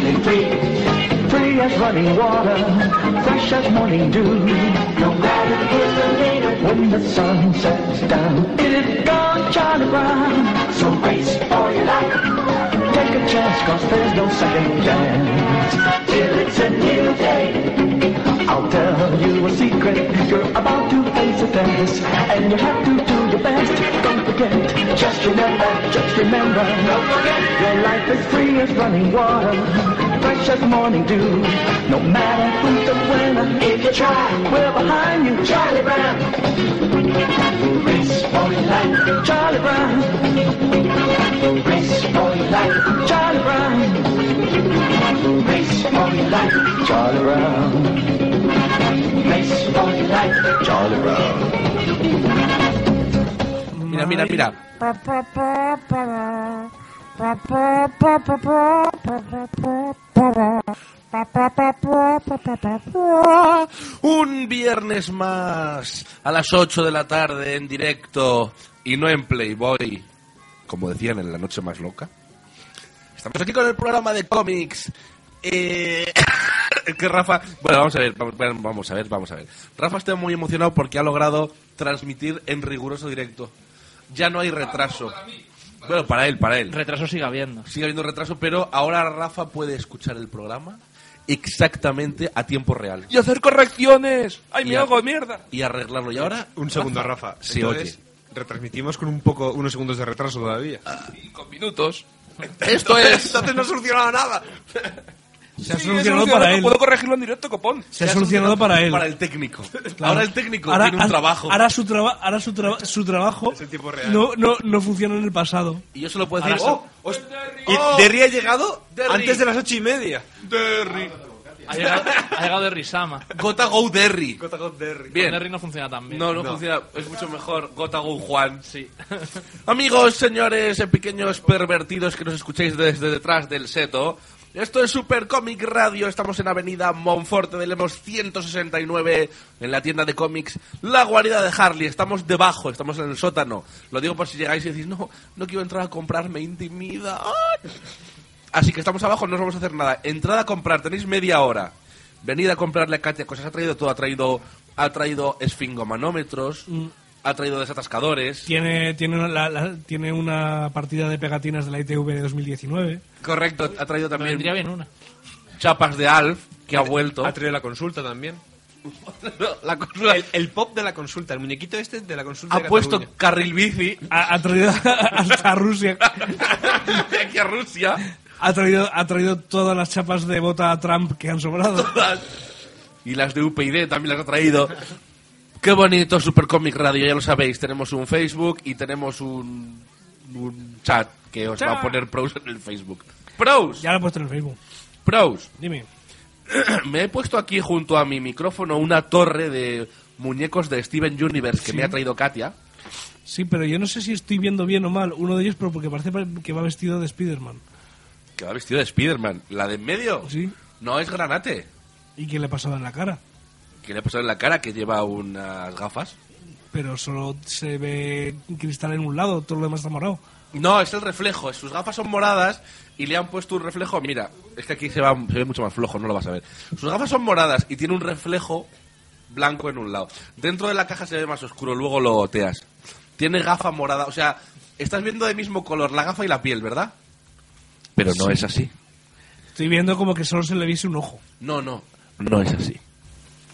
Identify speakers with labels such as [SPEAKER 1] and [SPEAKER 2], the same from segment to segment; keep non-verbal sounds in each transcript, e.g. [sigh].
[SPEAKER 1] be free. Free as running water, fresh as morning dew. No matter if the later when the sun sets down, it is gone, Charlie Brown. So race for your life. Take a chance, cause there's no second chance. Till it's a new day. I'll tell you a secret. You're about to face a tempest, and you have to do your best. Don't forget, just remember, just remember. Don't forget, your life is free as running water, fresh as morning dew. No matter who's the winner, if you try, we're behind you, Charlie Brown. Race for your life, Charlie Brown. Race for your life, Charlie Brown. Race for your life, Charlie Brown. Race for your life, Charlie Brown.
[SPEAKER 2] Mira, mira, mira. Un viernes más a las 8 de la tarde en directo y no en Playboy, como decían en la noche más loca. Estamos aquí con el programa de cómics. Eh, [laughs] es que Rafa, bueno, vamos a ver, vamos- bueno, vamos a ver, vamos a ver. Rafa está muy emocionado porque ha logrado transmitir en riguroso directo. Ya no hay retraso. Bueno, para él, para él.
[SPEAKER 3] Retraso sigue habiendo.
[SPEAKER 2] Sigue habiendo retraso, pero ahora Rafa puede escuchar el programa exactamente a tiempo real
[SPEAKER 4] Y hacer correcciones. ¡Ay,
[SPEAKER 2] Y
[SPEAKER 4] me
[SPEAKER 2] a-
[SPEAKER 4] hago de mierda!
[SPEAKER 2] y arreglarlo. Y ahora,
[SPEAKER 5] Un segundo, Rafa.
[SPEAKER 2] Sí,
[SPEAKER 5] Entonces, Retransmitimos con un poco, unos segundos de retraso todavía.
[SPEAKER 4] Y con minutos.
[SPEAKER 2] esto es.
[SPEAKER 5] Entonces no solucionaba nada.
[SPEAKER 6] Se ha
[SPEAKER 4] [laughs] Sí,
[SPEAKER 6] solucionado
[SPEAKER 4] he
[SPEAKER 6] para él.
[SPEAKER 4] Puedo corregirlo en directo, copón.
[SPEAKER 6] Se ha solucionado para él.
[SPEAKER 2] Para el técnico.
[SPEAKER 6] Claro.
[SPEAKER 2] Ahora el técnico
[SPEAKER 6] Ahora-
[SPEAKER 2] tiene un
[SPEAKER 6] ahora-
[SPEAKER 2] trabajo.
[SPEAKER 6] Ahora su, traba- ahora su, traba- su trabajo
[SPEAKER 5] Es el tiempo real.
[SPEAKER 6] No, no, no funciona en el pasado.
[SPEAKER 2] Y yo solo puedo decir.
[SPEAKER 5] Oh, host- y Derry ha llegado
[SPEAKER 2] Derry.
[SPEAKER 5] antes de las ocho y media. Derry.
[SPEAKER 3] Ha llegado, ha llegado de Risama.
[SPEAKER 2] "Oh, Gota Go Derry.
[SPEAKER 5] Derry.
[SPEAKER 3] Bien.
[SPEAKER 2] Bien.
[SPEAKER 3] no funciona tan bien.
[SPEAKER 2] No, no, funciona. Es mucho mejor Gota Go Juan.
[SPEAKER 3] Sí.
[SPEAKER 2] [laughs] Amigos, señores, eh, pequeños pervertidos que nos escucháis desde detrás del seto. Esto es Super Comic Radio, estamos en Avenida Monforte de Lemos 169, en la tienda de cómics La Guarida de Harley. Estamos debajo, estamos en el sótano. Lo digo por si llegáis y decís, no, no quiero entrar a comprar, me intimida. ¡Ay! Así que estamos abajo, no os vamos a hacer nada. Entrad a comprar, tenéis media hora. Venid a comprarle a Katia cosas. Ha traído todo, ha traído, ha traído esfingomanómetros,
[SPEAKER 5] Mm.
[SPEAKER 2] ha traído desatascadores.
[SPEAKER 6] Tiene, eh, tiene, una, la- la- tiene una partida de pegatinas de la ITV de 2019.
[SPEAKER 2] Correcto, ha traído
[SPEAKER 3] Me
[SPEAKER 2] también
[SPEAKER 3] vendría bien una.
[SPEAKER 2] chapas de Alf, que
[SPEAKER 5] [laughs]
[SPEAKER 2] ha vuelto.
[SPEAKER 5] Ha traído la consulta también.
[SPEAKER 2] [laughs] La consola-
[SPEAKER 5] El, el pop de la consulta, el muñequito este de la consulta.
[SPEAKER 2] ha
[SPEAKER 5] de
[SPEAKER 2] puesto
[SPEAKER 5] Cataluña.
[SPEAKER 2] carril bici [laughs]
[SPEAKER 6] Ha, ha traído [laughs] hasta Rusia.
[SPEAKER 2] de aquí a Rusia.
[SPEAKER 6] Ha traído, ha traído todas las chapas de bota a Trump que han sobrado.
[SPEAKER 2] Y las de UPyD también las ha traído. Qué bonito Super Comic Radio, ya lo sabéis. Tenemos un Facebook y tenemos un, un chat que os va a poner pros en el Facebook. Pros,
[SPEAKER 6] Ya lo he puesto en el Facebook.
[SPEAKER 2] pros.
[SPEAKER 6] Dime.
[SPEAKER 2] Me he puesto aquí junto a mi micrófono una torre de muñecos de Steven Universe que me ha traído Katia.
[SPEAKER 6] Sí, pero yo no sé si estoy viendo bien o mal uno de ellos, pero porque parece pa- que va vestido de Spider-Man.
[SPEAKER 2] Que va vestido de Spiderman. ¿La de en medio?
[SPEAKER 6] Sí.
[SPEAKER 2] No, es Granate.
[SPEAKER 6] ¿Y qué le ha pasado en la cara?
[SPEAKER 2] Que le ha pasado en la cara que lleva unas gafas.
[SPEAKER 6] Pero solo se ve cristal en un lado, todo lo demás está morado.
[SPEAKER 2] No, es el reflejo. Sus gafas son moradas y le han puesto un reflejo. Mira, es que aquí se, va, se ve mucho más flojo, no lo vas a ver. Sus gafas son moradas y tiene un reflejo blanco en un lado. Dentro de la caja se ve más oscuro, luego lo oteas. Tiene gafa morada, o sea, estás viendo del mismo color la gafa y la piel, ¿verdad? Pero no es así.
[SPEAKER 6] Estoy viendo como que solo se le viese un ojo.
[SPEAKER 2] No, no. No es así.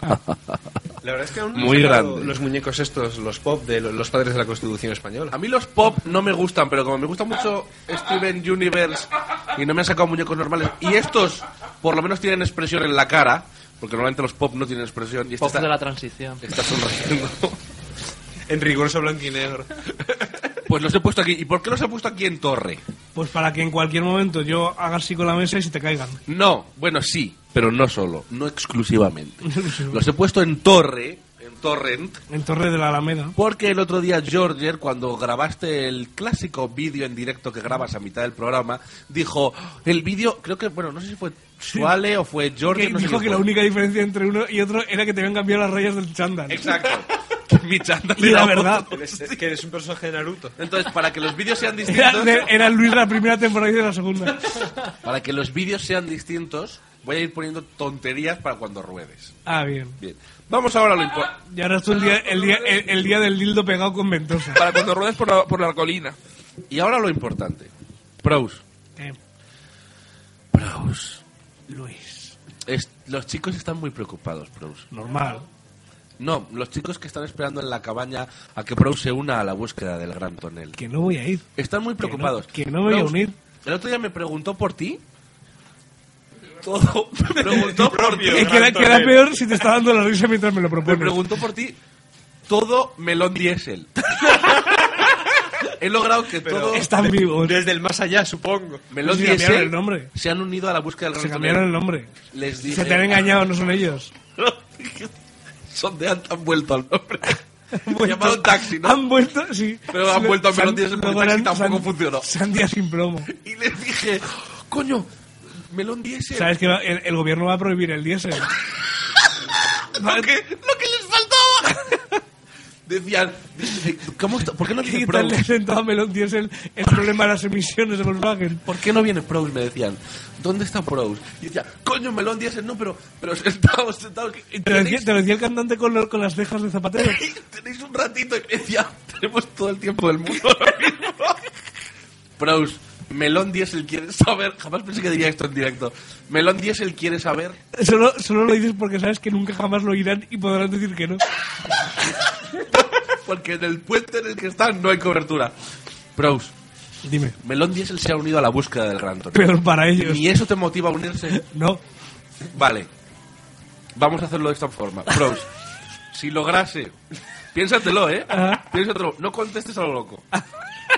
[SPEAKER 5] La verdad es que aún no
[SPEAKER 2] Muy
[SPEAKER 5] he sacado
[SPEAKER 2] grande.
[SPEAKER 5] Los muñecos estos, los pop de lo- los padres de la Constitución
[SPEAKER 2] A
[SPEAKER 5] española.
[SPEAKER 2] mí los pop no me gustan, pero como me gusta mucho Steven Universe y no me han sacado muñecos normales, y estos por lo menos tienen expresión en la cara, porque normalmente los pop no tienen expresión, y este
[SPEAKER 3] Pop
[SPEAKER 2] está,
[SPEAKER 3] de la transición.
[SPEAKER 2] está sonriendo.
[SPEAKER 5] En riguroso blanco y negro.
[SPEAKER 2] Pues los he puesto aquí. ¿Y por qué los he puesto aquí en torre?
[SPEAKER 6] Pues para que en cualquier momento yo haga así con la mesa y se te caigan.
[SPEAKER 2] No, bueno, sí, pero no solo, no exclusivamente. Los he puesto en torre, en torrent.
[SPEAKER 6] En Torre de la Alameda.
[SPEAKER 2] Porque el otro día, Georger, cuando grabaste el clásico vídeo en directo que grabas a mitad del programa, dijo: El vídeo, creo que, bueno, no sé si fue Suale o fue Georger.
[SPEAKER 6] Que
[SPEAKER 2] no sé
[SPEAKER 6] dijo
[SPEAKER 2] quién
[SPEAKER 6] que la
[SPEAKER 2] fue.
[SPEAKER 6] única diferencia entre uno y otro era que te habían cambiado las rayas del chándal. [laughs]
[SPEAKER 2] Exacto. Mi chándal
[SPEAKER 6] Y
[SPEAKER 2] era
[SPEAKER 6] la verdad,
[SPEAKER 2] otro.
[SPEAKER 5] que [laughs] eres un personaje de Naruto.
[SPEAKER 2] Entonces, para que los vídeos
[SPEAKER 6] [laughs]
[SPEAKER 2] sean
[SPEAKER 6] Era,
[SPEAKER 2] distintos,
[SPEAKER 6] de- era Luis de la primera temporada y de la segunda.
[SPEAKER 2] para que los vídeos sean distintos, voy a ir poniendo tonterías para cuando ruedes.
[SPEAKER 6] Ah, bien.
[SPEAKER 2] Bien. Vamos ahora a lo importante.
[SPEAKER 6] Y ahora es el día, el, día, el, el día del dildo pegado con ventosa.
[SPEAKER 4] Para cuando ruedes por la, por la colina.
[SPEAKER 2] Y ahora lo importante. Pros.
[SPEAKER 6] Eh,
[SPEAKER 2] Pros.
[SPEAKER 6] Luis,
[SPEAKER 2] Es- los chicos están muy preocupados, Pros.
[SPEAKER 6] normal.
[SPEAKER 2] No, los chicos que están esperando en la cabaña a que Pros se una a la búsqueda del gran tonel.
[SPEAKER 6] Que no voy a ir.
[SPEAKER 2] Están muy preocupados.
[SPEAKER 6] que no me voy a
[SPEAKER 2] Proust,
[SPEAKER 6] unir.
[SPEAKER 2] El otro día me preguntó por ti. Todo. [laughs] Me preguntó por ti.
[SPEAKER 6] Eh, que era, que era peor si te estaba dando la risa mientras me lo
[SPEAKER 2] Me
[SPEAKER 6] propones.
[SPEAKER 2] preguntó por ti todo melón diésel. [laughs] He logrado que todo
[SPEAKER 6] Están vivos.
[SPEAKER 5] Desde el más allá, supongo.
[SPEAKER 2] melón
[SPEAKER 6] Sí, cambiaron
[SPEAKER 2] diésel
[SPEAKER 6] el nombre.
[SPEAKER 2] se han unido a la búsqueda del
[SPEAKER 6] Se
[SPEAKER 2] gran
[SPEAKER 6] cambiaron el nombre.
[SPEAKER 2] tonel. Les dije,
[SPEAKER 6] Se te han engañado, no son ellos.
[SPEAKER 2] [laughs] Son de han han vuelto al nombre.
[SPEAKER 6] [laughs] Han vuelto-
[SPEAKER 2] Llamaron taxi, ¿no?
[SPEAKER 6] Han vuelto, sí.
[SPEAKER 2] Pero han vuelto a
[SPEAKER 6] San-
[SPEAKER 2] Melón Diesel porque
[SPEAKER 6] luego
[SPEAKER 2] taxi
[SPEAKER 6] eran
[SPEAKER 2] tampoco
[SPEAKER 6] San-
[SPEAKER 2] funcionó.
[SPEAKER 6] Sandía sin plomo.
[SPEAKER 2] Y les dije, coño, melón diésel.
[SPEAKER 6] ¿Sabes que va- el, el gobierno va a prohibir el
[SPEAKER 2] [laughs]
[SPEAKER 6] diésel?
[SPEAKER 2] lo que, lo que les faltaba. [laughs] Decían, ¿cómo está? ¿por qué no
[SPEAKER 6] ¿Qué
[SPEAKER 2] viene
[SPEAKER 6] tal
[SPEAKER 2] Proust?
[SPEAKER 6] le ha sentado a Melón Diesel el problema de las emisiones de Volkswagen?
[SPEAKER 2] ¿Por qué no viene Proust? Me decían, ¿dónde está Proust? Y decía, coño, Melón Díaz, no, pero, pero [laughs] sentados, sentados. que-
[SPEAKER 6] Te lo decía,
[SPEAKER 2] ¿tenéis,
[SPEAKER 6] te lo decía el cantante con, lo- con las cejas de zapatero.
[SPEAKER 2] [laughs] tenéis un ratito y me decía, tenemos todo el tiempo del mundo ahora mismo. [laughs] Proust, Melón Diesel quiere saber, jamás pensé que diría esto en directo. Melón Diesel quiere saber
[SPEAKER 6] Solo, solo lo dices porque sabes que nunca jamás lo irán y podrán decir que no.
[SPEAKER 2] [laughs] porque en el puente en el que están no hay cobertura. Proust,
[SPEAKER 6] Dime.
[SPEAKER 2] Melón Diesel se ha unido a la búsqueda del Gran Torneo.
[SPEAKER 6] Peor para ellos.
[SPEAKER 2] ¿Y eso te motiva a unirse?
[SPEAKER 6] No.
[SPEAKER 2] Vale. Vamos a hacerlo de esta forma. Pros, si lograse... Piénsatelo, ¿eh?
[SPEAKER 6] Ajá.
[SPEAKER 2] Piénsatelo. No contestes a lo loco.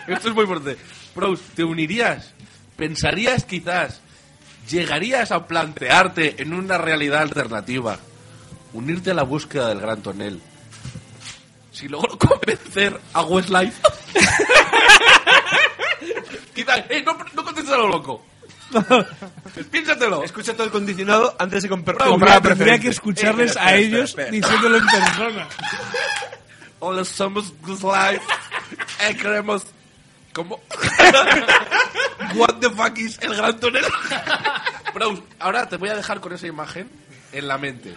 [SPEAKER 2] Esto es muy fuerte. Pros, ¿te unirías? ¿Pensarías quizás? ¿Llegarías a plantearte en una realidad alternativa? Unirte a la búsqueda del gran tonel. Si logro convencer a Westlife... [laughs] quizás... ¡Eh, no, no contestes a lo loco! Piénsatelo.
[SPEAKER 5] Escucha todo el condicionado antes de comprar.
[SPEAKER 6] Tendría,
[SPEAKER 5] comprar
[SPEAKER 6] tendría
[SPEAKER 5] preferente. Eh,
[SPEAKER 6] que escucharles a ellos diciéndolo en persona.
[SPEAKER 2] Hola, somos Good [laughs] Life. Eh, queremos. [laughs] ¿Cómo? What the fuck is el gran tonel? [laughs] Bro, ahora te voy a dejar con esa imagen en la mente.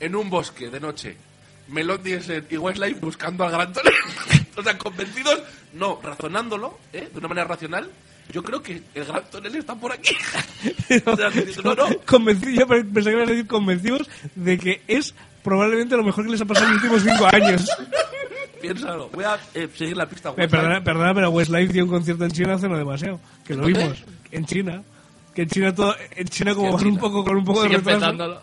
[SPEAKER 2] En un bosque de noche, Melon Diesel y Westlife buscando al gran tonel. [laughs] O sea, convencidos, no, razonándolo, ¿eh? de una manera racional. Yo creo que el gran tonel está por aquí. [laughs] [laughs] O sea, diciendo, no, no.
[SPEAKER 6] Convenci- yo pe- pensé que ibas a decir convencidos de que es probablemente lo mejor que les ha pasado en los últimos cinco años.
[SPEAKER 2] Piénsalo. Voy a eh, seguir la pista.
[SPEAKER 6] Eh, perdona, perdona, pero Westlife dio un concierto en China hace no demasiado. Que lo
[SPEAKER 2] ¿Dónde?
[SPEAKER 6] vimos. En China. Que en China, todo, en China como
[SPEAKER 2] Sí, en
[SPEAKER 6] van un
[SPEAKER 2] China.
[SPEAKER 6] poco con un poco de
[SPEAKER 3] Sigue
[SPEAKER 6] retraso.
[SPEAKER 3] petándolo.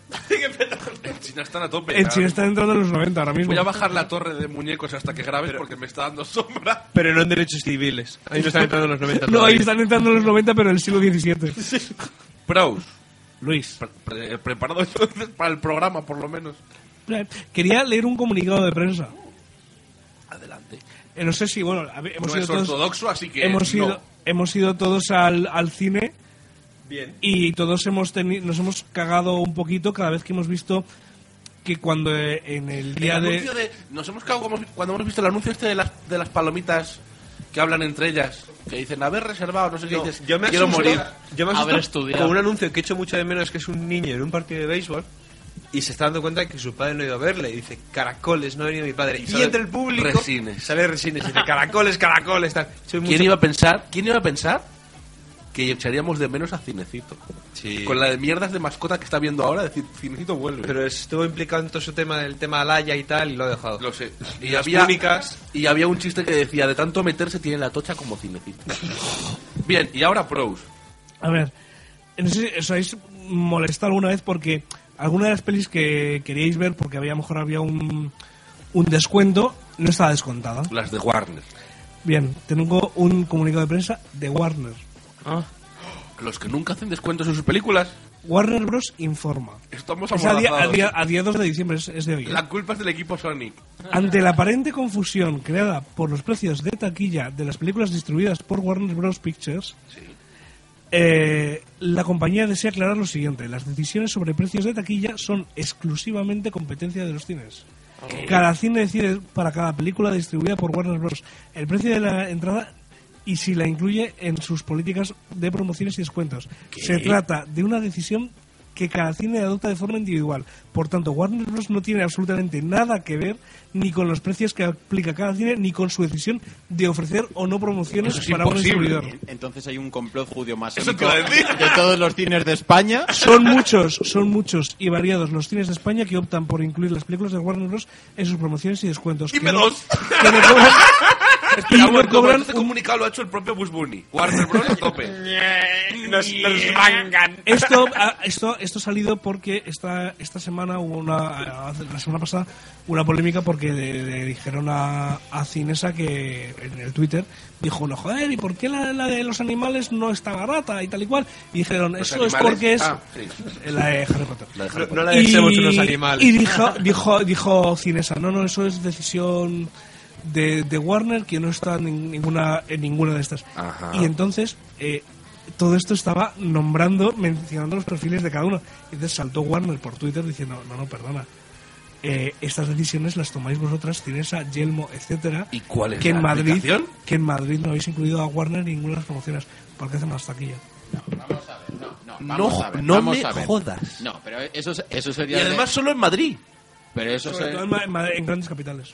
[SPEAKER 2] En China están a tope.
[SPEAKER 6] En
[SPEAKER 2] claro.
[SPEAKER 6] China está entrando en los 90 ahora mismo.
[SPEAKER 2] Voy a bajar la torre de muñecos hasta que grabes porque me está dando sombra. [laughs]
[SPEAKER 5] Pero no en derechos civiles. Ahí no están entrando los 90.
[SPEAKER 6] No, ahí
[SPEAKER 5] todavía.
[SPEAKER 6] están entrando en los 90, pero del siglo XVII.
[SPEAKER 2] Pros,
[SPEAKER 6] Luis.
[SPEAKER 2] pre- pre- preparado entonces [laughs] para el programa por lo menos.
[SPEAKER 6] Quería leer un comunicado de prensa.
[SPEAKER 2] Adelante.
[SPEAKER 6] Eh, No sé si, bueno, a ver, hemos
[SPEAKER 2] no es
[SPEAKER 6] ido todos...
[SPEAKER 2] ortodoxo, así que
[SPEAKER 6] Hemos
[SPEAKER 2] no.
[SPEAKER 6] ido, hemos ido todos al, al cine
[SPEAKER 5] Bien.
[SPEAKER 6] y todos hemos teni- nos hemos cagado un poquito cada vez que hemos visto que cuando eh, en el
[SPEAKER 2] El
[SPEAKER 6] día de...
[SPEAKER 2] anuncio de- Nos hemos cagado como- cuando hemos visto el anuncio este de las, de las palomitas que hablan entre ellas. Que dicen, haber reservado, no sé qué.
[SPEAKER 5] No,
[SPEAKER 2] dices,
[SPEAKER 5] yo me
[SPEAKER 2] quiero
[SPEAKER 5] asusto-
[SPEAKER 2] morir.
[SPEAKER 5] Yo me
[SPEAKER 3] Haber
[SPEAKER 5] asusto
[SPEAKER 3] estudiado.
[SPEAKER 5] con un anuncio que echo mucho de menos, que es un niño en un partido de béisbol y se está dando cuenta que su padre no ha ido a verle. Y dice, caracoles, no ha venido mi padre. Y,
[SPEAKER 2] sale
[SPEAKER 5] entre el público...
[SPEAKER 2] Resines.
[SPEAKER 5] Sale Resines. Y dice, caracoles, caracoles, tal. Soy
[SPEAKER 2] ¿Quién
[SPEAKER 5] mucho-
[SPEAKER 2] iba a pensar? ¿Quién iba a pensar? Que echaríamos de menos a Cinecito.
[SPEAKER 5] Sí.
[SPEAKER 2] Con la de mierdas de mascota que está viendo ahora, decir, Cinecito vuelve.
[SPEAKER 5] [laughs] Pero estuvo implicado en todo su tema del tema Alaya y tal y lo ha dejado.
[SPEAKER 2] Lo sé. Y,
[SPEAKER 5] Las
[SPEAKER 2] había,
[SPEAKER 5] públicas.
[SPEAKER 2] y había un chiste que decía, de tanto meterse tiene la tocha como cinecito.
[SPEAKER 6] [laughs]
[SPEAKER 2] Bien, y ahora pros.
[SPEAKER 6] A ver, no sé si os habéis molestado alguna vez porque alguna de las pelis que queríais ver porque había a lo mejor había un, un descuento no estaba descontada.
[SPEAKER 2] Las de Warner.
[SPEAKER 6] Bien, tengo un comunicado de prensa de Warner.
[SPEAKER 3] Ah,
[SPEAKER 2] Los que nunca hacen descuentos en sus películas.
[SPEAKER 6] Warner Bros. informa.
[SPEAKER 2] Estamos
[SPEAKER 6] Es a día, a
[SPEAKER 2] amordazados.
[SPEAKER 6] día- a día 2 de diciembre, es, es de hoy. ¿eh?
[SPEAKER 2] La culpa es del equipo Sonic.
[SPEAKER 6] Ante la aparente confusión creada por los precios de taquilla de las películas distribuidas por Warner Bros. Pictures, eh, la compañía desea aclarar lo siguiente. Las decisiones sobre precios de taquilla son exclusivamente competencia de los cines. Cada cine decide para cada película distribuida por Warner Bros. el precio de la entrada y si la incluye en sus políticas de promociones y descuentos. Se trata de una decisión que cada cine adopta de forma individual. Por tanto, Warner Bros. no tiene absolutamente nada que ver ni con los precios que aplica cada cine, ni con su decisión de ofrecer o no promociones
[SPEAKER 2] Eso es
[SPEAKER 6] para un
[SPEAKER 2] imposible.
[SPEAKER 6] distribuidor.
[SPEAKER 7] Entonces hay un complot judío más
[SPEAKER 2] Eso te iba a decir.
[SPEAKER 7] de todos los cines de España.
[SPEAKER 6] Son muchos, son muchos y variados los cines de España que optan por incluir las películas de Warner Bros. en sus promociones y descuentos.
[SPEAKER 2] Dime
[SPEAKER 6] que no-
[SPEAKER 2] dos.
[SPEAKER 6] que no cobran- y no
[SPEAKER 2] Esperamos bueno, como
[SPEAKER 6] cobran
[SPEAKER 2] este comunicado lo ha hecho el propio Bush Bunny. Warner Bros. a
[SPEAKER 6] [laughs]
[SPEAKER 2] tope.
[SPEAKER 4] Nos, nos mangan.
[SPEAKER 6] esto, ah, esto, esto ha salido porque esta, esta semana hubo una, ah, hace- la semana pasada, una polémica porque le- le dijeron a, a Cinesa que en el Twitter dijo, no, joder, ¿y por qué la, la de los animales no está barata y tal y cual? Y dijeron,
[SPEAKER 2] Los
[SPEAKER 6] eso es
[SPEAKER 2] animales-
[SPEAKER 6] porque es
[SPEAKER 2] Ah, sí.
[SPEAKER 6] la de Harry Potter.
[SPEAKER 2] La de
[SPEAKER 5] No,
[SPEAKER 2] Harry
[SPEAKER 5] no
[SPEAKER 2] Potter.
[SPEAKER 5] la
[SPEAKER 6] Y-
[SPEAKER 5] dejemos unos animales.
[SPEAKER 6] Y dijo, dijo, dijo Cinesa, no, no, eso es decisión de, de Warner que no está en ninguna, en ninguna de estas.
[SPEAKER 2] Ajá.
[SPEAKER 6] Y entonces eh, todo esto estaba nombrando, mencionando los perfiles de cada uno. Y entonces saltó Warner por Twitter diciendo, no, no, perdona. eh, estas decisiones las tomáis vosotras, Cinesa, Yelmo, etcétera.
[SPEAKER 2] ¿Y cuál es
[SPEAKER 6] que en
[SPEAKER 2] la
[SPEAKER 6] Madrid,
[SPEAKER 2] aplicación?
[SPEAKER 6] Que en Madrid no habéis incluido a Warner en ninguna de las promociones. Porque hacen más taquilla.
[SPEAKER 7] Vamos a ver, no, no,
[SPEAKER 2] No
[SPEAKER 7] vamos
[SPEAKER 2] jo-
[SPEAKER 7] a ver,
[SPEAKER 2] no
[SPEAKER 7] vamos
[SPEAKER 2] me
[SPEAKER 7] a ver.
[SPEAKER 2] jodas.
[SPEAKER 7] No, pero eso, es- eso
[SPEAKER 2] Y
[SPEAKER 7] sería. de-
[SPEAKER 2] además solo en Madrid.
[SPEAKER 7] pero eso,
[SPEAKER 6] Sobre
[SPEAKER 8] Pues,
[SPEAKER 7] se-
[SPEAKER 6] todo en, Ma- en Madrid- en grandes capitales.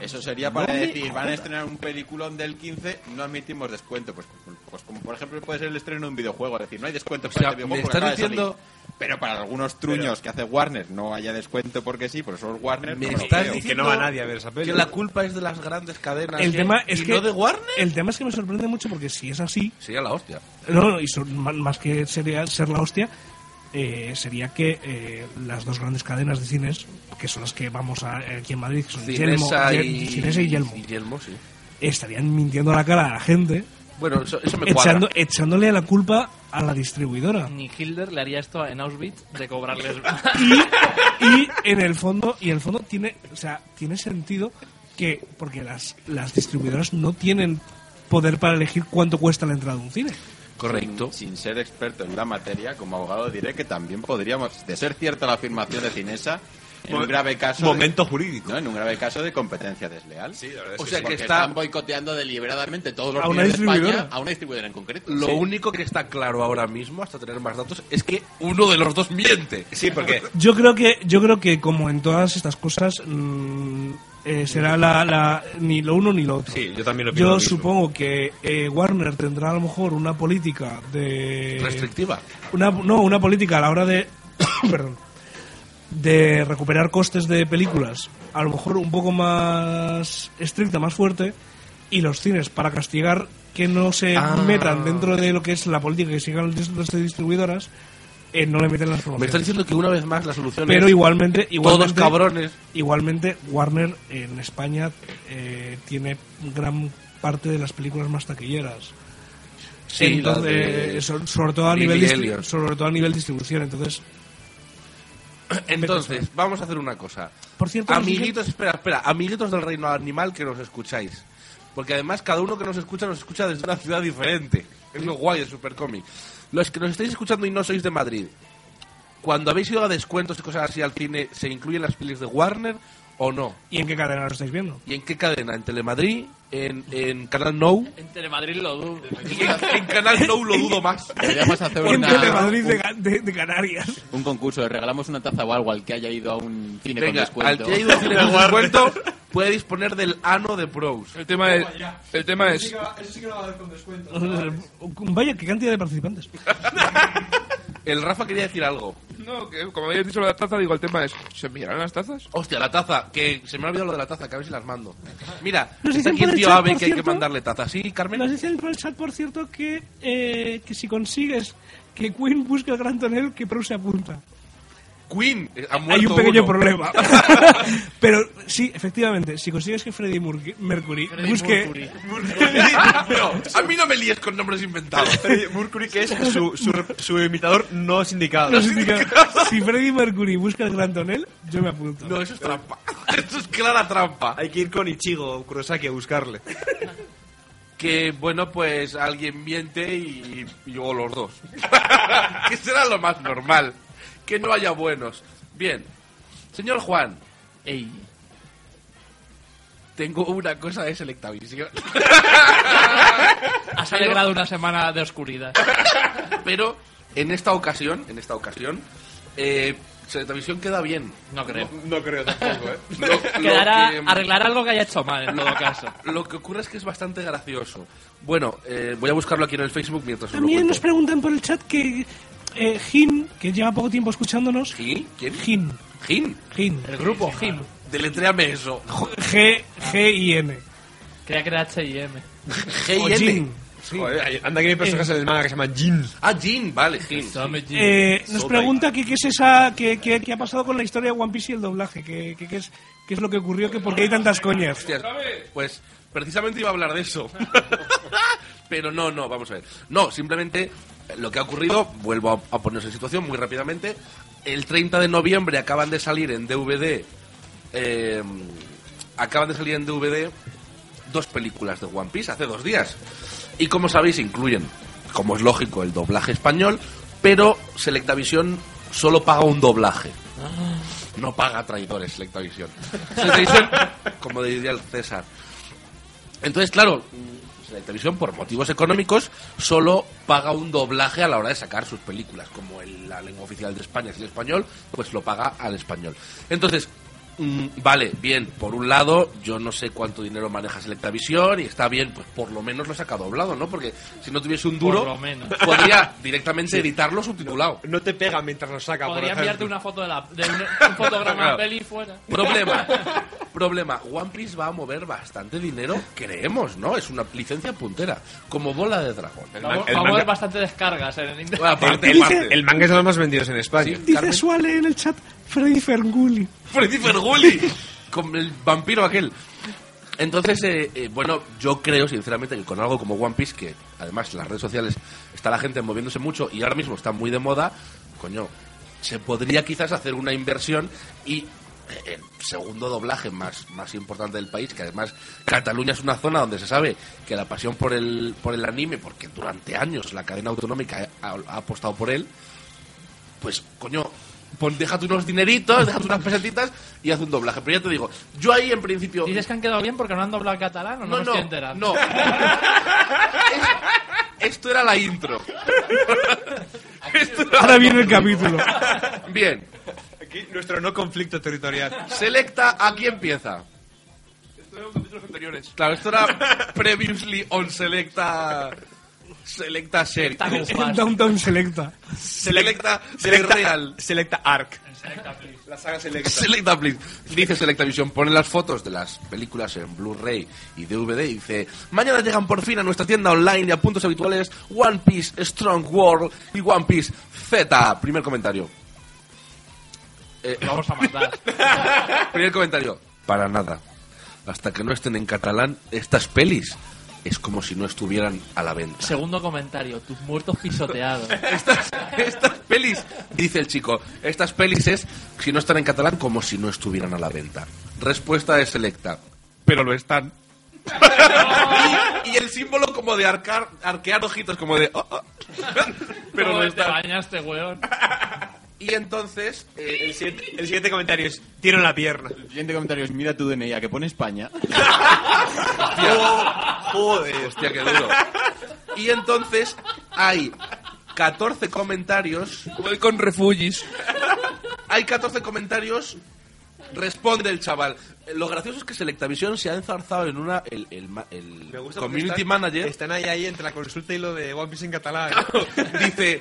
[SPEAKER 7] eso sería para
[SPEAKER 2] No me
[SPEAKER 7] decir: van a
[SPEAKER 2] jodas.
[SPEAKER 7] estrenar un peliculón del 15, no admitimos descuento. Pues, pues como por ejemplo puede ser el estreno de un videojuego, es decir, no hay descuento para
[SPEAKER 2] sea,
[SPEAKER 7] este videojuego
[SPEAKER 2] me
[SPEAKER 7] porque
[SPEAKER 2] estás
[SPEAKER 7] acaba de salir.
[SPEAKER 2] diciendo-
[SPEAKER 7] Pero para algunos truños que hace Warner no haya descuento porque sí, por eso es Warner.
[SPEAKER 2] Me
[SPEAKER 7] no lo
[SPEAKER 2] estás
[SPEAKER 7] creo.
[SPEAKER 5] Y
[SPEAKER 2] diciendo
[SPEAKER 5] que no va nadie a ver esa peli.
[SPEAKER 2] Que la culpa es de las grandes cadenas.
[SPEAKER 6] El
[SPEAKER 2] ¿eh?
[SPEAKER 6] tema es
[SPEAKER 2] ¿Y
[SPEAKER 6] que
[SPEAKER 2] no de Warner?
[SPEAKER 6] El tema es que me sorprende mucho porque si es así,
[SPEAKER 2] Sería la hostia.
[SPEAKER 6] no, no, y son- ma- más que sería ser la hostia, eh, sería que eh, las dos grandes cadenas de cines, que son las que vamos a, eh, aquí en Madrid, que son Yelmo,
[SPEAKER 2] Cinesa
[SPEAKER 6] Ye-
[SPEAKER 2] y...
[SPEAKER 6] Cinesa y Yelmo,
[SPEAKER 2] sí.
[SPEAKER 6] estarían mintiendo la cara a la gente,
[SPEAKER 2] Bueno, eso, eso me cuadra. Mm.
[SPEAKER 6] echando, echándole la culpa a la distribuidora.
[SPEAKER 3] Ni Hilder le haría esto en Auschwitz de cobrarles.
[SPEAKER 4] [laughs]
[SPEAKER 3] [laughs]
[SPEAKER 6] y, y en el fondo y en el fondo tiene o sea tiene sentido que porque las las distribuidoras no tienen poder para elegir cuánto cuesta la entrada a un cine
[SPEAKER 2] Correcto.
[SPEAKER 5] Mm,
[SPEAKER 7] Sin ser experto en la materia, como abogado diré que también podríamos, de ser cierta la afirmación de Cinesa, en un grave caso... de-
[SPEAKER 5] Momento jurídico.
[SPEAKER 7] no, en un grave caso de competencia desleal.
[SPEAKER 5] Sí, la verdad es
[SPEAKER 2] O
[SPEAKER 5] que
[SPEAKER 2] sea
[SPEAKER 5] sí.
[SPEAKER 7] Porque
[SPEAKER 2] que está-
[SPEAKER 7] están boicoteando deliberadamente todos los
[SPEAKER 6] A una
[SPEAKER 7] cines de
[SPEAKER 6] distribuidora.
[SPEAKER 7] España a una distribuidora en concreto.
[SPEAKER 2] Lo
[SPEAKER 7] Sí.
[SPEAKER 2] único que está claro ahora mismo, hasta tener más datos, es que uno de los dos miente.
[SPEAKER 5] Sí, porque
[SPEAKER 6] yo creo que yo creo que como en todas estas cosas mm, eh, será la, la- ni lo uno ni lo otro
[SPEAKER 5] Sí, yo también opino lo
[SPEAKER 6] yo
[SPEAKER 5] mismo.
[SPEAKER 6] supongo que eh, Warner tendrá a lo mejor una política de
[SPEAKER 2] [laughs] Restrictiva.
[SPEAKER 6] una, no, una política a la hora de [coughs] perdón, de recuperar costes de películas, a lo mejor un poco más estricta, más fuerte, y los cines para castigar que no se
[SPEAKER 5] Ah.
[SPEAKER 6] metan dentro de lo que es la política que sigan las dis- las distribuidoras, eh, no le meten
[SPEAKER 2] Me
[SPEAKER 6] las
[SPEAKER 2] estás
[SPEAKER 6] promociones.
[SPEAKER 2] diciendo que una vez más la solución
[SPEAKER 6] Pero
[SPEAKER 2] es
[SPEAKER 6] igualmente, igualmente,
[SPEAKER 2] todos cabrones.
[SPEAKER 6] igualmente Warner en España eh, tiene gran parte de las películas más taquilleras.
[SPEAKER 2] Sí,
[SPEAKER 6] Entonces,
[SPEAKER 2] la de-
[SPEAKER 6] eh, so- sobre, todo a
[SPEAKER 2] Billy
[SPEAKER 6] nivel distri-
[SPEAKER 2] Elliot.
[SPEAKER 6] sobre todo a nivel distribución. Entonces,
[SPEAKER 2] Entonces, vamos a hacer una cosa.
[SPEAKER 6] Por cierto,
[SPEAKER 2] amiguitos, espera, espera, amiguitos del reino animal que nos escucháis. Porque además cada uno que nos escucha nos escucha desde una ciudad diferente. Es lo guay de Supercomic. Los que nos estáis escuchando y no sois de Madrid, cuando habéis ido a descuentos y cosas así al cine, ¿se incluyen las pelis de Warner o no?
[SPEAKER 6] ¿y en qué cadena lo estáis viendo?
[SPEAKER 2] ¿Y en qué cadena? ¿En Telemadrid? ¿En, en Canal No?
[SPEAKER 3] en Telemadrid lo dudo.
[SPEAKER 2] en Canal No lo dudo más.
[SPEAKER 7] Deberíamos
[SPEAKER 6] [laughs]
[SPEAKER 7] hacer
[SPEAKER 6] En
[SPEAKER 7] una-
[SPEAKER 6] Telemadrid de, Ga- de- de Canarias. [laughs]
[SPEAKER 7] un concurso, le regalamos una taza o algo al que haya ido a un cine con
[SPEAKER 2] Venga, al
[SPEAKER 7] descuento.
[SPEAKER 2] que ha ido a cine con descuento puede disponer del ano de pros.
[SPEAKER 4] el tema es. El tema es.
[SPEAKER 2] [laughs]
[SPEAKER 6] Vaya, qué cantidad de participantes.
[SPEAKER 2] El Rafa quería decir algo.
[SPEAKER 4] No, que como habías dicho lo de la taza, digo, el tema es. ¿Se enviarán las tazas?
[SPEAKER 2] Hostia, la taza, que se me ha olvidado lo de la taza, que a ver si las mando. Mira,
[SPEAKER 6] Nos
[SPEAKER 2] está
[SPEAKER 6] dicen
[SPEAKER 2] aquí el
[SPEAKER 6] por el
[SPEAKER 2] tío
[SPEAKER 6] chat,
[SPEAKER 2] Ave
[SPEAKER 6] por
[SPEAKER 2] que hay que
[SPEAKER 6] cierto.
[SPEAKER 2] mandarle taza. ¿Sí, Carmen?
[SPEAKER 6] Nos dicen por el chat, por cierto, que, eh, que si consigues que Queen busque el gran tonel, que Pro se apunta.
[SPEAKER 2] Queen. eh, ha
[SPEAKER 6] Hay
[SPEAKER 2] muerto
[SPEAKER 6] un pequeño
[SPEAKER 2] uno. [laughs]
[SPEAKER 6] problema. Pero sí, efectivamente, si consigues que Freddie Mercury, Mercury busque. [laughs]
[SPEAKER 2] [laughs] No, a mí no me líes con nombres inventados.
[SPEAKER 5] Freddie Mercury, que es su, su, su imitador no sindicado.
[SPEAKER 6] Nos indica- si Freddie Mercury busca el Gran Tonel, yo me apunto.
[SPEAKER 2] No, eso es trampa. [laughs] Eso es clara trampa.
[SPEAKER 5] Hay que ir con Ichigo o Kurosaki a buscarle.
[SPEAKER 2] que bueno pues alguien miente y, y luego los dos que será lo más normal que no haya buenos bien señor Juan
[SPEAKER 3] Ey,
[SPEAKER 2] tengo una cosa de selecta visión
[SPEAKER 3] has alegrado una semana de oscuridad.
[SPEAKER 2] pero en esta ocasión en esta ocasión eh, selecta visión queda bien
[SPEAKER 3] No creo.
[SPEAKER 5] No creo tampoco, ¿eh?
[SPEAKER 3] [laughs]
[SPEAKER 2] Lo- lo
[SPEAKER 3] Quedará
[SPEAKER 2] que- mm,
[SPEAKER 3] arreglar algo que haya hecho mal, en todo
[SPEAKER 2] [laughs]
[SPEAKER 3] caso.
[SPEAKER 2] lo que ocurre es que es bastante gracioso bueno eh, voy a buscarlo aquí en el Facebook mientras os lo
[SPEAKER 6] También nos
[SPEAKER 2] cuento.
[SPEAKER 6] preguntan por el chat que eh, Jin, que lleva poco tiempo escuchándonos,
[SPEAKER 2] ¿Gin? ¿Quién?
[SPEAKER 6] Jin,
[SPEAKER 2] ¿Gin?
[SPEAKER 6] Jin,
[SPEAKER 3] El grupo, Jim.
[SPEAKER 2] Deletréame eso.
[SPEAKER 6] G, G I N,
[SPEAKER 3] Creía que era H&M.
[SPEAKER 6] o Jin. Sí.
[SPEAKER 5] Joder, hay- anda que hay personajes en el manga que se llaman Jin.
[SPEAKER 2] Ah, Jin, vale, Jin.
[SPEAKER 3] Tome, Jim.
[SPEAKER 6] Eh, nos
[SPEAKER 7] Soda.
[SPEAKER 6] pregunta que qué es esa, que, que- que ha pasado con la historia de One Piece y el doblaje, que, que- que es, qué es lo que ocurrió, que por qué hay tantas coñas.
[SPEAKER 2] Hostias, pues precisamente iba a hablar de eso. Pero no, no, vamos a ver. No, simplemente eh, lo que ha ocurrido, vuelvo a, a ponerse en situación muy rápidamente. El 30 de noviembre acaban de salir en DVD. eh, acaban de salir en DVD dos películas de One Piece hace dos días. Y como sabéis, incluyen, como es lógico, el doblaje español, pero Selectavision solo paga un doblaje. No paga traidores Selectavision. Selectavision, [laughs] como diría el César. Entonces, claro, Selectavision, por motivos económicos, solo paga un doblaje a la hora de sacar sus películas. Como el- la lengua oficial de España es el español, pues lo paga al español. Entonces, mm, vale, bien, por un lado, yo no sé cuánto dinero maneja Selectavision y está bien, pues por lo menos lo saca doblado, ¿no? Porque si no tuviese un duro,
[SPEAKER 3] Por lo menos. [laughs]
[SPEAKER 2] podría directamente editarlo subtitulado.
[SPEAKER 5] No te pega mientras lo saca, por
[SPEAKER 3] Podría
[SPEAKER 5] ejemplo.
[SPEAKER 3] enviarte una foto de, la, de un,
[SPEAKER 4] [laughs]
[SPEAKER 3] un fotograma
[SPEAKER 2] Claro.
[SPEAKER 3] de peli y fuera.
[SPEAKER 2] Problema. Problema. One Piece va a mover bastante dinero, creemos, ¿no? Es una licencia puntera, como bola de dragón. Ah,
[SPEAKER 3] Vamos,
[SPEAKER 7] el
[SPEAKER 3] vamos a
[SPEAKER 7] manga-
[SPEAKER 3] ver bastante descargas en internet.
[SPEAKER 2] Bueno,
[SPEAKER 5] [laughs]
[SPEAKER 2] aparte,
[SPEAKER 5] El,
[SPEAKER 2] aparte.
[SPEAKER 5] el manga es de los más vendidos en España.
[SPEAKER 2] Sí.
[SPEAKER 6] Dice
[SPEAKER 2] Carmen.
[SPEAKER 6] Suale en el chat, Freddy Ferguli.
[SPEAKER 2] Freddy Ferguli [laughs] con el vampiro aquel. Entonces, eh, eh, bueno, yo creo sinceramente que con algo como One Piece, que además en las redes sociales está la gente moviéndose mucho y ahora mismo está muy de moda, coño, se podría quizás hacer una inversión y eh, el segundo doblaje más, más importante del país, que además Cataluña es una zona donde se sabe que la pasión por el, por el anime, porque durante años la cadena autonómica ha- ha apostado por él, pues coño, pon, déjate unos dineritos, déjate unas pesetitas y haz un doblaje. Pero ya te digo, yo ahí en principio.
[SPEAKER 3] Dices que han quedado bien porque no han doblado el catalán o no,
[SPEAKER 2] no,
[SPEAKER 3] me
[SPEAKER 2] no,
[SPEAKER 3] estoy enterando.
[SPEAKER 2] no. Es- Esto era la intro. Esto era-
[SPEAKER 6] Ahora viene el capítulo.
[SPEAKER 2] Bien,
[SPEAKER 5] Aquí nuestro no
[SPEAKER 2] [laughs]
[SPEAKER 5] conflicto territorial.
[SPEAKER 2] selecta aquí empieza. Claro, esto era previously on selecta. Selecta serie.
[SPEAKER 3] Está con Juan.
[SPEAKER 6] Downtown Selecta.
[SPEAKER 2] Selecta, selecta
[SPEAKER 5] Selecta,
[SPEAKER 2] real.
[SPEAKER 5] Selecta Arc. La saga Selecta.
[SPEAKER 2] Selecta, please. Dice Selecta Visión, pone las fotos de las películas en Blu-ray y DVD y dice, mañana llegan por fin a nuestra tienda online y a puntos habituales One Piece Strong World y One Piece Z. Primer comentario. Eh,
[SPEAKER 5] [laughs]
[SPEAKER 3] Vamos a matar.
[SPEAKER 2] primer comentario. Para nada. Hasta que no estén en catalán, estas pelis es como si no estuvieran a la venta.
[SPEAKER 3] Segundo comentario, tus muertos pisoteados.
[SPEAKER 2] Estas, estas pelis, dice el chico, estas pelis es, si no están en catalán, como si no estuvieran a la venta. Respuesta de Selecta. Pero lo están. y, y el símbolo como de arcar, arquear ojitos, como de... "Oh, oh". Pero lo
[SPEAKER 3] ¿Cómo te
[SPEAKER 2] están.
[SPEAKER 7] este
[SPEAKER 3] bañaste, weón.
[SPEAKER 2] Y entonces... eh,
[SPEAKER 5] El siguiente, el siguiente comentario es: Tiro en la pierna.
[SPEAKER 7] El siguiente comentario es, mira tu DNI, a que pone España.
[SPEAKER 5] Joder.
[SPEAKER 2] Hostia, qué duro. Y entonces hay 14 comentarios.
[SPEAKER 4] Voy con refugis.
[SPEAKER 2] Hay 14 comentarios. Responde el chaval. Eh, Lo gracioso es que Selectavision se ha enzarzado en una. El, el ma- el
[SPEAKER 5] Me gusta porque
[SPEAKER 2] community
[SPEAKER 5] están-
[SPEAKER 2] manager
[SPEAKER 5] Están ahí, ahí entre la consulta y lo de One Piece en catalán. [laughs]
[SPEAKER 2] dice: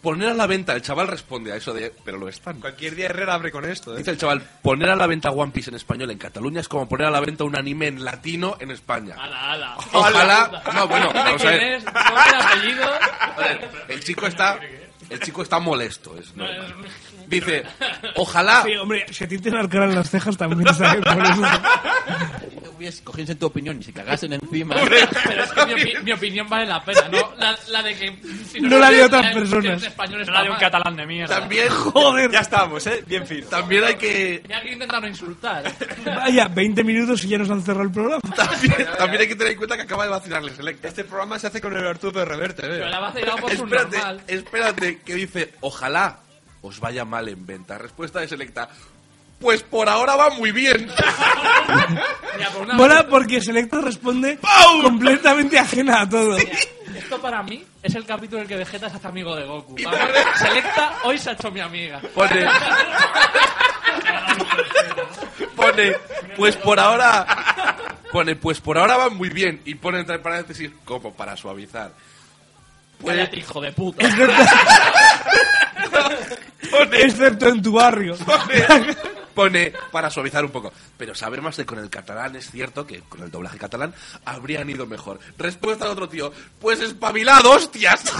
[SPEAKER 2] poner a la venta. El chaval responde a eso de. Pero lo están.
[SPEAKER 5] Cualquier día Herrera abre con esto. ¿eh?
[SPEAKER 2] Dice el chaval: poner a la venta One Piece en español en Cataluña es como poner a la venta un anime en latino en España.
[SPEAKER 3] Ala, ala.
[SPEAKER 2] [laughs] Ojalá- no, bueno,
[SPEAKER 3] [laughs] Dime
[SPEAKER 2] vamos a
[SPEAKER 3] quién
[SPEAKER 2] ver. [laughs]
[SPEAKER 3] es, nombre, apellido.
[SPEAKER 2] A ver, el chico está El chico está molesto, es normal. Dice, ojalá
[SPEAKER 6] Sí, hombre, se te enarcaran las cejas también, ¿sabes? Por eso.
[SPEAKER 8] Hubies- cogiesen tu opinión y se cagasen encima.
[SPEAKER 3] Pero es que mi, opi- mi opinión vale la pena, ¿no? La, la de que. si
[SPEAKER 6] No la de otras
[SPEAKER 3] que
[SPEAKER 6] personas.
[SPEAKER 3] el español está
[SPEAKER 9] la de un
[SPEAKER 3] mal.
[SPEAKER 9] catalán de mierda.
[SPEAKER 2] también,
[SPEAKER 5] Ya estamos, ¿eh? Bien fin.
[SPEAKER 2] también hay que
[SPEAKER 3] Ya que intentan no insultar.
[SPEAKER 6] Vaya, 20 minutos y ya nos han cerrado el programa.
[SPEAKER 2] también, también hay que tener en cuenta que acaba de vacilarle Selecta.
[SPEAKER 5] Este programa se hace con el Arturo Reverte,
[SPEAKER 3] Pero
[SPEAKER 5] veo.
[SPEAKER 3] la va a hacer algo por su
[SPEAKER 2] Espérate,
[SPEAKER 3] normal.
[SPEAKER 2] espérate, que dice, ojalá os vaya mal en venta. Respuesta de Selecta. Pues por ahora va muy
[SPEAKER 5] [laughs]
[SPEAKER 2] bien.
[SPEAKER 3] Mira, por una
[SPEAKER 6] Mola porque Selecta responde completamente ajena a todo.
[SPEAKER 3] Esto para mí es el capítulo en el que Vegeta se hace amigo de Goku. Vamos, Selecta, hoy se ha hecho mi amiga.
[SPEAKER 2] Pone. pone. Pues por ahora. Pone, pues por ahora van muy bien. Y pone entre paréntesis, como para suavizar. Pues-
[SPEAKER 3] Cállate, hijo de puta.
[SPEAKER 6] Excepto en tu
[SPEAKER 5] [laughs]
[SPEAKER 6] barrio.
[SPEAKER 2] pone, pone, para suavizar un poco. Pero saber más de con el catalán es cierto que con el doblaje catalán habrían ido mejor. Respuesta al otro tío, pues espabilado, hostias.
[SPEAKER 5] [laughs]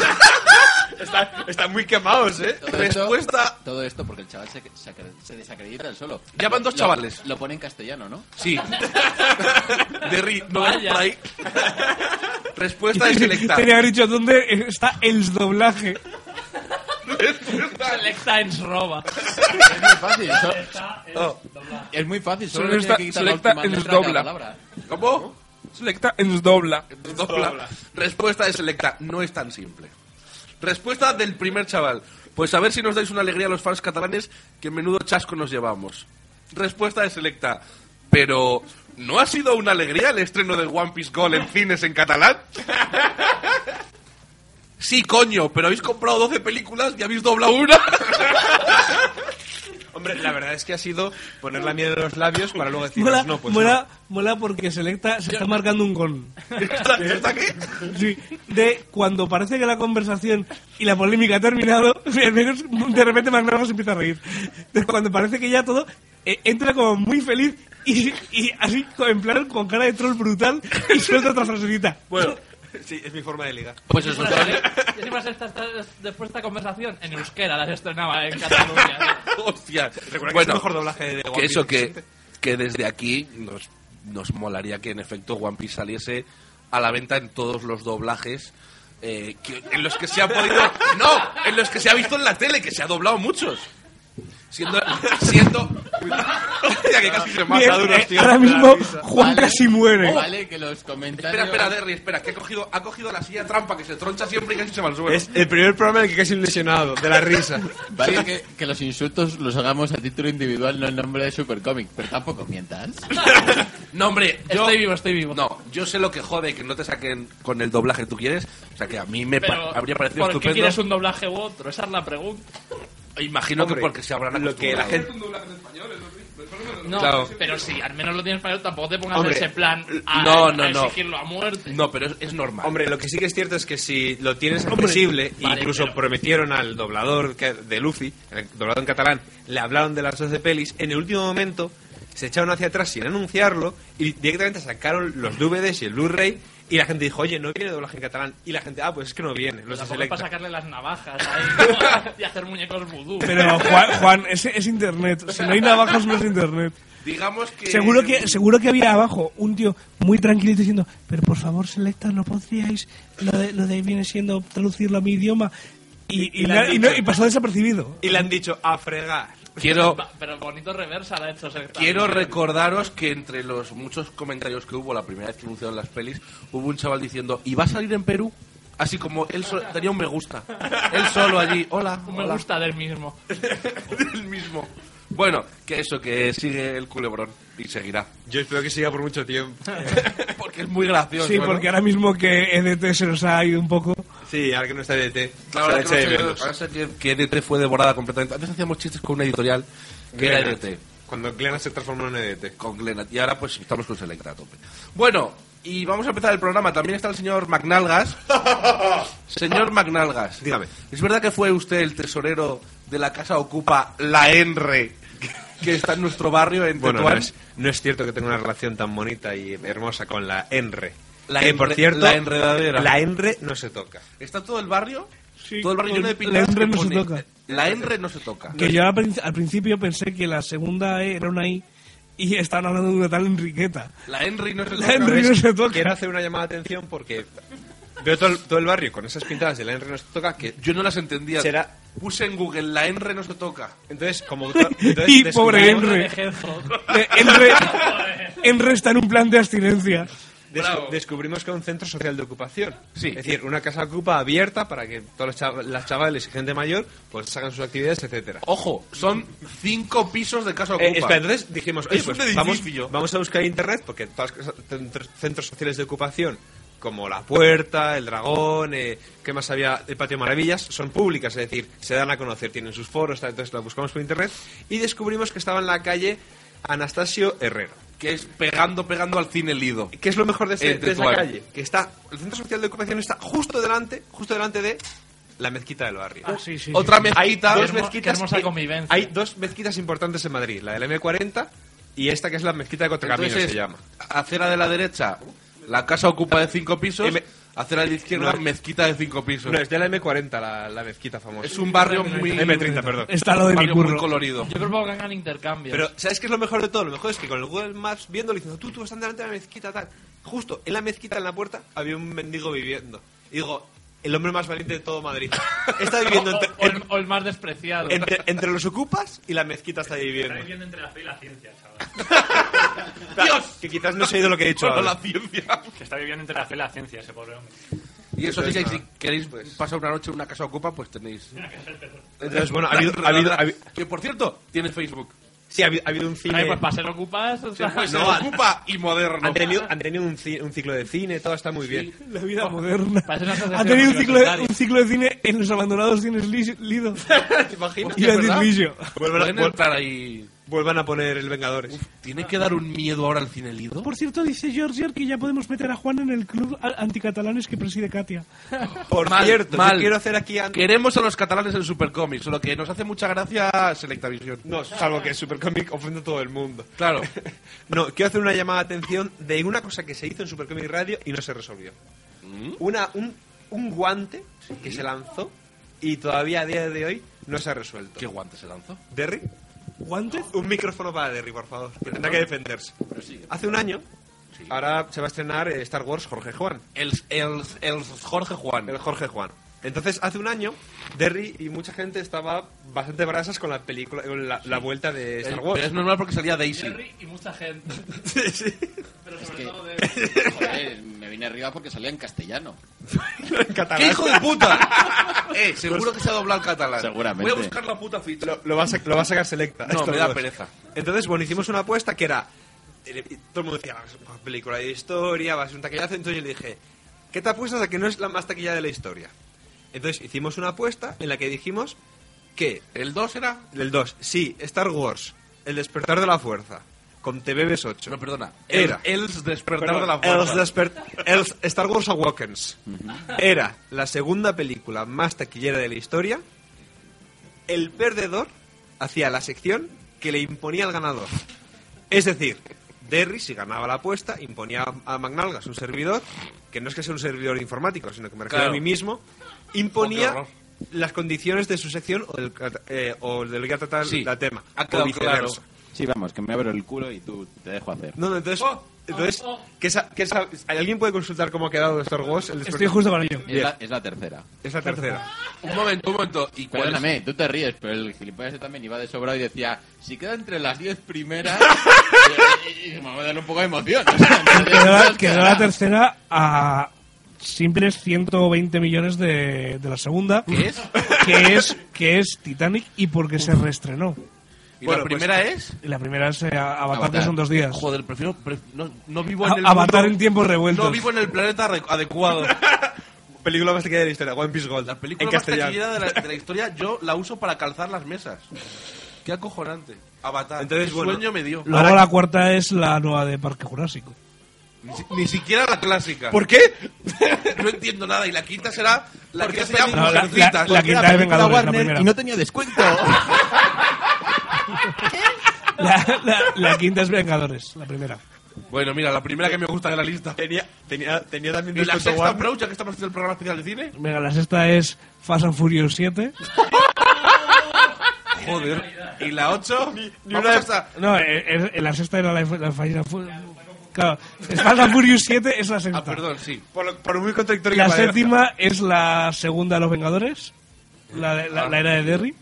[SPEAKER 5] Está- Están muy quemados, ¿eh?
[SPEAKER 8] Todo esto-
[SPEAKER 2] Respuesta.
[SPEAKER 8] Todo esto porque el chaval se, se acre- se desacredita el solo.
[SPEAKER 2] Ya van dos
[SPEAKER 8] Lo-
[SPEAKER 2] chavales.
[SPEAKER 8] Lo pone en castellano, ¿no?
[SPEAKER 2] Sí.
[SPEAKER 5] [laughs]
[SPEAKER 2] Derry, no vas
[SPEAKER 3] Vaya.
[SPEAKER 2] por ahí. Respuesta de selecta.
[SPEAKER 6] Tenía que haber dicho dónde está el doblaje.
[SPEAKER 3] Selecta ens roba.
[SPEAKER 8] Es muy fácil. so-
[SPEAKER 2] Oh,
[SPEAKER 8] es muy fácil. Solo
[SPEAKER 4] Solo
[SPEAKER 8] le tiene
[SPEAKER 4] está-
[SPEAKER 8] que quitar
[SPEAKER 4] solo
[SPEAKER 8] la
[SPEAKER 4] está
[SPEAKER 8] última
[SPEAKER 4] en
[SPEAKER 8] letra de la
[SPEAKER 4] dobla.
[SPEAKER 8] palabra.
[SPEAKER 2] ¿Cómo?
[SPEAKER 4] Selecta ens dobla.
[SPEAKER 2] Dobla. Respuesta de Selecta, no es tan simple. Respuesta del primer chaval, pues a ver si nos dais una alegría a los fans catalanes que menudo chasco nos llevamos. Respuesta de Selecta, pero ¿no ha sido una alegría el estreno de One Piece Gold en cines en catalán? [laughs] Sí, coño, pero habéis comprado 12 películas y habéis doblado una.
[SPEAKER 5] Hombre, la verdad es que ha sido poner la miel en los labios para luego decir,
[SPEAKER 6] Mola,
[SPEAKER 5] no, pues
[SPEAKER 6] mola, mola porque Selecta se está marcando un gol.
[SPEAKER 2] [laughs] ¿Está, está qué?
[SPEAKER 6] Sí, de cuando parece que la conversación y la polémica ha terminado, [laughs] al menos de repente McNamara se empieza a reír. De cuando parece que ya todo eh, entra como muy feliz y, y así co- en plan con cara de troll brutal y suelta otra frasecita.
[SPEAKER 5] Bueno, [laughs] sí, es mi forma de ligar.
[SPEAKER 8] Pues eso
[SPEAKER 3] Yo siempre hasta- hasta- hasta- después de esta conversación en euskera las estrenaba en Cataluña.
[SPEAKER 2] Hostia. Bueno,
[SPEAKER 5] Recuerda que es el mejor doblaje de One
[SPEAKER 2] que
[SPEAKER 5] Piece
[SPEAKER 2] eso que,
[SPEAKER 5] existe.
[SPEAKER 2] que desde aquí nos, nos molaría que en efecto One Piece saliese a la venta en todos los doblajes eh, que- en los que se ha podido
[SPEAKER 3] [laughs]
[SPEAKER 2] no en los que se ha visto en la tele que se ha doblado muchos siendo siendo [laughs] Hostia, que casi se mata.
[SPEAKER 6] Bien, eh, ahora mismo Juan
[SPEAKER 8] Vale. Oh.
[SPEAKER 6] casi muere.
[SPEAKER 8] Vale, que los comentarios.
[SPEAKER 2] espera espera Derry espera que ha cogido ha cogido la silla trampa que se troncha siempre y casi se va al suelo
[SPEAKER 5] Es el primer programa en el que casi un lesionado, de la risa.
[SPEAKER 8] Vale que, que los insultos los hagamos a título individual, no en nombre de Supercomic, pero tampoco mientas.
[SPEAKER 2] no hombre yo
[SPEAKER 3] Estoy vivo, estoy vivo.
[SPEAKER 2] no yo sé lo que jode que no te saquen con el doblaje que tú quieres o sea que a mí me
[SPEAKER 3] Pero,
[SPEAKER 2] pa- habría parecido
[SPEAKER 3] ¿Por qué
[SPEAKER 2] estupendo
[SPEAKER 3] quieres un doblaje u otro? Esa es la pregunta.
[SPEAKER 2] Imagino
[SPEAKER 5] Hombre,
[SPEAKER 2] que porque se habrán
[SPEAKER 5] lo que la
[SPEAKER 2] acostumbrado.
[SPEAKER 5] gente...
[SPEAKER 3] No,
[SPEAKER 2] Claro.
[SPEAKER 3] pero si al menos lo tienes español, tampoco te pongas
[SPEAKER 2] Hombre,
[SPEAKER 3] en ese plan a,
[SPEAKER 2] no, no,
[SPEAKER 3] a
[SPEAKER 2] no.
[SPEAKER 3] exigirlo a muerte.
[SPEAKER 2] No, pero es, es normal.
[SPEAKER 5] Hombre, lo que sí que es cierto es que si lo tienes accesible,
[SPEAKER 3] vale,
[SPEAKER 5] incluso
[SPEAKER 3] pero-
[SPEAKER 5] prometieron al doblador que- de Luffy, el doblado en catalán, le hablaron de las 12 pelis, en el último momento se echaron hacia atrás sin anunciarlo y directamente sacaron los DVDs y el Blu-ray y la gente dijo, oye, no viene doblaje en catalán. Y la gente, ah, pues es que no viene, los de
[SPEAKER 3] Tampoco es para
[SPEAKER 5] Selecta.
[SPEAKER 3] sacarle las navajas ahí, y hacer muñecos vudú.
[SPEAKER 6] Pero Juan, Juan, es, es internet. Si no hay navajas, no es internet.
[SPEAKER 2] digamos que.
[SPEAKER 6] Seguro que, seguro que había abajo un tío muy tranquilo diciendo, pero por favor, Selecta, ¿no podríais? Lo de, lo de viene siendo traducirlo a mi idioma. Y, y,
[SPEAKER 5] Y le
[SPEAKER 6] na-
[SPEAKER 5] han
[SPEAKER 6] y no-
[SPEAKER 5] dicho.
[SPEAKER 6] y pasó desapercibido.
[SPEAKER 5] Y le han dicho, a fregar.
[SPEAKER 2] Quiero,
[SPEAKER 3] Pa- Pero bonito reversa la ha hecho Sertán.
[SPEAKER 2] quiero recordaros que entre los muchos comentarios que hubo la primera vez que anunciaron las pelis, hubo un chaval diciendo: ¿Y va a salir en Perú? Así como él solo, tenía un me gusta. Él solo allí. Hola.
[SPEAKER 3] Me
[SPEAKER 2] hola. [laughs]
[SPEAKER 3] gusta del mismo.
[SPEAKER 2] El mismo. Bueno, que eso, que sigue el culebrón. Y seguirá. [laughs]
[SPEAKER 5] Yo espero que siga por mucho tiempo.
[SPEAKER 2] Porque es muy gracioso.
[SPEAKER 6] Sí,
[SPEAKER 2] ¿no?
[SPEAKER 6] porque ahora mismo que EDT se nos ha ido un poco.
[SPEAKER 5] Sí, ahora que no está DT.
[SPEAKER 2] La verdad que, no sé- parece que, que EDT fue devorada completamente. Antes hacíamos chistes con una editorial que era EDT.
[SPEAKER 5] Cuando Glena se transformó en E EDT.
[SPEAKER 2] con Glenat. Y ahora pues estamos con Selecta a tope. Bueno, y vamos a empezar el programa. También está el señor
[SPEAKER 5] [laughs]
[SPEAKER 2] Magnalgas. señor Magnalgas.
[SPEAKER 5] Dígame.
[SPEAKER 2] ¿Es verdad que fue usted el tesorero de la casa Ocupa La Enre? Que está en nuestro barrio, en
[SPEAKER 5] Bueno, pues,
[SPEAKER 2] Tetuán?
[SPEAKER 5] no es, no es cierto que tenga una relación tan bonita y hermosa con la Enre.
[SPEAKER 2] La
[SPEAKER 5] Que,
[SPEAKER 2] enre-
[SPEAKER 5] por cierto,
[SPEAKER 2] la enredadera.
[SPEAKER 5] La Enre no se toca.
[SPEAKER 2] ¿Está todo el barrio?
[SPEAKER 6] Sí,
[SPEAKER 2] todo el barrio lleno de
[SPEAKER 6] la
[SPEAKER 2] pintadas
[SPEAKER 6] Enre
[SPEAKER 2] que
[SPEAKER 6] no se
[SPEAKER 2] pone,
[SPEAKER 6] toca.
[SPEAKER 2] La Enre no se toca.
[SPEAKER 6] Que yo al prin- al principio pensé que la segunda E era una I y estaban hablando de una tal Enriqueta.
[SPEAKER 2] La Henry no se
[SPEAKER 6] La
[SPEAKER 2] toca.
[SPEAKER 6] Henry no se toca.
[SPEAKER 5] Quiero hacer una llamada de atención porque veo todo el, todo el barrio con esas pintadas de la Henry no se toca que
[SPEAKER 2] Yo no las entendía.
[SPEAKER 5] Será-
[SPEAKER 2] Puse en Google, la Enre no se toca.
[SPEAKER 5] entonces
[SPEAKER 2] [laughs]
[SPEAKER 5] como to- entonces
[SPEAKER 6] Y
[SPEAKER 5] descubrí-
[SPEAKER 6] pobre
[SPEAKER 3] Uno de
[SPEAKER 6] Enre.
[SPEAKER 3] Herzog.
[SPEAKER 6] Eh, Enre, Enre está en un plan de abstinencia.
[SPEAKER 5] des-
[SPEAKER 2] Bravo.
[SPEAKER 5] descubrimos que era un centro social de ocupación
[SPEAKER 2] Sí.
[SPEAKER 5] es decir una casa ocupa abierta para que todas las, chav- las chavales y gente mayor pues hagan sus actividades etcétera
[SPEAKER 2] Ojo, son cinco pisos de casa ocupa.
[SPEAKER 5] Eh, espera, entonces dijimos, oye,
[SPEAKER 2] Es un
[SPEAKER 5] pues vamos,
[SPEAKER 2] edificio.
[SPEAKER 5] vamos a buscar en internet, porque todos los centros sociales de ocupación, como La Puerta, El Dragón, eh, ¿qué más había? El Patio Maravillas, son públicas, es decir, se dan a conocer, tienen sus foros, tal, entonces la buscamos por internet y descubrimos que estaba en la calle Anastasio Herrero.
[SPEAKER 2] Que es pegando, pegando al cine lido.
[SPEAKER 5] ¿Qué es lo mejor de, ese-
[SPEAKER 2] Entre
[SPEAKER 5] de esa
[SPEAKER 2] cual.
[SPEAKER 5] calle? Que está, el centro social de ocupación está justo delante, justo delante de la mezquita del barrio.
[SPEAKER 3] Ah, sí, sí.
[SPEAKER 2] Otra
[SPEAKER 5] Hay
[SPEAKER 2] mezquita.
[SPEAKER 5] dos
[SPEAKER 3] Qué hermo-
[SPEAKER 5] mezquitas.
[SPEAKER 3] qué hermosa
[SPEAKER 5] eh,
[SPEAKER 3] convivencia.
[SPEAKER 5] Hay dos mezquitas importantes en Madrid, la del M40 y esta que es la mezquita de Contracaminos
[SPEAKER 2] Entonces,
[SPEAKER 5] se llama.
[SPEAKER 2] acera de la derecha, la casa ocupa de cinco pisos.
[SPEAKER 5] M-
[SPEAKER 2] Acera de la izquierda,
[SPEAKER 5] Eh, No es-
[SPEAKER 2] mezquita de cinco pisos.
[SPEAKER 5] No, es de la M40 la, la mezquita famosa.
[SPEAKER 2] Es un barrio muy,
[SPEAKER 5] M30, perdón.
[SPEAKER 6] Está lo de mi
[SPEAKER 2] barrio muy
[SPEAKER 6] curro.
[SPEAKER 2] colorido.
[SPEAKER 3] Yo propongo que hagan intercambios.
[SPEAKER 5] Pero ¿sabes qué es lo mejor de todo? Lo mejor es que con el Google Maps viendo diciendo, tú, tú, están delante de la mezquita tal. Justo en la mezquita en la puerta había un mendigo viviendo. Y digo, el hombre más valiente de
[SPEAKER 3] [laughs]
[SPEAKER 5] todo Madrid. Está
[SPEAKER 3] o,
[SPEAKER 5] viviendo entre,
[SPEAKER 3] o el, o el más despreciado.
[SPEAKER 5] en- entre- entre los ocupas y la mezquita está viviendo.
[SPEAKER 3] entre las filas ciencias,
[SPEAKER 5] [laughs] Dios, que quizás no se ha oído lo que he
[SPEAKER 2] [laughs]
[SPEAKER 5] dicho.
[SPEAKER 2] Bueno,
[SPEAKER 5] ahora.
[SPEAKER 2] la ciencia.
[SPEAKER 3] Que está viviendo entre las filas ciencias, ese pobre hombre.
[SPEAKER 2] Y eso sí que si queréis pasar una noche en una casa ocupa, pues tenéis.
[SPEAKER 5] Entonces, bueno, ha habido- ha habido- ha habido,
[SPEAKER 2] Que por cierto, tiene Facebook.
[SPEAKER 5] Sí, ha habido, ha habido un cine.
[SPEAKER 3] Ay, pues para ser ocupas, o sea,
[SPEAKER 2] Pues
[SPEAKER 5] no,
[SPEAKER 2] se
[SPEAKER 5] han-
[SPEAKER 2] ocupa y moderno.
[SPEAKER 5] han tenido, han tenido un, ci- un ciclo de cine, todo está muy
[SPEAKER 6] [laughs]
[SPEAKER 5] bien.
[SPEAKER 6] La vida moderna.
[SPEAKER 3] Parece una asociación
[SPEAKER 6] Ha tenido un ciclo, de,
[SPEAKER 3] universitaria.
[SPEAKER 6] un ciclo de cine en los abandonados cines Lis-
[SPEAKER 2] [laughs]
[SPEAKER 6] Lido.
[SPEAKER 5] ¿Te imaginas?
[SPEAKER 6] Iba a decir Liso.
[SPEAKER 5] Vuelvan
[SPEAKER 2] Pueden
[SPEAKER 5] a, vuel-
[SPEAKER 2] entrar ahí.
[SPEAKER 5] vuelvan a poner el Vengadores.
[SPEAKER 2] Tiene que dar un miedo ahora al cine lido.
[SPEAKER 6] Por cierto, dice George que ya podemos meter a Juan en el club a- anticatalanes que preside
[SPEAKER 2] [laughs]
[SPEAKER 6] Katia.
[SPEAKER 5] Por
[SPEAKER 2] Mal,
[SPEAKER 5] cierto, yo
[SPEAKER 2] mal.
[SPEAKER 5] quiero hacer aquí antes.
[SPEAKER 2] Queremos a los catalanes en Supercomics, solo que nos hace mucha gracia Selectavision.
[SPEAKER 5] No, salvo que Supercomic ofende a todo el mundo.
[SPEAKER 2] [laughs] Claro.
[SPEAKER 5] [laughs] No, quiero hacer una llamada de atención de una cosa que se hizo en Supercomic Radio y no se resolvió.
[SPEAKER 2] ¿Mm?
[SPEAKER 5] Una, un, un guante que se lanzó y todavía a día de hoy no se ha resuelto.
[SPEAKER 2] ¿Qué guante se lanzó?
[SPEAKER 5] Derry,
[SPEAKER 6] ¿Guantes?
[SPEAKER 5] un micrófono para Derry, por favor. que Tendrá que defenderse. Hace un año, ahora se va a estrenar eh, Star Wars Jorge Juan.
[SPEAKER 2] El, el, el Jorge Juan.
[SPEAKER 5] El Jorge Juan. Entonces, hace un año, Derry y mucha gente estaba bastante brasas con la película, con la, la vuelta de Star
[SPEAKER 2] Eh,
[SPEAKER 5] Wars.
[SPEAKER 2] pero es normal porque salía Daisy.
[SPEAKER 3] Jerry y mucha
[SPEAKER 2] [laughs]
[SPEAKER 3] gente.
[SPEAKER 5] Sí, sí.
[SPEAKER 3] Pero
[SPEAKER 8] Es
[SPEAKER 3] sobre
[SPEAKER 8] que,
[SPEAKER 3] todo de...
[SPEAKER 8] joder, me vine arriba porque salía en castellano.
[SPEAKER 5] En catalán.
[SPEAKER 2] ¡Qué hijo de puta! [laughs] eh, seguro que se ha doblado el catalán.
[SPEAKER 8] Seguramente.
[SPEAKER 2] Voy a buscar la puta ficha.
[SPEAKER 5] Lo, lo va a sa- lo va a sacar selecta.
[SPEAKER 2] No,
[SPEAKER 5] Star
[SPEAKER 2] me da
[SPEAKER 5] Wars.
[SPEAKER 2] pereza.
[SPEAKER 5] Entonces, bueno, hicimos una apuesta que era. eh, Todo el mundo decía, "Ah, es una película de historia, va a ser un taquillazo. Entonces yo le dije, ¿qué te apuestas a que no es la más taquilla de la historia? Entonces hicimos una apuesta en la que dijimos que
[SPEAKER 2] ¿El 2 era?
[SPEAKER 5] el 2, sí, Star Wars, El despertar de la fuerza, con TVBs 8.
[SPEAKER 2] No, perdona.
[SPEAKER 5] Era.
[SPEAKER 2] El, el despertar
[SPEAKER 5] Perdón,
[SPEAKER 2] de la fuerza.
[SPEAKER 5] Els desper- Els- Star Wars Awakens era la segunda película más taquillera de la historia. El perdedor hacía la sección que le imponía al ganador. Es decir, Derry, si ganaba la apuesta, imponía a Magnalgas un servidor, que no es que sea un servidor informático, sino que me refiero
[SPEAKER 2] Claro.
[SPEAKER 5] a mí mismo,
[SPEAKER 2] Oh, qué
[SPEAKER 5] imponía
[SPEAKER 2] horror.
[SPEAKER 5] las condiciones de su sección o del, eh, o del que tratar
[SPEAKER 2] Sí,
[SPEAKER 5] la tema.
[SPEAKER 2] ha
[SPEAKER 5] o
[SPEAKER 2] quedado
[SPEAKER 5] viceversa.
[SPEAKER 2] claro.
[SPEAKER 8] Sí, vamos, que me abro el culo y tú te dejo hacer.
[SPEAKER 5] No, no, entonces,
[SPEAKER 2] Oh,
[SPEAKER 5] entonces ¿qué sa- qué sa- ¿alguien puede consultar cómo ha quedado Star Wars? El
[SPEAKER 6] Estoy
[SPEAKER 5] despertar-
[SPEAKER 6] justo con ello.
[SPEAKER 8] Es la, es la tercera.
[SPEAKER 5] Es la tercera.
[SPEAKER 2] Un momento, un momento. ¿Y cuál es?
[SPEAKER 8] Perdóname, tú te ríes, pero el gilipollas ese también iba de sobrado y decía, si queda entre las 10
[SPEAKER 6] [laughs]
[SPEAKER 8] primeras, eh, y, y me va a dar un poco de emoción. O sea, entre
[SPEAKER 6] Quedó la,
[SPEAKER 8] esas
[SPEAKER 6] quedó
[SPEAKER 8] quedará.
[SPEAKER 6] la tercera a simples 120 millones de, de la segunda.
[SPEAKER 2] ¿Qué es?
[SPEAKER 6] Que es, que es Titanic y porque se reestrenó.
[SPEAKER 2] ¿Y
[SPEAKER 5] Bueno,
[SPEAKER 2] la
[SPEAKER 5] pues-
[SPEAKER 2] primera
[SPEAKER 6] Y La primera es eh, Avatar, que
[SPEAKER 8] Avatar.
[SPEAKER 6] son dos días.
[SPEAKER 2] es? Joder, prefiero. pref- no, no vivo
[SPEAKER 6] A-
[SPEAKER 2] en el.
[SPEAKER 6] Avatar
[SPEAKER 2] mundo-
[SPEAKER 6] en tiempos revueltos.
[SPEAKER 2] No vivo en el planeta re- adecuado. [laughs]
[SPEAKER 5] Película más taquillera de la historia, One Piece Gold.
[SPEAKER 2] La película
[SPEAKER 5] en
[SPEAKER 2] más
[SPEAKER 5] castellano.
[SPEAKER 2] taquillera de la, de la historia, yo la uso para calzar las mesas. Qué acojonante. Avatar.
[SPEAKER 5] Entonces,
[SPEAKER 2] Qué
[SPEAKER 5] bueno.
[SPEAKER 2] sueño me dio.
[SPEAKER 6] Luego la cuarta es la nueva de Parque Jurásico.
[SPEAKER 2] Ni, si- ni siquiera la clásica.
[SPEAKER 5] ¿Por qué?
[SPEAKER 2] No entiendo nada. Y la quinta será la que se
[SPEAKER 6] No,
[SPEAKER 2] llama
[SPEAKER 6] la-
[SPEAKER 2] Mujercitas.
[SPEAKER 6] la- la
[SPEAKER 8] Porque
[SPEAKER 6] quinta
[SPEAKER 8] era
[SPEAKER 6] de
[SPEAKER 8] película
[SPEAKER 6] Vengadores, la
[SPEAKER 8] Warner
[SPEAKER 6] primera.
[SPEAKER 8] Y no tenía descuento.
[SPEAKER 6] La, la- la quinta es Vengadores, la primera.
[SPEAKER 2] Bueno, mira, la primera que me gusta de la lista.
[SPEAKER 5] Tenía, tenía, tenía también
[SPEAKER 2] Y la
[SPEAKER 5] descuento
[SPEAKER 2] sexta,
[SPEAKER 5] Warner.
[SPEAKER 2] Pro, ya que estamos haciendo el programa especial de cine.
[SPEAKER 6] Venga, la sexta es Fast and Furious 7.
[SPEAKER 2] Joder. Y la ocho. Ni,
[SPEAKER 5] una de-
[SPEAKER 6] No, eh, eh, la sexta era la, la Final Fu- Claro, es Fast and Furious 7 es la sexta.
[SPEAKER 2] Ah, perdón, sí.
[SPEAKER 5] Por, lo- por muy contradictorio
[SPEAKER 6] La
[SPEAKER 5] que parezca.
[SPEAKER 6] séptima es la segunda de los Vengadores, la, de- la- la era de Derry.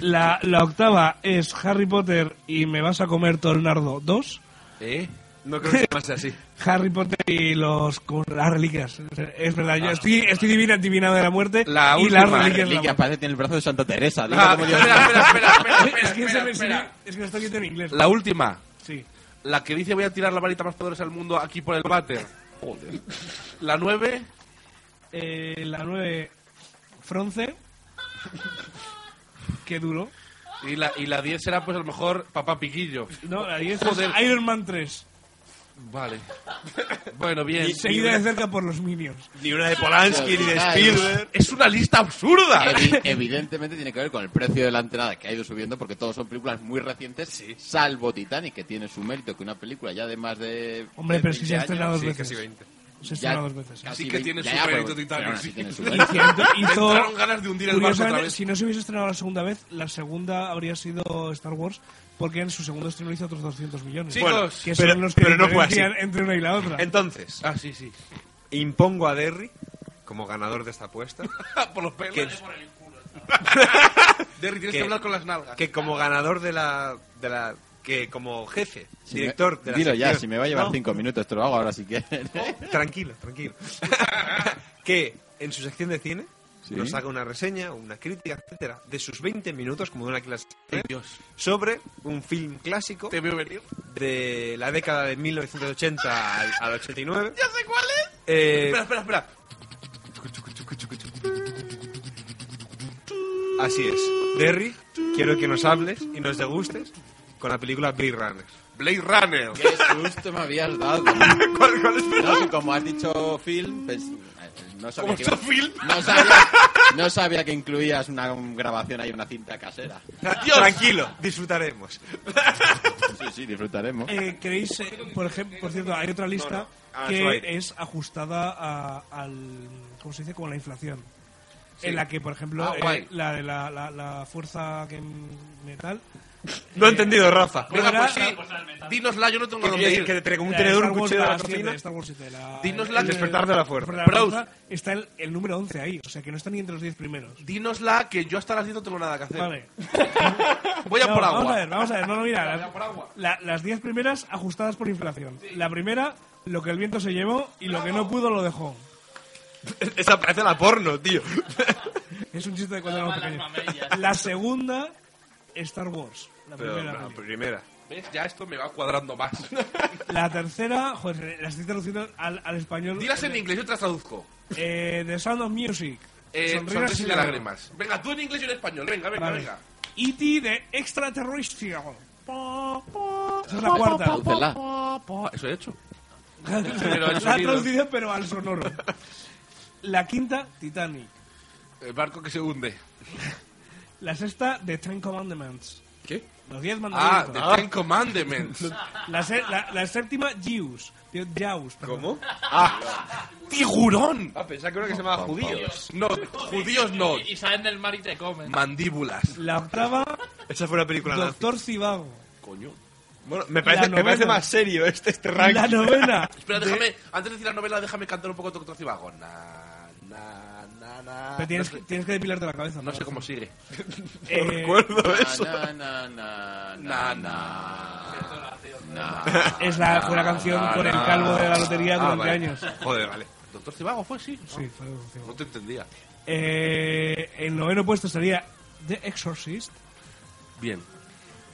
[SPEAKER 6] La, la octava es Harry Potter y me vas a comer Tornardo 2.
[SPEAKER 2] ¿Eh?
[SPEAKER 5] No creo que sea más así.
[SPEAKER 6] Harry Potter y los como las reliquias. Es verdad, yo estoy, estoy divina, adivinado de la muerte
[SPEAKER 2] Ah, La
[SPEAKER 6] y las
[SPEAKER 2] última
[SPEAKER 6] reliquias de la
[SPEAKER 8] Reliquia
[SPEAKER 6] muerte.
[SPEAKER 8] aparece en el brazo de Santa Teresa. Dime
[SPEAKER 2] Ah,
[SPEAKER 8] cómo
[SPEAKER 2] espera,
[SPEAKER 8] Dios-
[SPEAKER 2] espera, espera, espera,
[SPEAKER 6] [laughs]
[SPEAKER 2] espera,
[SPEAKER 6] Es que se
[SPEAKER 2] espera,
[SPEAKER 6] me- se me-
[SPEAKER 2] espera.
[SPEAKER 6] es que lo estoy viendo en inglés.
[SPEAKER 2] La última.
[SPEAKER 6] Sí.
[SPEAKER 2] La que dice voy a tirar la varita más poderosa del mundo aquí por el váter. Joder. La nueve.
[SPEAKER 6] Eh, la nueve, Fronce. [laughs] Qué duro.
[SPEAKER 2] Y la, y la 10 será, pues, a lo mejor Papá Piquillo.
[SPEAKER 6] No, la diez
[SPEAKER 2] Joder.
[SPEAKER 6] es Iron Man 3.
[SPEAKER 2] Vale. Bueno, bien.
[SPEAKER 6] Seguida de cerca por los Minions.
[SPEAKER 5] Ni una de Polanski, ni de Spielberg.
[SPEAKER 2] ¡Es una lista absurda!
[SPEAKER 8] Evi- evidentemente tiene que ver con el precio de la entrada que ha ido subiendo porque todos son películas muy recientes, salvo Titanic, que tiene su mérito, que una película ya de más de.
[SPEAKER 6] Hombre,
[SPEAKER 8] de
[SPEAKER 6] pero si se
[SPEAKER 8] 20
[SPEAKER 6] ha estrenado
[SPEAKER 8] años,
[SPEAKER 6] dos veces.
[SPEAKER 5] Casi 20.
[SPEAKER 6] Se ha
[SPEAKER 8] ya-
[SPEAKER 6] estrenado dos veces.
[SPEAKER 8] casi
[SPEAKER 2] Sí que
[SPEAKER 8] 20
[SPEAKER 2] tiene
[SPEAKER 8] ya,
[SPEAKER 2] su
[SPEAKER 8] ya,
[SPEAKER 2] mérito
[SPEAKER 8] pero-
[SPEAKER 2] Titanic,
[SPEAKER 8] pero aún
[SPEAKER 2] sí.
[SPEAKER 6] [laughs]
[SPEAKER 8] así tiene su
[SPEAKER 6] Y
[SPEAKER 8] mérito.
[SPEAKER 6] Hizo, hizo-
[SPEAKER 2] Entraron ganas de hundir el barco
[SPEAKER 6] curiosamente,
[SPEAKER 2] otra vez.
[SPEAKER 6] si no se hubiese estrenado la segunda vez, la segunda habría sido Star Wars, porque en su segundo estreno hizo otros 200 millones.
[SPEAKER 2] Chicos,
[SPEAKER 5] Bueno,
[SPEAKER 6] que
[SPEAKER 5] pero-
[SPEAKER 6] son los que
[SPEAKER 5] pero no fue así.
[SPEAKER 6] diferencian entre una y la otra.
[SPEAKER 5] Entonces,
[SPEAKER 2] Ah, sí, sí.
[SPEAKER 5] impongo a Derry como ganador de esta apuesta.
[SPEAKER 2] por los pelos.
[SPEAKER 5] que,
[SPEAKER 2] [laughs] Derry, tienes
[SPEAKER 5] que-
[SPEAKER 2] que hablar con las nalgas. ¿Eh?
[SPEAKER 5] que como ganador de la. De la que como jefe,
[SPEAKER 8] Si me-
[SPEAKER 5] director de la
[SPEAKER 8] Dilo ya,
[SPEAKER 5] sección-
[SPEAKER 8] si me va a llevar
[SPEAKER 5] No,
[SPEAKER 8] cinco minutos, te lo hago ahora
[SPEAKER 6] [laughs]
[SPEAKER 8] si [laughs] quieres.
[SPEAKER 2] [laughs]
[SPEAKER 5] Tranquilo, tranquilo. que en su sección de cine
[SPEAKER 8] Sí.
[SPEAKER 5] nos haga una reseña, una crítica, etcétera, de sus 20 minutos, como de una clase,
[SPEAKER 2] Ay, Dios.
[SPEAKER 5] sobre un film clásico
[SPEAKER 2] Te veo venir.
[SPEAKER 5] de la década de 1980 al, al 89.
[SPEAKER 2] ¡Ya sé cuál es!
[SPEAKER 5] Eh,
[SPEAKER 2] Espera, espera, espera.
[SPEAKER 5] así es. Derry, quiero que nos hables y nos degustes con la película Blade Runner.
[SPEAKER 2] Blade Runner. [laughs]
[SPEAKER 8] Qué susto me habías dado.
[SPEAKER 5] ¿Cuál, cuál es?
[SPEAKER 8] No, si como has dicho Phil, pues, no sabía
[SPEAKER 2] ¿Cómo
[SPEAKER 8] que
[SPEAKER 2] está
[SPEAKER 8] iba-
[SPEAKER 2] Phil?
[SPEAKER 8] no sabía, no sabía que incluías una grabación ahí, una cinta casera.
[SPEAKER 5] Tranquilo, disfrutaremos.
[SPEAKER 8] Sí, sí, disfrutaremos.
[SPEAKER 6] Eh, ¿Creéis, eh, por ejemplo, por cierto, hay otra lista
[SPEAKER 5] No, no. Ah, eso
[SPEAKER 6] que
[SPEAKER 5] hay.
[SPEAKER 6] es ajustada a, al, ¿cómo se dice? Como a la inflación. En la que, por ejemplo,
[SPEAKER 2] Ah,
[SPEAKER 6] eh,
[SPEAKER 2] guay.
[SPEAKER 6] la de la, la, la fuerza que metal.
[SPEAKER 5] No he entendido, Rafa.
[SPEAKER 2] Venga,
[SPEAKER 6] Ahora-
[SPEAKER 2] pues sí. Dínosla, yo no tengo dónde
[SPEAKER 5] Que, que
[SPEAKER 2] ir.
[SPEAKER 5] te traigo un
[SPEAKER 6] la de
[SPEAKER 5] tenedor,
[SPEAKER 6] Star
[SPEAKER 5] un
[SPEAKER 6] Wars
[SPEAKER 5] cuchillo de
[SPEAKER 6] de
[SPEAKER 5] la
[SPEAKER 6] las siete,
[SPEAKER 5] cocina.
[SPEAKER 6] Star Wars siete, la-
[SPEAKER 2] Dinos la-
[SPEAKER 5] El despertar de la fuerza.
[SPEAKER 6] la
[SPEAKER 2] Bros.
[SPEAKER 6] fuerza Está el, el número 11 ahí, o sea que no está ni entre los 10 primeros.
[SPEAKER 2] Dínosla que yo hasta las 10 no tengo nada que hacer.
[SPEAKER 6] Vale.
[SPEAKER 2] Voy a
[SPEAKER 6] No,
[SPEAKER 2] por agua.
[SPEAKER 6] Vamos a ver, vamos a ver. No, no, mira. la- la- las 10 primeras ajustadas por inflación. La primera, lo que el viento se llevó y lo que no pudo lo dejó.
[SPEAKER 5] Esa parece la porno, tío.
[SPEAKER 6] [laughs] Es un chiste de cuando
[SPEAKER 3] Todas
[SPEAKER 6] éramos
[SPEAKER 3] las
[SPEAKER 6] pequeños.
[SPEAKER 3] mamellas.
[SPEAKER 6] La segunda, Star Wars. La
[SPEAKER 5] Pero
[SPEAKER 6] primera.
[SPEAKER 5] la
[SPEAKER 6] peli.
[SPEAKER 5] primera.
[SPEAKER 2] ¿Ves? Ya esto me va cuadrando más.
[SPEAKER 6] La tercera, joder, la estoy traduciendo al, al español.
[SPEAKER 2] Dilas en inglés, yo te las traduzco.
[SPEAKER 6] Eh, The Sound of Music.
[SPEAKER 2] Eh,
[SPEAKER 6] Sonrisas
[SPEAKER 2] sonrisas y
[SPEAKER 6] lágrimas.
[SPEAKER 2] lágrimas. Venga, tú en inglés y yo en español. Venga, venga,
[SPEAKER 6] Vale.
[SPEAKER 2] venga.
[SPEAKER 6] E.T. de Extraterrestre. Pa, pa. Esa es la cuarta.
[SPEAKER 8] Tradúcela.
[SPEAKER 2] Eso he hecho. el
[SPEAKER 6] La
[SPEAKER 2] sonido.
[SPEAKER 6] traducida, pero al sonoro. La quinta, Titanic.
[SPEAKER 2] El barco que se hunde.
[SPEAKER 6] La sexta, The Ten Commandments.
[SPEAKER 2] ¿Qué?
[SPEAKER 6] Los diez
[SPEAKER 2] Ah,
[SPEAKER 6] mandamientos.
[SPEAKER 2] The Ten Commandments.
[SPEAKER 6] [laughs] la, se- la- la séptima, Jews. Digo, Jaws. perdón.
[SPEAKER 5] ¿Cómo?
[SPEAKER 2] ¡Tiburón!
[SPEAKER 5] Ah, pensaba que era que se llamaba judíos.
[SPEAKER 2] No, judíos no.
[SPEAKER 3] Y salen del mar y te comen.
[SPEAKER 2] Mandíbulas.
[SPEAKER 6] La octava,
[SPEAKER 5] Esa fue una película nazi.
[SPEAKER 6] Doctor Cibago.
[SPEAKER 2] Coño.
[SPEAKER 5] Bueno, me
[SPEAKER 6] La
[SPEAKER 5] parece, me
[SPEAKER 6] novena.
[SPEAKER 5] parece más serio este, este ranking.
[SPEAKER 6] La novena,
[SPEAKER 2] Espera, déjame, antes de decir la novela, déjame cantar un poco Doctor Cibago. Na, na, na, na.
[SPEAKER 6] Pero tienes,
[SPEAKER 2] no
[SPEAKER 6] que,
[SPEAKER 2] sé,
[SPEAKER 6] tienes que depilarte la cabeza.
[SPEAKER 2] no sé cómo sigue.
[SPEAKER 6] Eh,
[SPEAKER 5] Recuerdo eso.
[SPEAKER 8] Na, na, na, na,
[SPEAKER 2] Na, na.
[SPEAKER 8] na.
[SPEAKER 6] Es la, fue la canción
[SPEAKER 2] Ah,
[SPEAKER 6] con el calvo de la lotería
[SPEAKER 5] Ah,
[SPEAKER 6] durante
[SPEAKER 5] vale.
[SPEAKER 6] años.
[SPEAKER 5] Joder, vale.
[SPEAKER 2] Doctor Cibago fue, sí.
[SPEAKER 6] Sí, fue Doctor Cibago.
[SPEAKER 2] No te entendía.
[SPEAKER 6] Eh, el noveno puesto sería The Exorcist.
[SPEAKER 2] Bien.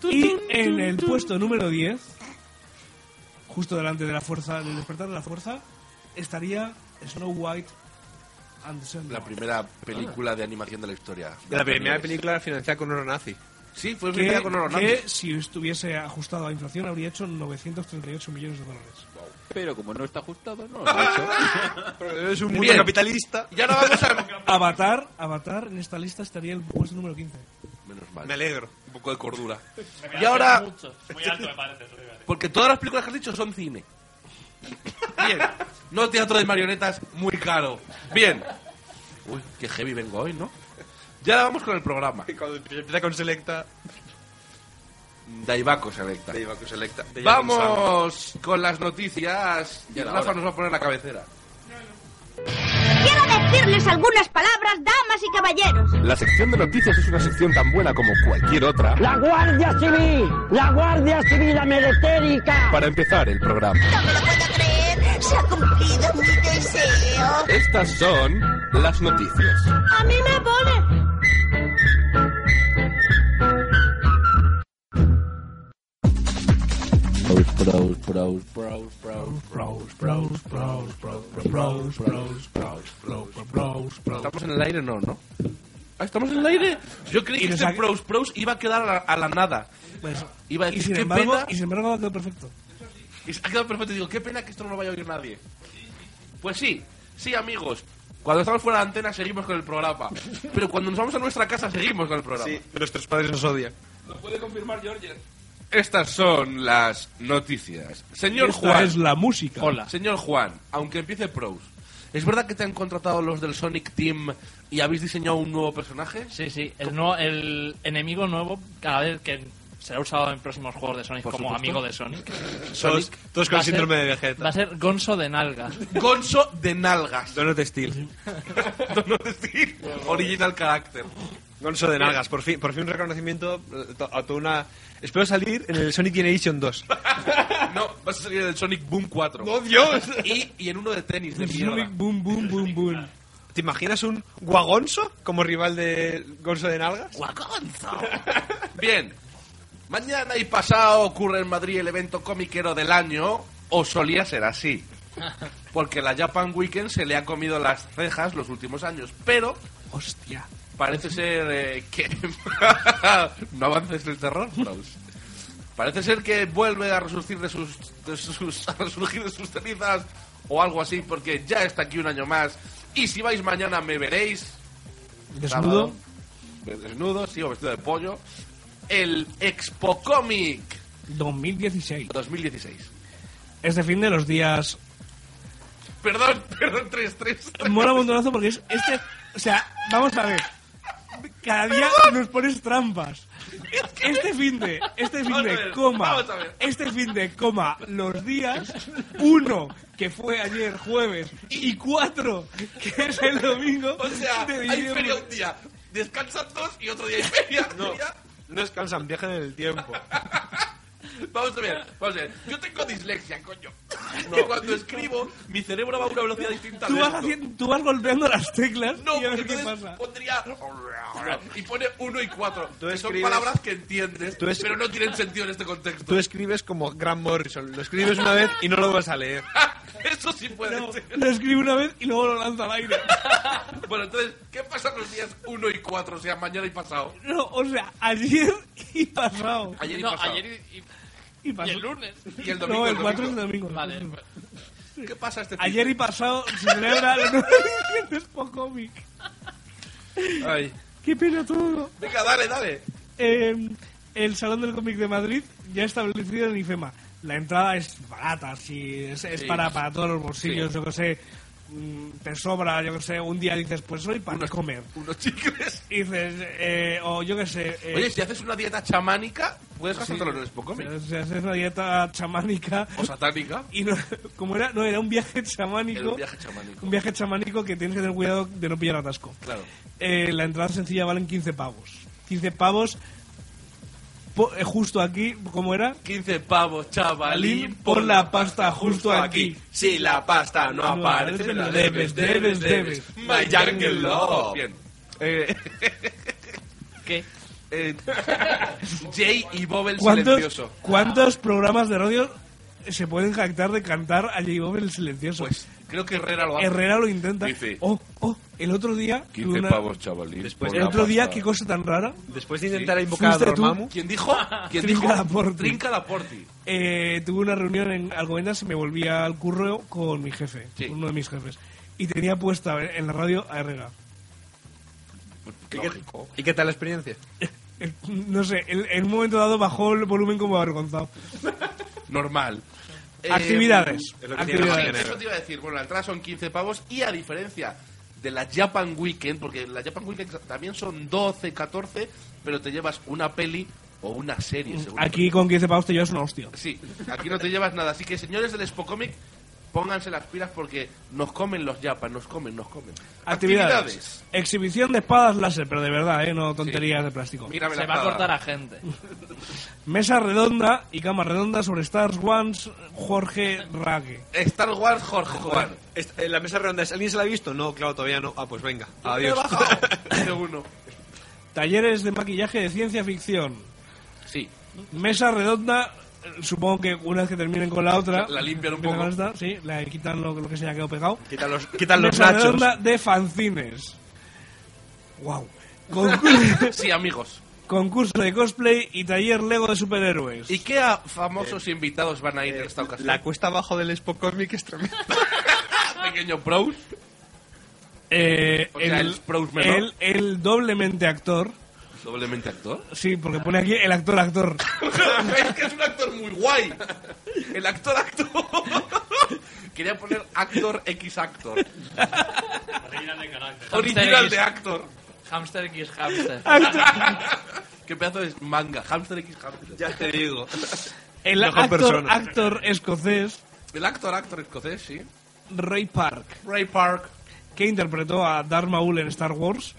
[SPEAKER 6] Y en el puesto número 10, justo delante de la fuerza, del despertar de la fuerza, estaría Snow White and the Seven
[SPEAKER 2] La
[SPEAKER 6] Dwarfs.
[SPEAKER 2] película película de animación de la historia.
[SPEAKER 5] La primera película financiada con oro nazi.
[SPEAKER 2] Sí, fue
[SPEAKER 6] que,
[SPEAKER 2] primera con oro
[SPEAKER 6] que
[SPEAKER 2] nazi.
[SPEAKER 6] si estuviese ajustado a inflación habría hecho 938 millones de dólares.
[SPEAKER 8] Pero como no está ajustado, no lo ha hecho.
[SPEAKER 5] Es un
[SPEAKER 2] mundo
[SPEAKER 5] mundo
[SPEAKER 2] Bien.
[SPEAKER 5] capitalista.
[SPEAKER 2] [laughs] Y ahora vamos a...
[SPEAKER 6] Avatar, Avatar en esta lista estaría en el puesto número 15.
[SPEAKER 2] Menos mal.
[SPEAKER 5] Me alegro.
[SPEAKER 2] Un poco de cordura.
[SPEAKER 3] Me
[SPEAKER 2] Y
[SPEAKER 3] quedan
[SPEAKER 2] ahora,
[SPEAKER 3] muchos. Muy alto me parece. eso, fíjate.
[SPEAKER 2] porque todas las películas que has dicho son cine. Bien. No teatro de marionetas, muy caro. Bien. Uy, qué heavy vengo hoy, ¿no? Ya vamos con el programa.
[SPEAKER 5] Cuando empieza con Selecta,
[SPEAKER 2] Daibaco Selecta.
[SPEAKER 5] te iba con Selecta. te iba con Samba.
[SPEAKER 2] Vamos con las noticias. Y
[SPEAKER 7] Y a la
[SPEAKER 2] Rafa
[SPEAKER 7] hora.
[SPEAKER 2] nos va a poner la cabecera.
[SPEAKER 9] Quiero decirles algunas palabras, damas y caballeros.
[SPEAKER 10] La sección de noticias es una sección tan buena como cualquier otra
[SPEAKER 1] La Guardia Civil, la Guardia Civil Ameritérica.
[SPEAKER 10] para empezar el programa.
[SPEAKER 9] No me lo puedo creer. Se ha cumplido mi deseo.
[SPEAKER 10] Estas son las noticias.
[SPEAKER 9] A mí me pone.
[SPEAKER 2] ¿Estamos en el aire? No, ¿no? Ah, ¿Estamos en el aire? Yo creí
[SPEAKER 6] Y
[SPEAKER 2] que
[SPEAKER 6] nos
[SPEAKER 2] este
[SPEAKER 6] ha-
[SPEAKER 2] Pros Pros iba a quedar a la, a la nada.
[SPEAKER 6] Pues,
[SPEAKER 2] Iba a
[SPEAKER 6] y,
[SPEAKER 2] decir,
[SPEAKER 6] sin
[SPEAKER 2] qué
[SPEAKER 6] embargo,
[SPEAKER 2] pena.
[SPEAKER 6] y sin embargo ha quedado perfecto.
[SPEAKER 2] Y ha quedado perfecto. Digo, qué pena que esto no lo vaya a oír nadie. Pues sí, sí, amigos. Cuando estamos fuera de la antena seguimos con el programa. Pero cuando nos vamos a nuestra casa seguimos con el programa.
[SPEAKER 5] Sí, nuestros padres nos odian.
[SPEAKER 2] Estas son las noticias. Señor
[SPEAKER 6] Esta
[SPEAKER 2] Juan.
[SPEAKER 6] es la música.
[SPEAKER 3] Hola.
[SPEAKER 2] Señor Juan, aunque empiece Pros, ¿es verdad que te han contratado los del Sonic Team y habéis diseñado un nuevo personaje?
[SPEAKER 3] Sí, sí. El, nuevo- el enemigo nuevo, cada vez que será usado en próximos juegos de Sonic
[SPEAKER 2] Por
[SPEAKER 3] como
[SPEAKER 2] supuesto.
[SPEAKER 3] amigo de Sonic.
[SPEAKER 5] Todos, todos
[SPEAKER 3] va
[SPEAKER 5] con
[SPEAKER 3] a ser-
[SPEAKER 5] síndrome de
[SPEAKER 3] Va a
[SPEAKER 5] Vegeta.
[SPEAKER 3] ser Gonzo de Nalga.
[SPEAKER 2] Gonzo de nalgas.
[SPEAKER 5] Donut Steel.
[SPEAKER 2] No [laughs] decir original carácter.
[SPEAKER 5] Gonzo de Nalgas. Por fin, por fin un reconocimiento eh, to- a toda una... Espero salir en el Sonic Generation 2.
[SPEAKER 2] No, vas a salir del Sonic Boom 4.
[SPEAKER 5] [laughs] ¡Oh, [laughs] Dios!
[SPEAKER 2] Y, y en uno de tenis de mierda.
[SPEAKER 6] Sonic boom, boom, boom, boom.
[SPEAKER 5] ¿Te imaginas un Guagonzo como rival de Gonzo de Nalgas?
[SPEAKER 2] Bien. Mañana y pasado ocurre en Madrid el evento comiquero del año, o solía ser así. Porque la Japan Weekend se le ha comido las cejas los últimos años, pero... Hostia. Parece ser eh, que... [laughs] no avances el terror, Braus. Parece ser que vuelve a resurgir de sus, de sus- a resurgir de sus cenizas o algo así, porque ya está aquí un año más. Y si vais mañana me veréis
[SPEAKER 6] Desnudo.
[SPEAKER 2] Sábado, desnudo, sí, o vestido de pollo. El Expo Comic
[SPEAKER 6] 2016.
[SPEAKER 2] 2016.
[SPEAKER 6] Este fin de los días.
[SPEAKER 2] Perdón, [laughs] perdón, 3-3.
[SPEAKER 6] Mola un montonazo porque es este. O sea, vamos a ver. Cada día nos pones trampas. Este fin de, este fin
[SPEAKER 2] Vamos a
[SPEAKER 6] de,
[SPEAKER 2] ver,
[SPEAKER 6] coma,
[SPEAKER 2] vamos a ver.
[SPEAKER 6] este fin de, coma, los días, uno, que fue ayer jueves, y cuatro, que es el domingo.
[SPEAKER 2] O sea,
[SPEAKER 6] de
[SPEAKER 2] hay
[SPEAKER 6] diciembre.
[SPEAKER 2] feria un día, descansan dos y otro día hay feria. [laughs]
[SPEAKER 5] No,
[SPEAKER 2] Mira,
[SPEAKER 5] no descansan, viajan en el tiempo.
[SPEAKER 2] Vamos a ver, vamos a ver. Yo tengo dislexia, coño. Y [laughs] cuando escribo, mi cerebro va a una velocidad distinta.
[SPEAKER 6] Tú
[SPEAKER 2] al
[SPEAKER 6] vas,
[SPEAKER 2] resto.
[SPEAKER 6] haciendo, tú vas golpeando las teclas
[SPEAKER 2] No,
[SPEAKER 6] y a ver qué
[SPEAKER 2] entonces pues,
[SPEAKER 6] pasa.
[SPEAKER 2] pondría... Y pone uno y cuatro.
[SPEAKER 5] Tú
[SPEAKER 2] que son
[SPEAKER 5] escribes-
[SPEAKER 2] palabras que entiendes,
[SPEAKER 5] Tú es-
[SPEAKER 2] pero no tienen sentido en este contexto.
[SPEAKER 5] Tú escribes como Grant Morrison. Lo escribes una vez y no lo vas a leer.
[SPEAKER 2] [laughs] Eso sí puede
[SPEAKER 6] No,
[SPEAKER 2] ser.
[SPEAKER 6] lo escribe una vez y luego lo lanza al aire.
[SPEAKER 2] Bueno, entonces, ¿qué pasa los días 1 y 4? O sea, mañana y pasado.
[SPEAKER 6] No, o sea, ayer [laughs] y pasado.
[SPEAKER 2] Ayer y
[SPEAKER 3] No,
[SPEAKER 2] pasado.
[SPEAKER 3] ayer y, y-
[SPEAKER 6] Y,
[SPEAKER 3] y
[SPEAKER 6] pasado.
[SPEAKER 3] el lunes.
[SPEAKER 2] Y el domingo.
[SPEAKER 6] no, el
[SPEAKER 2] el
[SPEAKER 6] 4 es el
[SPEAKER 2] domingo.
[SPEAKER 6] domingo.
[SPEAKER 3] Vale. pues,
[SPEAKER 2] ¿Qué pasa este
[SPEAKER 6] Ayer y pasado se celebra la nueva [laughs] edición de Spocomic.
[SPEAKER 2] fin? Ay.
[SPEAKER 6] Qué pelotudo.
[SPEAKER 2] Venga, dale, dale.
[SPEAKER 6] Eh, el Salón del Cómic de Madrid ya establecido en IFEMA. La entrada es barata, sí, es, es
[SPEAKER 2] Sí.
[SPEAKER 6] para, para todos los bolsillos, yo que sé. mm, Te sobra, yo que sé, un día dices, pues hoy para comer.
[SPEAKER 2] Unos chicles.
[SPEAKER 6] Y dices, eh, o yo que sé. eh,
[SPEAKER 2] Oye, si haces una dieta chamánica, puedes gastártelo en el Spocomic.
[SPEAKER 6] pero si haces una dieta chamánica.
[SPEAKER 2] O satánica.
[SPEAKER 6] Y no, [laughs] como era, no, era un viaje [laughs] chamánico.
[SPEAKER 2] Era un viaje chamánico.
[SPEAKER 6] Un viaje chamánico que tienes que tener cuidado de no pillar atasco.
[SPEAKER 2] Claro.
[SPEAKER 6] Eh, la entrada sencilla valen 15 pavos. 15 pavos. po- eh, justo aquí, ¿cómo era?
[SPEAKER 2] 15 pavos, chavalín,
[SPEAKER 6] Pon la pasta justo aquí.
[SPEAKER 2] Si la pasta no
[SPEAKER 6] No
[SPEAKER 2] aparece, me la debes, debes, debes. My Jungle Love. Bien. Eh,
[SPEAKER 3] ¿Qué?
[SPEAKER 2] eh, [laughs] Jay y Bob el
[SPEAKER 6] ¿Cuántos,
[SPEAKER 2] silencioso.
[SPEAKER 6] ¿Cuántos programas de radio se pueden jactar de cantar a J. Bob el Silencioso?
[SPEAKER 2] Pues creo que Herrera lo hace.
[SPEAKER 6] Herrera lo intenta.
[SPEAKER 2] Dice-
[SPEAKER 6] Oh, oh, el otro día. tuve una-
[SPEAKER 2] chavalín.
[SPEAKER 5] Después
[SPEAKER 6] El otro día, qué cosa tan rara.
[SPEAKER 5] Después de intentar invocar a
[SPEAKER 6] Fuiste tú.
[SPEAKER 5] Dormammu,
[SPEAKER 2] ¿Quién dijo? [laughs] ¿Quién
[SPEAKER 6] Trinca
[SPEAKER 2] dijo?
[SPEAKER 6] la Porti.
[SPEAKER 2] Trinca la Porti.
[SPEAKER 6] Eh, tuve una reunión en Alcobendas y me volví al curro con mi jefe,
[SPEAKER 2] Sí.
[SPEAKER 6] con uno de mis jefes. Y tenía puesta en la radio a Herrera.
[SPEAKER 5] ¿y qué tal la experiencia?
[SPEAKER 6] eh, no sé, en, en un momento dado bajó el volumen como avergonzado.
[SPEAKER 2] Normal. Eh,
[SPEAKER 6] Actividades.
[SPEAKER 2] es lo que tiene
[SPEAKER 6] Actividades.
[SPEAKER 2] Madrid. Eso te iba a decir. Bueno, la entrada son 15 pavos y a diferencia de la Japan Weekend, porque la Japan Weekend también son 12, 14, pero te llevas una peli o una serie, seguro.
[SPEAKER 6] Mm, Aquí con 15 pavos te llevas una hostia.
[SPEAKER 2] Sí, aquí no te llevas nada. Así que, señores del Spocomic, pónganse las pilas porque nos comen los Japan, nos comen, nos comen.
[SPEAKER 6] Actividades. Exhibición de espadas láser, pero de verdad, ¿eh? No tonterías de plástico.
[SPEAKER 2] Mírame
[SPEAKER 3] Se
[SPEAKER 2] la
[SPEAKER 3] va a
[SPEAKER 2] espada.
[SPEAKER 3] cortar a gente.
[SPEAKER 6] Mesa redonda y cama redonda sobre Stars Ones, Jorge Rague.
[SPEAKER 2] Star Wars Jorge
[SPEAKER 5] Juan, esta- en la mesa redonda, es, ¿alguien se la ha visto? No, claro, todavía no. Ah, pues venga, adiós. [laughs]
[SPEAKER 2] Este uno.
[SPEAKER 6] Talleres de maquillaje de ciencia ficción.
[SPEAKER 2] Sí.
[SPEAKER 6] Mesa redonda, eh, supongo que una vez que terminen con la otra.
[SPEAKER 2] La limpian un
[SPEAKER 6] empiezan
[SPEAKER 2] poco.
[SPEAKER 6] con esta, sí, la quitan lo, lo que se haya quedado pegado.
[SPEAKER 5] Quitan los, quitan los
[SPEAKER 6] Mesa
[SPEAKER 5] nachos.
[SPEAKER 6] redonda de fanzines. Wow.
[SPEAKER 2] [laughs] Sí, amigos.
[SPEAKER 6] concurso de cosplay y taller Lego de superhéroes.
[SPEAKER 2] ¿Y qué a- famosos invitados van a ir en esta ocasión?
[SPEAKER 5] La cuesta abajo del Expo Cosmic es tremenda.
[SPEAKER 2] Pequeño Proust.
[SPEAKER 6] Eh,
[SPEAKER 2] O sea, el Sprouse menor.
[SPEAKER 6] el- el doblemente actor.
[SPEAKER 2] Doblemente actor.
[SPEAKER 6] Sí, porque pone aquí el actor actor.
[SPEAKER 2] [laughs] es que es un actor muy guay. El actor actor. [laughs] Quería poner actor X actor.
[SPEAKER 3] Original de carácter.
[SPEAKER 2] Original de actor.
[SPEAKER 3] Hamster X
[SPEAKER 11] [laughs]
[SPEAKER 3] Hamster.
[SPEAKER 2] [laughs] Qué pedazo de manga. Hamster X hamster.
[SPEAKER 5] Ya te digo.
[SPEAKER 6] El
[SPEAKER 5] Mejor
[SPEAKER 6] actor
[SPEAKER 5] persona.
[SPEAKER 6] actor escocés
[SPEAKER 2] El actor actor escocés, sí.
[SPEAKER 6] Ray Park,
[SPEAKER 2] Ray Park.
[SPEAKER 6] que interpretó a Darth Maul en Star Wars.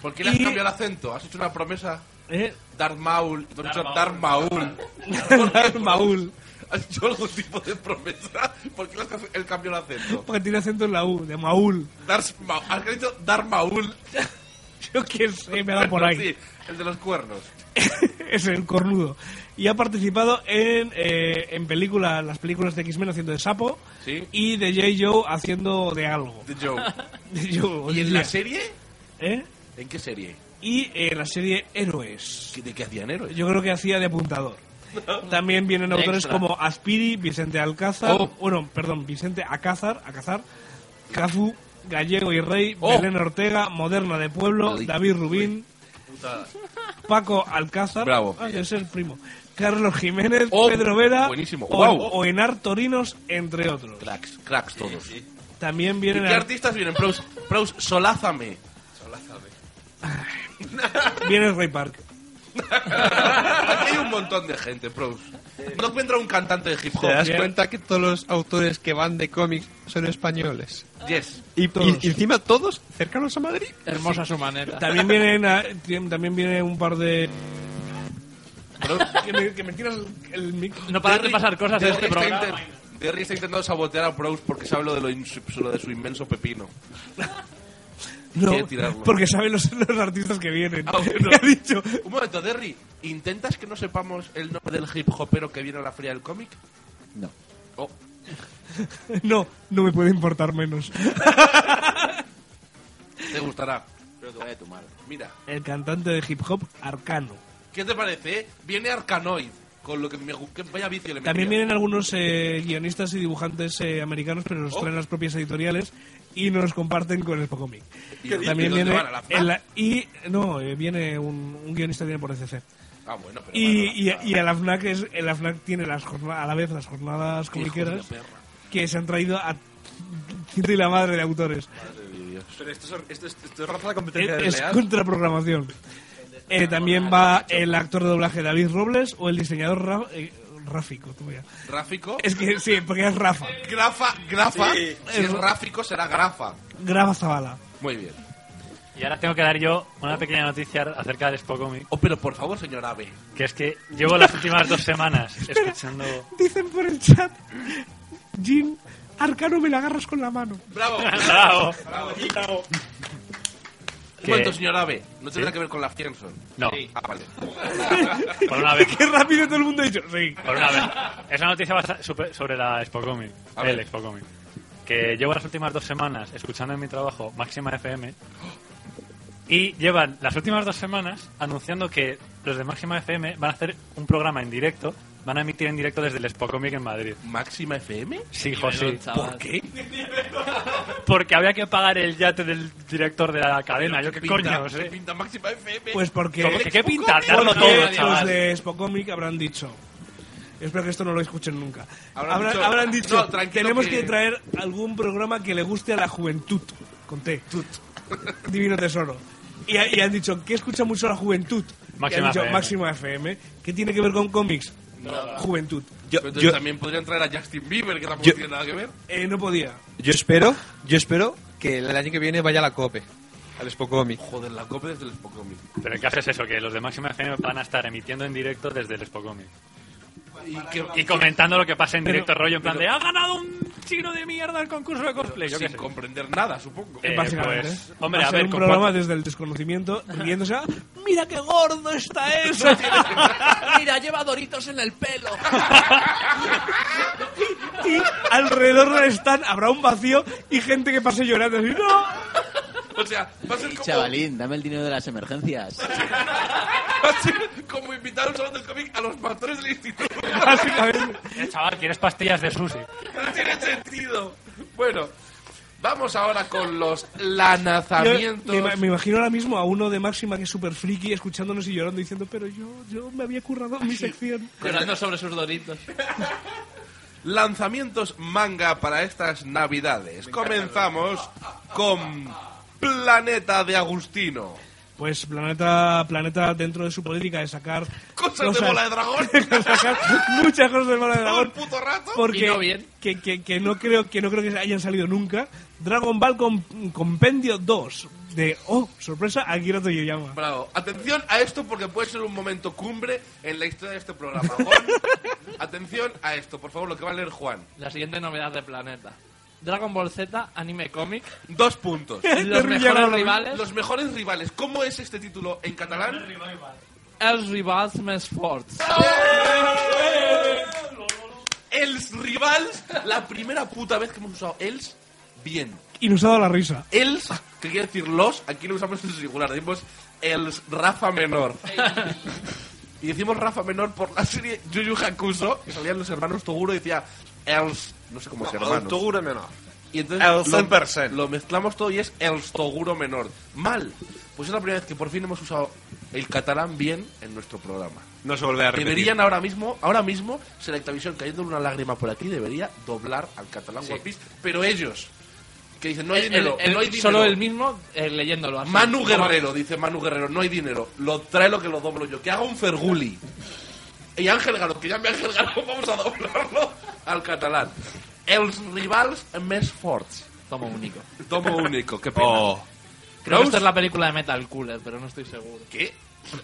[SPEAKER 2] ¿Por qué le has
[SPEAKER 6] Y-
[SPEAKER 2] cambiado el acento? ¿Has hecho una promesa?
[SPEAKER 6] ¿eh? [laughs]
[SPEAKER 2] Darth Maul. Te has dicho
[SPEAKER 3] Maul.
[SPEAKER 2] Darth Maul. [laughs]
[SPEAKER 6] Darth Maul,
[SPEAKER 2] ¿Has hecho algún tipo de promesa? ¿Por qué le has el cambio el acento?
[SPEAKER 6] porque tiene acento en la U, de Maul.
[SPEAKER 2] Darth Maul. ¿Has dicho Darth Maul?
[SPEAKER 6] [laughs] Yo qué sé, me ha dado por ahí.
[SPEAKER 2] Sí, el de los cuernos.
[SPEAKER 6] [laughs] es el cornudo. Y ha participado en, eh, en película, las películas de X-Men haciendo de sapo
[SPEAKER 2] Sí.
[SPEAKER 6] y de J. Joe haciendo de algo. [laughs]
[SPEAKER 2] De Joe.
[SPEAKER 6] De Joe, hoy
[SPEAKER 2] ¿Y en
[SPEAKER 6] en
[SPEAKER 2] la
[SPEAKER 6] día.
[SPEAKER 2] serie?
[SPEAKER 6] ¿Eh?
[SPEAKER 2] ¿En qué serie?
[SPEAKER 6] Y eh, la serie Héroes.
[SPEAKER 2] ¿De qué hacían héroes?
[SPEAKER 6] Yo creo que hacía
[SPEAKER 2] [laughs]
[SPEAKER 6] de apuntador. También vienen autores
[SPEAKER 3] Extra.
[SPEAKER 6] como Aspiri, Vicente Alcázar,
[SPEAKER 2] Oh.
[SPEAKER 6] bueno, perdón, Vicente Acázar, Acázar, Cafú, Gallego y Rey,
[SPEAKER 2] Oh.
[SPEAKER 6] Belén Ortega, Moderna de Pueblo,
[SPEAKER 2] Ay,
[SPEAKER 6] David Rubín, Paco Alcázar,
[SPEAKER 2] Bravo.
[SPEAKER 6] Ah, debe ser primo, Carlos Jiménez,
[SPEAKER 2] Oh,
[SPEAKER 6] Pedro Vera,
[SPEAKER 2] buenísimo.
[SPEAKER 6] o,
[SPEAKER 2] Guau.
[SPEAKER 6] o Enar Torinos, entre otros.
[SPEAKER 2] Cracks, cracks todos.
[SPEAKER 6] También
[SPEAKER 2] ¿Y
[SPEAKER 6] vienen,
[SPEAKER 2] qué artistas vienen? Proust, Proust, solázame.
[SPEAKER 6] viene Ray Park.
[SPEAKER 2] Aquí hay un montón de gente, Proust. No encuentra un cantante de hip
[SPEAKER 5] Te
[SPEAKER 2] hop.
[SPEAKER 5] das
[SPEAKER 6] Bien.
[SPEAKER 5] cuenta que todos los autores que van de cómics son españoles.
[SPEAKER 2] Yes.
[SPEAKER 5] Y, y-
[SPEAKER 6] Todos.
[SPEAKER 5] y encima todos cercanos a Madrid.
[SPEAKER 3] Hermosa su manera.
[SPEAKER 6] También vienen, a- tiem- también viene un par de... que, me, que me tiras el, el mic.
[SPEAKER 3] No paran de
[SPEAKER 2] Derry-
[SPEAKER 3] pasar cosas en
[SPEAKER 2] Derry
[SPEAKER 3] este
[SPEAKER 2] está
[SPEAKER 3] programa.
[SPEAKER 2] inten- Derry está intentando sabotear a Proust porque sabe lo de, lo ins- lo de su inmenso pepino.
[SPEAKER 6] No,
[SPEAKER 2] Quiere tirarlo.
[SPEAKER 6] porque saben los, los artistas que vienen.
[SPEAKER 2] Ah,
[SPEAKER 6] [laughs]
[SPEAKER 2] bueno.
[SPEAKER 6] ¿Qué ha dicho?
[SPEAKER 2] Un momento, Derry, ¿intentas que no sepamos el nombre del hip hopero que viene a la feria del cómic?
[SPEAKER 8] No.
[SPEAKER 2] Oh,
[SPEAKER 6] No, no me puede importar menos.
[SPEAKER 2] te gustará.
[SPEAKER 8] Creo que vaya tu madre.
[SPEAKER 2] Mira,
[SPEAKER 6] El cantante de hip hop Arcano.
[SPEAKER 2] ¿qué te parece? eh? Viene Arcanoid, con lo que me gu- que vaya vicio le
[SPEAKER 6] También
[SPEAKER 2] metía.
[SPEAKER 6] vienen algunos eh, guionistas y dibujantes eh, americanos, pero los traen las propias editoriales y nos comparten con el Pocomic.
[SPEAKER 2] ¿Y dónde-
[SPEAKER 6] También
[SPEAKER 2] y dónde
[SPEAKER 6] viene
[SPEAKER 2] van? ¿A la FNAC?
[SPEAKER 6] en la- y no eh, viene un, un guionista viene por ECC.
[SPEAKER 2] Ah, bueno, pero bueno,
[SPEAKER 6] Y, y, y el AFNAC es el AFNAC tiene las jorna- a la vez las jornadas
[SPEAKER 2] hijo de
[SPEAKER 6] comiqueras
[SPEAKER 2] perra.
[SPEAKER 6] que se han traído a ciento y la madre de autores.
[SPEAKER 5] Pero esto es, esto, roza la competencia
[SPEAKER 6] Es, es contraprogramación. Eh, también va el actor de doblaje David Robles o el diseñador Ra- eh, Ráfico. tú ya.
[SPEAKER 2] Gráfico.
[SPEAKER 6] Es que sí, porque es Rafa.
[SPEAKER 2] Grafa, grafa.
[SPEAKER 5] Sí.
[SPEAKER 2] Si es gráfico, será grafa.
[SPEAKER 6] Graba Zavala.
[SPEAKER 2] Muy bien.
[SPEAKER 11] Y ahora tengo que dar yo una pequeña noticia acerca del Spocomic,
[SPEAKER 2] Oh, pero por favor, señor Ave.
[SPEAKER 11] que es que llevo las últimas dos semanas escuchando...
[SPEAKER 6] Dicen por el chat, Jim, Arcano me la agarras con la mano. [laughs]
[SPEAKER 2] Bravo.
[SPEAKER 11] ¡Bravo!
[SPEAKER 2] Un momento, señor Ave. No tendrá que ver con la Fienson.
[SPEAKER 11] No,
[SPEAKER 2] Ah, vale.
[SPEAKER 11] por una vez.
[SPEAKER 6] Qué rápido todo el mundo ha dicho. Sí.
[SPEAKER 11] Por una vez. Pues Es una noticia basta- super- sobre la Expo Comic.
[SPEAKER 2] A ver.
[SPEAKER 11] El Expo Comic. Que llevo las últimas dos semanas escuchando en mi trabajo Máxima FM. Y llevan las últimas dos semanas anunciando que los de Máxima FM van a hacer un programa en directo Van a emitir en directo desde el Expo Comic en Madrid.
[SPEAKER 2] ¿Máxima FM?
[SPEAKER 11] Sí, José.
[SPEAKER 8] Ah,
[SPEAKER 2] ¿Por qué?
[SPEAKER 11] Porque había que pagar el yate del director de la cadena. Yo qué
[SPEAKER 2] pinta-
[SPEAKER 11] coño, sé.
[SPEAKER 2] qué pinta Máxima FM?
[SPEAKER 6] Pues porque.
[SPEAKER 11] ¿Cómo que qué pinta?
[SPEAKER 6] Porque
[SPEAKER 11] Darlo todo,
[SPEAKER 6] los
[SPEAKER 11] chaval.
[SPEAKER 6] de Spocomic habrán dicho. Espero que esto no lo escuchen nunca.
[SPEAKER 2] Habrán
[SPEAKER 6] Habrán,
[SPEAKER 2] dicho-
[SPEAKER 6] habrán dicho,
[SPEAKER 2] No, tranquilo
[SPEAKER 6] tenemos
[SPEAKER 2] que-
[SPEAKER 6] que... traer algún programa que le guste a la juventud. Con T. [laughs] Divino Tesoro. Y, ha- y han dicho, ¿qué escucha mucho la juventud? Y
[SPEAKER 2] Máxima
[SPEAKER 6] han dicho,
[SPEAKER 2] FM.
[SPEAKER 6] Máxima FM. ¿Qué tiene que ver con cómics? Juventud.
[SPEAKER 2] Pero entonces también podrían traer a Justin Bieber, que tampoco
[SPEAKER 5] Yo-
[SPEAKER 2] tiene nada que ver.
[SPEAKER 6] Eh, no podía.
[SPEAKER 5] Yo espero, yo espero que el año que viene vaya a la COPE, al Spocomi.
[SPEAKER 2] Joder, la COPE desde el Spocomi.
[SPEAKER 11] Pero el caso es eso, que los de Máxima FM van a estar emitiendo en directo desde el Expo Comic.
[SPEAKER 2] Y, que-
[SPEAKER 11] Y comentando lo que pasa en
[SPEAKER 2] Pero-
[SPEAKER 11] directo, rollo en plan
[SPEAKER 2] pero-
[SPEAKER 11] de "Ah, ¡Ha ganado un chino de mierda el concurso de cosplay! Yo qué
[SPEAKER 2] sin
[SPEAKER 11] sé.
[SPEAKER 2] comprender nada, supongo.
[SPEAKER 11] Eh,
[SPEAKER 6] Básicamente.
[SPEAKER 11] pues, hombre,
[SPEAKER 6] Va
[SPEAKER 11] a
[SPEAKER 6] ser
[SPEAKER 11] ver,
[SPEAKER 6] un
[SPEAKER 11] con
[SPEAKER 6] programa
[SPEAKER 11] cuatro-
[SPEAKER 6] desde el desconocimiento, riéndose a... ¡Mira qué gordo está eso!
[SPEAKER 12] Mira, lleva doritos en el pelo.
[SPEAKER 6] y alrededor del stand habrá un vacío y gente que pase llorando así, ¡no!
[SPEAKER 2] O sea, va a ser
[SPEAKER 8] Y,
[SPEAKER 2] como,
[SPEAKER 8] Chavalín, dame el dinero de las emergencias.
[SPEAKER 2] [laughs] va a ser como invitar a un salón del cómic a los pastores del instituto. [laughs]
[SPEAKER 11] Eh, chaval, ¿quieres pastillas de sushi?
[SPEAKER 2] No tiene sentido. Bueno, vamos ahora con los lanazamientos.
[SPEAKER 6] Yo me, me imagino ahora mismo a uno de máxima que es súper friki escuchándonos y llorando diciendo, pero yo, yo me había currado mi sección.
[SPEAKER 3] Llorando sobre sus doritos.
[SPEAKER 2] Lanzamientos manga para estas navidades. Comenzamos con Planeta de Agustino.
[SPEAKER 6] Pues Planeta, Planeta dentro de su política de sacar
[SPEAKER 2] Cosas de bola de dragón.
[SPEAKER 6] [laughs] sacar muchas cosas de bola de
[SPEAKER 2] Todo el
[SPEAKER 6] dragón.
[SPEAKER 2] puto rato.
[SPEAKER 6] Porque
[SPEAKER 2] Y no bien.
[SPEAKER 6] Que, que- que no creo, que no creo que hayan salido nunca. Dragon Ball Com- Compendio 2 de oh, sorpresa, Akira Toyoyama.
[SPEAKER 2] Bravo. Atención a esto porque puede ser un momento cumbre en la historia de este programa. Juan, atención a esto, por favor, lo que va a leer Juan.
[SPEAKER 3] La siguiente novedad de Planeta. Dragon Ball Z, anime [laughs] cómic.
[SPEAKER 2] Dos puntos.
[SPEAKER 3] Los mejores rivales.
[SPEAKER 2] Los mejores rivales. ¿Cómo es este título en catalán?
[SPEAKER 3] Els rivals més forts.
[SPEAKER 2] Els rivals. La primera puta vez que hemos usado els, bien.
[SPEAKER 6] Y nos ha dado la risa.
[SPEAKER 2] Els, que quiere decir los, aquí lo usamos en singular. Decimos els Rafa Menor. Y decimos Rafa Menor por la serie Yu Yu Hakusho, que salían los hermanos Toguro y decía els, no sé cómo se llama.
[SPEAKER 5] El Toguro menor.
[SPEAKER 2] Y entonces
[SPEAKER 5] El
[SPEAKER 2] lo-
[SPEAKER 5] 100%.
[SPEAKER 2] Lo, mezclamos todo y es el Toguro menor. Mal. Pues es la primera vez que por fin hemos usado el catalán bien en nuestro programa.
[SPEAKER 5] No se volverá a repetir.
[SPEAKER 2] Deberían ahora mismo, ahora mismo, Selectavision cayendo una lágrima por aquí, debería doblar al catalán One Piece, pero ellos, que dicen, no hay
[SPEAKER 3] El-
[SPEAKER 2] dinero,
[SPEAKER 3] el-
[SPEAKER 2] no hay dinero.
[SPEAKER 3] ¿eh? Solo el mismo eh, leyéndolo. así.
[SPEAKER 2] Manu Guerrero, dice Manu Guerrero, no hay dinero, lo trae lo que lo doblo yo, que haga un Ferguli. Y Ángel Galo, que ya me Ángel Galo, [laughs] vamos a doblarlo al catalán. Els rivals més forts. Oh.
[SPEAKER 3] Tomo único.
[SPEAKER 2] Tomo único, qué pena.
[SPEAKER 3] Creo que
[SPEAKER 2] Klaus-
[SPEAKER 3] esto es la película de Metal Cooler, pero no estoy seguro.
[SPEAKER 2] ¿Qué?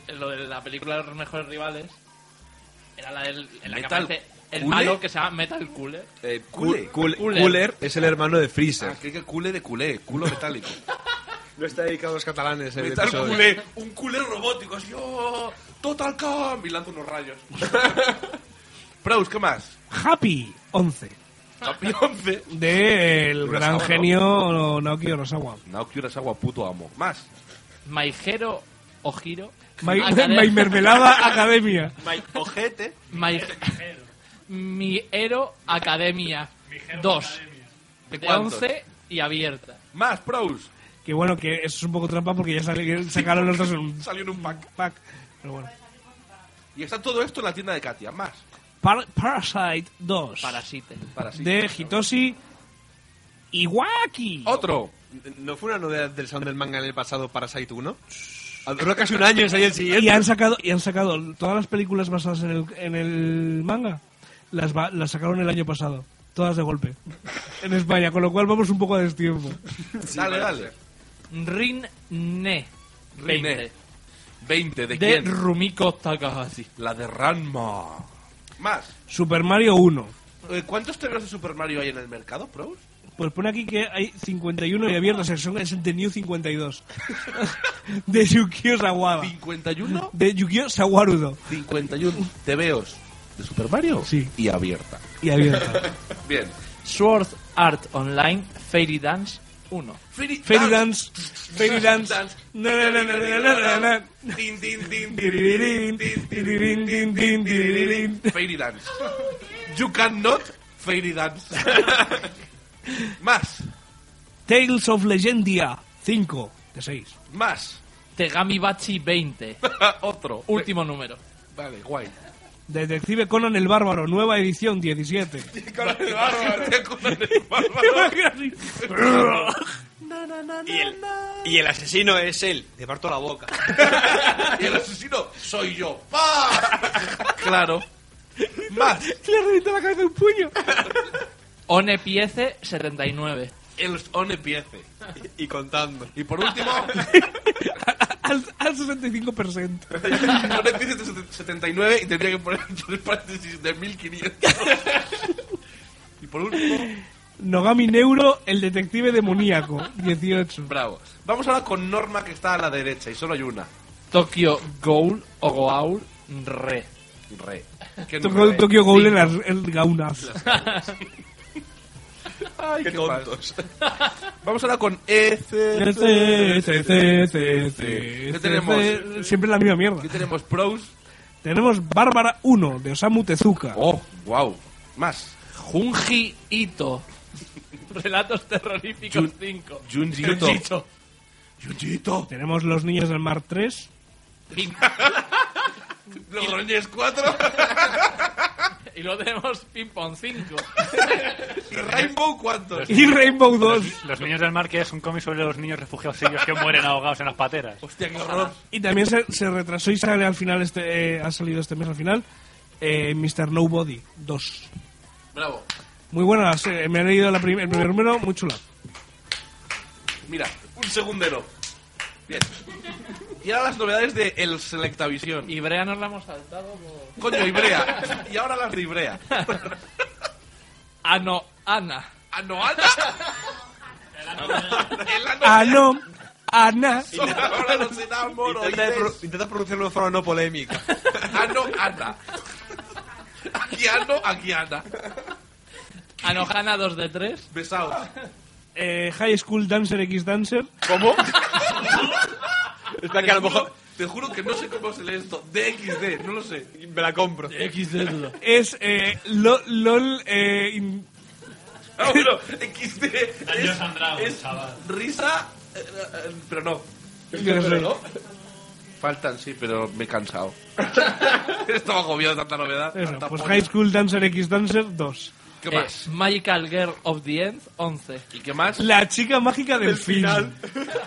[SPEAKER 3] [laughs] Lo de la película de los mejores rivales era la del en la que
[SPEAKER 2] Metal
[SPEAKER 3] aparece el
[SPEAKER 2] Cooler?
[SPEAKER 3] malo que se llama Metal Cooler.
[SPEAKER 2] Eh,
[SPEAKER 5] Cool-
[SPEAKER 2] cule.
[SPEAKER 5] cool-
[SPEAKER 3] Cooler.
[SPEAKER 5] Cooler es el hermano de
[SPEAKER 2] Ah,
[SPEAKER 5] Freezer.
[SPEAKER 2] creo que cule de culé, culo metálico.
[SPEAKER 5] No está dedicado a los catalanes el
[SPEAKER 2] Metal
[SPEAKER 5] episodio.
[SPEAKER 2] culé, un culé robótico, así, oh, total cam, y lanza unos [laughs] rayos. Proust, ¿qué más?
[SPEAKER 6] Happy 11
[SPEAKER 2] Happy 11.
[SPEAKER 6] del
[SPEAKER 2] Urasawa,
[SPEAKER 6] gran
[SPEAKER 2] ¿no?
[SPEAKER 6] genio Naoki Urasawa.
[SPEAKER 2] Naoki Urasawa, puto amo. Más.
[SPEAKER 3] My Hero o Hiro.
[SPEAKER 6] My, My Mermelada Academia.
[SPEAKER 2] [laughs] Ojete.
[SPEAKER 3] My- [laughs] Mi Hero Academia 2. De
[SPEAKER 2] cuántos?
[SPEAKER 3] 11 y abierta.
[SPEAKER 2] Más, Proust.
[SPEAKER 6] Que bueno, que eso es un poco trampa porque ya sal- sacaron los dos en un
[SPEAKER 2] Salió en un pack.
[SPEAKER 6] pack. Pero bueno.
[SPEAKER 2] Y está todo esto en la tienda de Katia. Más.
[SPEAKER 6] Par- Parasite 2
[SPEAKER 3] Parasite.
[SPEAKER 2] Para sí.
[SPEAKER 6] de Hitoshi Iwaki.
[SPEAKER 2] Otro.
[SPEAKER 5] ¿No fue una novedad del sound del manga en el pasado Parasite 1? Duró casi un año y salió el
[SPEAKER 6] Y
[SPEAKER 5] siguiente.
[SPEAKER 6] han sacado y han sacado todas las películas basadas en el, en el manga. Las, va- las sacaron el año pasado, todas de golpe. En España, con lo cual vamos un poco a destiempo.
[SPEAKER 2] [laughs] dale, dale.
[SPEAKER 3] Rin Ne.
[SPEAKER 2] Rinne.
[SPEAKER 3] 20.
[SPEAKER 2] 20, ¿de,
[SPEAKER 3] De,
[SPEAKER 2] quién?
[SPEAKER 3] Rumiko Takahashi.
[SPEAKER 2] la de Ranma. Más.
[SPEAKER 6] Super Mario 1.
[SPEAKER 2] Eh, ¿Cuántos tebeos de Super Mario hay en el mercado, Proust?
[SPEAKER 6] Pues pone aquí que hay 51 y abiertas, que son es The New 52. [laughs] de Yukio Sawada.
[SPEAKER 2] 51.
[SPEAKER 6] De Yukio Sawarudo.
[SPEAKER 2] 51 tebeos de Super Mario
[SPEAKER 6] Sí.
[SPEAKER 2] y abierta.
[SPEAKER 6] Y abierta.
[SPEAKER 2] Bien.
[SPEAKER 3] Sword Art Online Fairy Dance 1.
[SPEAKER 6] Fairy Dance. Fairy Dance. Na, na, na, na, na, na, na, na. Tiririrín, tiririrín, tin, tin, tiririrín.
[SPEAKER 2] Fairy Dance. You cannot Fairy Dance. Más.
[SPEAKER 6] Tales of Legendia 5 de 6.
[SPEAKER 2] Más. [laughs]
[SPEAKER 3] Tegami Bachi 20.
[SPEAKER 2] Otro.
[SPEAKER 3] Último número.
[SPEAKER 2] Vale, guay.
[SPEAKER 6] Detective Conan el Bárbaro, nueva edición 17.
[SPEAKER 2] [laughs]
[SPEAKER 6] [laughs]
[SPEAKER 5] Y el, y el asesino es él. Te parto la [laughs] boca.
[SPEAKER 2] y el asesino soy yo. Claro. Más.
[SPEAKER 6] [laughs] Le revienta la cabeza un puño.
[SPEAKER 3] One Piece 79.
[SPEAKER 2] El on empiece.
[SPEAKER 5] Y contando.
[SPEAKER 2] Y por
[SPEAKER 6] [laughs]
[SPEAKER 2] último,
[SPEAKER 6] [laughs] Al, al
[SPEAKER 2] [laughs]
[SPEAKER 6] 65%.
[SPEAKER 2] on empiece de 79 y tendría que poner entre paréntesis de 1500. [laughs] y por último,
[SPEAKER 6] Nogami Neuro, el detective demoníaco, 18.
[SPEAKER 2] bravo. Vamos ahora con Norma que está a la derecha y solo hay una.
[SPEAKER 3] Tokyo Ghoul o Goaul Re.
[SPEAKER 2] Re. ¿Qué
[SPEAKER 6] Tocó
[SPEAKER 2] número
[SPEAKER 6] el
[SPEAKER 2] es?
[SPEAKER 6] Tokyo Ghoul en
[SPEAKER 2] Cinco.
[SPEAKER 6] las en gaunas. [laughs]
[SPEAKER 2] Ay, qué tontos. [laughs] Vamos ahora con E, EC.
[SPEAKER 6] E, C, C, C, C, C,
[SPEAKER 2] ¿Qué tenemos?
[SPEAKER 6] C, este. Siempre la misma mierda.
[SPEAKER 2] Aquí tenemos pros.
[SPEAKER 6] Tenemos Bárbara 1 de Osamu Tezuka.
[SPEAKER 2] Oh, wow. Más.
[SPEAKER 3] Junji Ito. [laughs] Relatos terroríficos 5.
[SPEAKER 2] Junji Ito.
[SPEAKER 3] Junjito.
[SPEAKER 2] Yujito.
[SPEAKER 6] Tenemos Los Niños del Mar [laughs] 3.
[SPEAKER 2] Logroñez 4.
[SPEAKER 3] Y luego tenemos Ping Pong 5.
[SPEAKER 2] ¿Y [laughs] Rainbow cuántos?
[SPEAKER 6] Y Rainbow 2.
[SPEAKER 11] Los Niños del Mar, que es un cómic sobre los niños refugiados sirios que mueren ahogados en las pateras.
[SPEAKER 2] Hostia, qué horror.
[SPEAKER 6] Y también se, se retrasó y sale al final este, eh, ha salido este mes al final eh, Mr. Nobody 2.
[SPEAKER 2] Bravo.
[SPEAKER 6] Muy buena, la serie. me he leído la prim- el primer número, muy chula.
[SPEAKER 2] Mira, un segundero. Bien. Y ahora las novedades de El Selectavisión.
[SPEAKER 3] Y Brea nos la hemos saltado. por-
[SPEAKER 2] Coño, Ibrea. Y ahora las de Ibrea.
[SPEAKER 3] Ano, Ana.
[SPEAKER 2] ¿Anoana? El ano.
[SPEAKER 6] Ah, no, Ana.
[SPEAKER 2] Ahora no se da moro.
[SPEAKER 5] Intenta, de pro- intenta pronunciarlo de forma no [laughs] polémica.
[SPEAKER 2] Ano, Ana. Ah, Aquí Ano, aquí Ana.
[SPEAKER 3] Anojana 2 de 3.
[SPEAKER 2] Besaos.
[SPEAKER 6] Eh, High School Dancer X Dancer.
[SPEAKER 5] ¿Cómo? Espera, que a lo mejor
[SPEAKER 2] Te juro que no sé cómo se lee esto. DXD, no lo sé.
[SPEAKER 5] me la compro.
[SPEAKER 6] Es eh, lo- LOL. eh, in-
[SPEAKER 2] Ah, bueno, XD es, es
[SPEAKER 11] chaval.
[SPEAKER 2] risa, eh, eh, pero no.
[SPEAKER 6] yo qué sé.
[SPEAKER 2] Faltan, sí, pero me he
[SPEAKER 5] [laughs]
[SPEAKER 2] cansado. Estaba agobiado de tanta novedad.
[SPEAKER 6] Eso,
[SPEAKER 2] tanta
[SPEAKER 6] pues
[SPEAKER 2] polla.
[SPEAKER 6] High School Dancer X Dancer 2.
[SPEAKER 2] ¿Qué más?
[SPEAKER 3] Eh, Magical Girl of the End 11.
[SPEAKER 2] ¿Y qué más?
[SPEAKER 6] La chica mágica del, fin.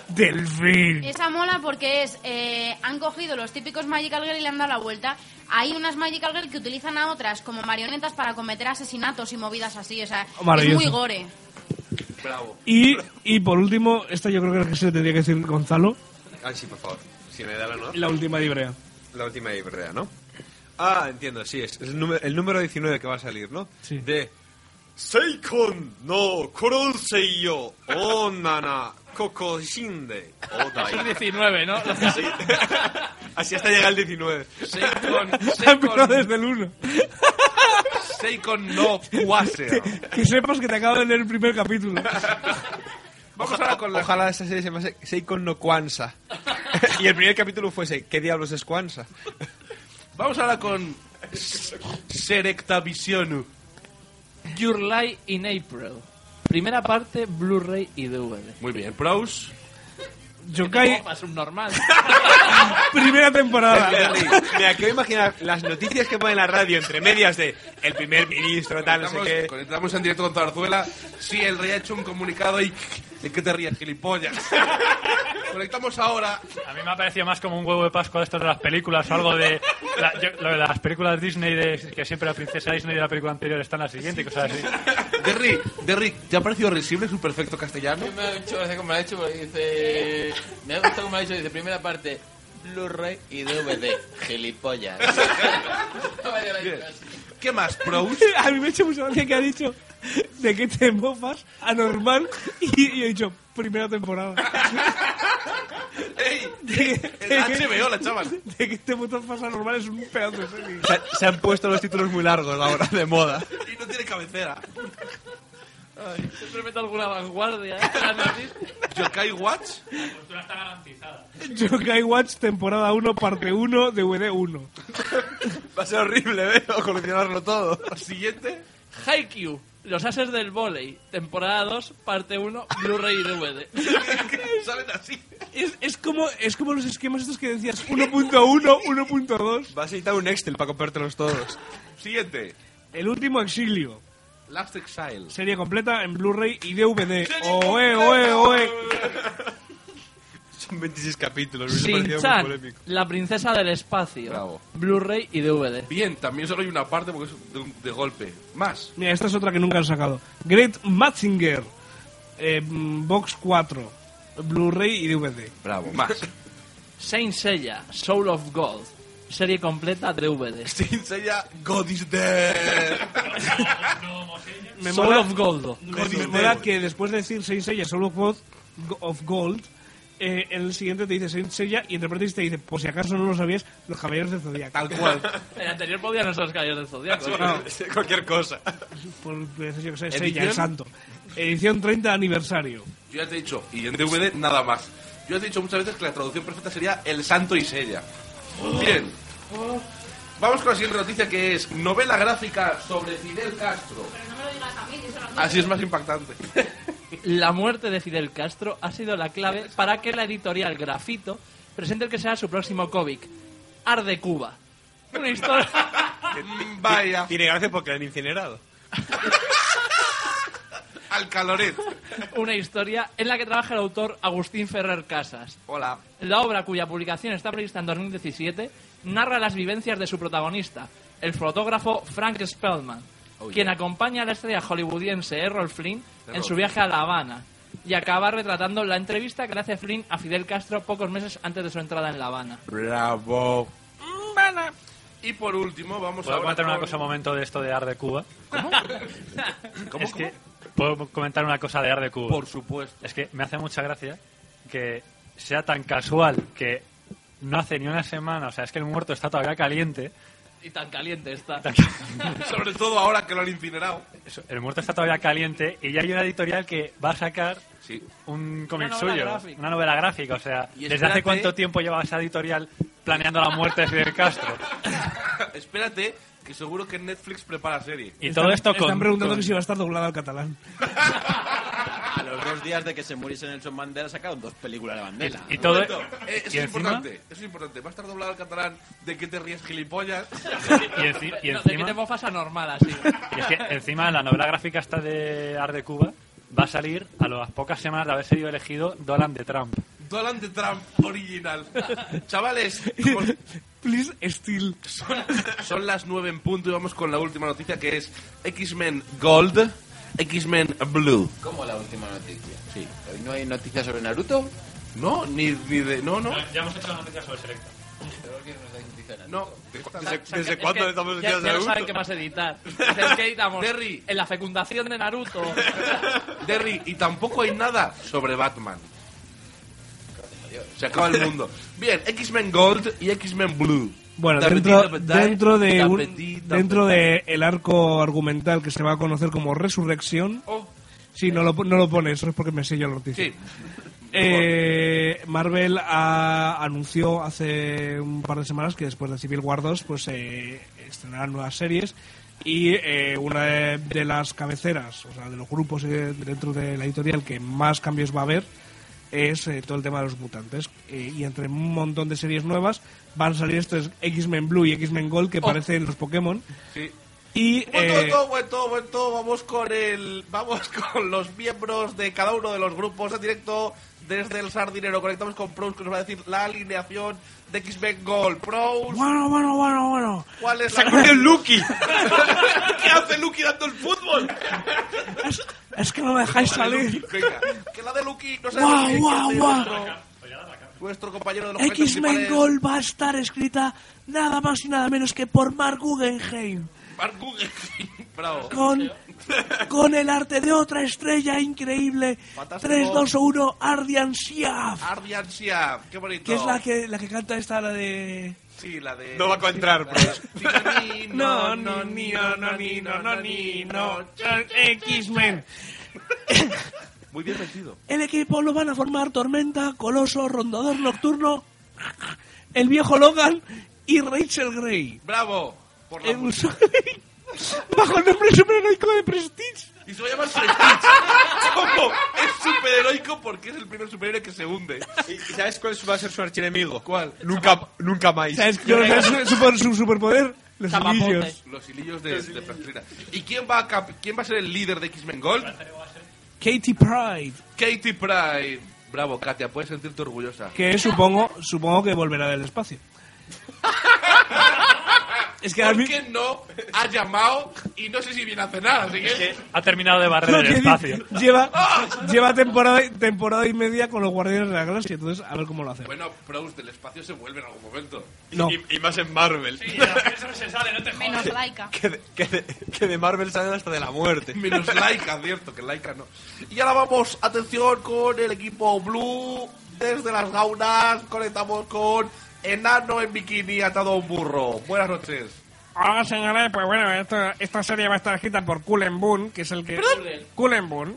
[SPEAKER 6] del fin.
[SPEAKER 13] Esa mola porque es, eh, han cogido los típicos Magical Girl y le han dado la vuelta. Hay unas Magical Girl que utilizan a otras como marionetas para cometer asesinatos y movidas así. O sea, es
[SPEAKER 6] Maravilloso.
[SPEAKER 13] muy gore.
[SPEAKER 2] Bravo.
[SPEAKER 6] Y, y por último, esta yo creo que es la que se le tendría que decir Gonzalo,
[SPEAKER 5] Ah, sí, por favor. Si me da la no.
[SPEAKER 6] la última librea.
[SPEAKER 5] La última de Ibrea, ¿no? Ah, entiendo, sí, es, es el, número, el número 19 que va a salir, ¿no?
[SPEAKER 6] Sí.
[SPEAKER 5] De Seikon no Koronseiyo Onana [laughs] Kokoshinde
[SPEAKER 3] Es
[SPEAKER 5] Odai.
[SPEAKER 3] 19, ¿no?
[SPEAKER 5] Sí. Así hasta llegar el 19.
[SPEAKER 2] [laughs] Seikon,
[SPEAKER 6] Ha empezado
[SPEAKER 2] Seikon,
[SPEAKER 6] desde el 1.
[SPEAKER 2] Seikon no Quasea.
[SPEAKER 6] Que sepas que te acabo de leer el primer capítulo.
[SPEAKER 2] Vamos ahora con la...
[SPEAKER 5] Ojalá esa serie se llamase Seikon no Kwanza. [laughs] y el primer capítulo fuese ¿Qué diablos es Kwanza?
[SPEAKER 2] Vamos ahora con... S- Serectavisionu.
[SPEAKER 3] Your Lie in April. Primera parte, Blu-ray y DVD.
[SPEAKER 2] Muy bien, pros.
[SPEAKER 6] Yokai,
[SPEAKER 3] Opa, subnormal.
[SPEAKER 6] primera temporada.
[SPEAKER 5] Me acabo de imaginar las noticias que pone en la radio entre medias de el primer ministro, tal, no sé
[SPEAKER 2] Estamos-
[SPEAKER 5] qué.
[SPEAKER 2] Conectamos en directo con Zarzuela. Sí, el rey ha hecho un comunicado y... ¿De qué te ríes, [laughs] gilipollas? Conectamos ahora.
[SPEAKER 11] A mí me ha parecido más como un huevo de Pascua esto de las películas o algo de. la- yo- lo de las películas Disney, de, que siempre la princesa Disney de la película anterior está en la siguiente y cosas así.
[SPEAKER 2] Derry, Derry, ¿te ha parecido risible su perfecto castellano?
[SPEAKER 12] Me ha dicho, hace como me ha dicho, porque dice. Me ha gustado como ha dicho, dice primera parte. Blu-ray y DVD. Gilipollas. No me digas así.
[SPEAKER 2] ¿Qué más, pros?
[SPEAKER 6] [laughs] A mí me ha hecho mucha gracia que ha dicho de que te mofas anormal y, y he dicho primera temporada.
[SPEAKER 2] ¡Ey!
[SPEAKER 6] De que,
[SPEAKER 2] [laughs] El HBO, la chaval.
[SPEAKER 6] de que te mofas anormal es un pedazo de serie.
[SPEAKER 5] Se, se han puesto los títulos muy largos ahora, de moda.
[SPEAKER 2] Y no tiene cabecera.
[SPEAKER 3] Siempre meto alguna vanguardia. ¿eh? Las noticias.
[SPEAKER 2] ¿Yokai Watch?
[SPEAKER 11] La postura está garantizada.
[SPEAKER 6] Yokai Watch, temporada 1, parte 1, DVD 1.
[SPEAKER 2] Va a ser horrible, ¿veo? Coleccionarlo todo. [laughs] Siguiente.
[SPEAKER 3] Haikyuu, Los Ases del Volei, temporada 2, parte 1, Blu-ray y [laughs] DVD.
[SPEAKER 2] ¿Saben así?
[SPEAKER 6] Es, es como, es como los esquemas estos que decías 1.1, 1.2.
[SPEAKER 5] Vas a necesitar un Excel para comprártelos todos.
[SPEAKER 2] Siguiente.
[SPEAKER 6] El último exilio.
[SPEAKER 2] Last Exile.
[SPEAKER 6] Serie completa en Blu-ray y DVD. Oe, oe, oe.
[SPEAKER 5] Son 26 capítulos. me parecía muy
[SPEAKER 3] Shin-Chan,
[SPEAKER 5] polémico.
[SPEAKER 3] La Princesa del Espacio. Blu-ray y DVD.
[SPEAKER 2] Bien, también solo hay una parte porque es de, un- de golpe. Más.
[SPEAKER 6] Mira, esta es otra que nunca han sacado. Great Matzinger. eh, mm, Box 4. Blu-ray y DVD.
[SPEAKER 2] [laughs] Bravo, más.
[SPEAKER 3] Saint Seiya, Soul of God. Serie completa DVD.
[SPEAKER 2] Saint Seiya, God is dead.
[SPEAKER 6] Me
[SPEAKER 3] Soul
[SPEAKER 6] mola-
[SPEAKER 3] of Gold.
[SPEAKER 6] Me, me mola que después de decir Saint Seiya Soul of Gold, Go- of Gold eh, en el siguiente te dice Saint Seiya y interpretas y te dice, por si acaso no lo sabías, los caballeros de Zodiac. Tal
[SPEAKER 3] cual. El anterior podía no ser los caballeros del Zodíaco.
[SPEAKER 6] No.
[SPEAKER 5] Cualquier cosa.
[SPEAKER 6] Por, pues, yo que sé,
[SPEAKER 2] ¿Edición?
[SPEAKER 6] Seiya, el santo. Edición 30 aniversario.
[SPEAKER 2] Yo ya te he dicho, y en DVD nada más. Yo ya te he dicho muchas veces que la traducción perfecta sería El Santo y Sella. Bien, vamos con la siguiente noticia que es novela gráfica sobre Fidel Castro. Así es más impactante.
[SPEAKER 3] La muerte de Fidel Castro ha sido la clave para que la editorial Grafito presente el que será su próximo cómic, Arde Cuba. Una historia...
[SPEAKER 2] Mm, Vaya.
[SPEAKER 5] Tiene gracia porque la han incinerado.
[SPEAKER 2] Al caloret.
[SPEAKER 3] Una historia en la que trabaja el autor Agustín Ferrer Casas.
[SPEAKER 2] Hola.
[SPEAKER 3] La obra, cuya publicación está prevista en 2017, narra las vivencias de su protagonista, el fotógrafo Frank Spellman,
[SPEAKER 14] Oh, yeah.
[SPEAKER 3] quien acompaña a la estrella hollywoodiense Errol Flynn en
[SPEAKER 14] Errol.
[SPEAKER 3] su viaje a La Habana y acaba retratando la entrevista que le hace Flynn a Fidel Castro pocos meses antes de su entrada en La Habana.
[SPEAKER 2] Bravo. Y por último, vamos
[SPEAKER 11] ¿Puedo
[SPEAKER 2] ahora
[SPEAKER 11] comentar una
[SPEAKER 2] con-
[SPEAKER 11] cosa un momento de esto de Ar de Cuba? Es que, ¿Puedo comentar una cosa de Ar de Cuba? Por
[SPEAKER 2] supuesto.
[SPEAKER 11] Es que me hace mucha gracia que sea tan casual que no hace ni una semana, o sea, es que el muerto está todavía caliente,
[SPEAKER 3] Y tan caliente está.
[SPEAKER 2] Sobre todo ahora que lo han incinerado.
[SPEAKER 11] el muerto está todavía caliente y ya hay una editorial que va a sacar un cómic
[SPEAKER 2] Una novela
[SPEAKER 11] suyo,
[SPEAKER 2] gráfica.
[SPEAKER 11] una novela gráfica, o sea,
[SPEAKER 2] Y
[SPEAKER 11] ¿desde
[SPEAKER 2] espérate-
[SPEAKER 11] hace cuánto tiempo lleva esa editorial planeando la muerte de Fidel Castro?
[SPEAKER 2] [laughs] Espérate, que seguro que Netflix prepara serie.
[SPEAKER 11] Y todo esto con-
[SPEAKER 6] Están preguntando
[SPEAKER 11] con-
[SPEAKER 6] que si va a estar doblada al catalán.
[SPEAKER 8] A los dos días de que se muriese Nelson Mandela sacaron dos películas de Mandela.
[SPEAKER 11] Y todo-
[SPEAKER 2] Momento. Eh, eso es importante, eso es importante. Va a estar doblado al catalán de que te ríes gilipollas.
[SPEAKER 11] Y enci- y
[SPEAKER 3] No, de que
[SPEAKER 11] encima-
[SPEAKER 3] te mofas anormal
[SPEAKER 4] [laughs]
[SPEAKER 3] así.
[SPEAKER 11] Y es que encima la novela gráfica esta de Art de Cuba va a salir a las pocas semanas de haber sido elegido Dolan de Trump.
[SPEAKER 2] Donald de Trump original.
[SPEAKER 11] [laughs]
[SPEAKER 2] Chavales, con-
[SPEAKER 6] Please steal.
[SPEAKER 2] son, son las 9 en punto y vamos con la última noticia que es X-Men Gold, X-Men Blue.
[SPEAKER 8] ¿Cómo la última noticia? Sí. ¿Hoy no hay noticias sobre Naruto?
[SPEAKER 2] No, ni, ni de... No, no.
[SPEAKER 11] Ya hemos hecho la noticia sobre Selecta.
[SPEAKER 2] No,
[SPEAKER 3] Es que ya- ya no saben qué más editar. Es que editamos
[SPEAKER 2] Terry.
[SPEAKER 3] en la fecundación de Naruto.
[SPEAKER 2] Derry, y tampoco hay nada sobre Batman. Se acaba el mundo. Bien, X-Men Gold y X-Men Blue.
[SPEAKER 6] Bueno,
[SPEAKER 2] Tapetín,
[SPEAKER 6] dentro,
[SPEAKER 2] tapetá,
[SPEAKER 6] dentro de un-
[SPEAKER 2] tapetí,
[SPEAKER 6] dentro
[SPEAKER 2] tapetá.
[SPEAKER 6] de el arco argumental que se va a conocer como Resurrección, si no lo, no lo pone, eso es porque me sé yo la noticia.
[SPEAKER 2] Oh, Sí.
[SPEAKER 6] Eh, Marvel ha- anunció hace un par de semanas que después de Civil War 2 pues eh, estrenarán nuevas series y eh, una de, de las cabeceras, o sea, de los grupos eh, dentro de la editorial que más cambios va a haber es eh, todo el tema de los mutantes Eh, y entre un montón de series nuevas van a salir estos X-Men Blue y X-Men Gold que parecen los Pokémon
[SPEAKER 2] Oh. Sí.
[SPEAKER 6] y eh,
[SPEAKER 2] Bueno, bueno, bueno, vamos con el, vamos [laughs] con los miembros de cada uno de los grupos en directo desde el Sardinero. Conectamos con Prous que nos va a decir la alineación de X-Men Gold. Prous,
[SPEAKER 6] bueno bueno bueno bueno
[SPEAKER 2] ¿cuál es [laughs]
[SPEAKER 6] Sacude
[SPEAKER 2] la...
[SPEAKER 6] el
[SPEAKER 2] Lucky! ¿Qué hace Lucky dando el fútbol?
[SPEAKER 6] es que no me dejáis salir
[SPEAKER 2] Venga, que la de Lucky no sé
[SPEAKER 6] Guau,
[SPEAKER 2] qué
[SPEAKER 6] guau,
[SPEAKER 2] hace
[SPEAKER 6] guau.
[SPEAKER 2] nuestro- Nuestro compañero de los
[SPEAKER 6] X-Men
[SPEAKER 2] cuentos
[SPEAKER 6] Gold va a estar escrita nada más y nada menos que por Mark Guggenheim
[SPEAKER 2] principales, Mark Guggenheim. [laughs] Bravo.
[SPEAKER 6] con, con el arte de otra estrella increíble
[SPEAKER 2] Fantástico.
[SPEAKER 6] 3, 2, 1 Ardian Siaf
[SPEAKER 2] Ardian Siaf, qué bonito.
[SPEAKER 6] que es la que, la que canta esta la de
[SPEAKER 2] Sí, la de...
[SPEAKER 5] No va a pues. entrar,
[SPEAKER 2] Ni,
[SPEAKER 6] No, no, ni, no, no, ni, no, no, ni, no. Son X-Men.
[SPEAKER 2] Muy bien metido.
[SPEAKER 6] El equipo lo van a formar Tormenta, Coloso, Rondador Nocturno, [laughs] el viejo Logan y Rachel Gray.
[SPEAKER 2] ¡Bravo! Por la
[SPEAKER 6] En un solo- Eh, [laughs] Bajo el nombre superheroico de Prestige.
[SPEAKER 2] Y se va a llamar [laughs] Superstitch. ¿Cómo? Es superheroico porque es el primer superhéroe que se hunde.
[SPEAKER 5] ¿Y y sabes cuál va a ser su archienemigo? ¿Cuál? Nunca, nunca más.
[SPEAKER 6] ¿Sabes qué? O sea, su, super- su superpoder, los anillos.
[SPEAKER 2] Los hilillos de, de plastilina. ¿Y quién va, a cap- quién va a ser el líder de X-Men Gold?
[SPEAKER 6] Katie Pride,
[SPEAKER 2] Katie Pride. Bravo, Katia, puedes sentirte orgullosa.
[SPEAKER 6] que supongo, supongo que volverá del espacio. Es que ahora
[SPEAKER 2] ¿Por
[SPEAKER 6] mi-
[SPEAKER 2] qué no ha llamado y no sé si viene a cenar? Así que...
[SPEAKER 11] Ha terminado de barrer
[SPEAKER 6] No,
[SPEAKER 11] el
[SPEAKER 6] que di-
[SPEAKER 11] espacio.
[SPEAKER 6] Lleva, lleva temporada, temporada y media con los Guardianes de la Galaxia, entonces a ver cómo lo hace.
[SPEAKER 2] Bueno, Proust, el espacio se vuelve en algún momento.
[SPEAKER 6] No.
[SPEAKER 5] Y, y más en Marvel.
[SPEAKER 11] Eso se sale, no te
[SPEAKER 13] Menos laica.
[SPEAKER 5] que, de, que de- que de Marvel salen hasta de la muerte.
[SPEAKER 2] Menos laica, cierto, que laica no. Y ahora vamos, atención, con el equipo Blue. Desde las gaunas conectamos con Enano en bikini atado a un burro. Buenas noches.
[SPEAKER 6] Hola señores, pues bueno, esto- esta serie va a estar escrita por Cullen Boone, que es el que... Cullen Boone,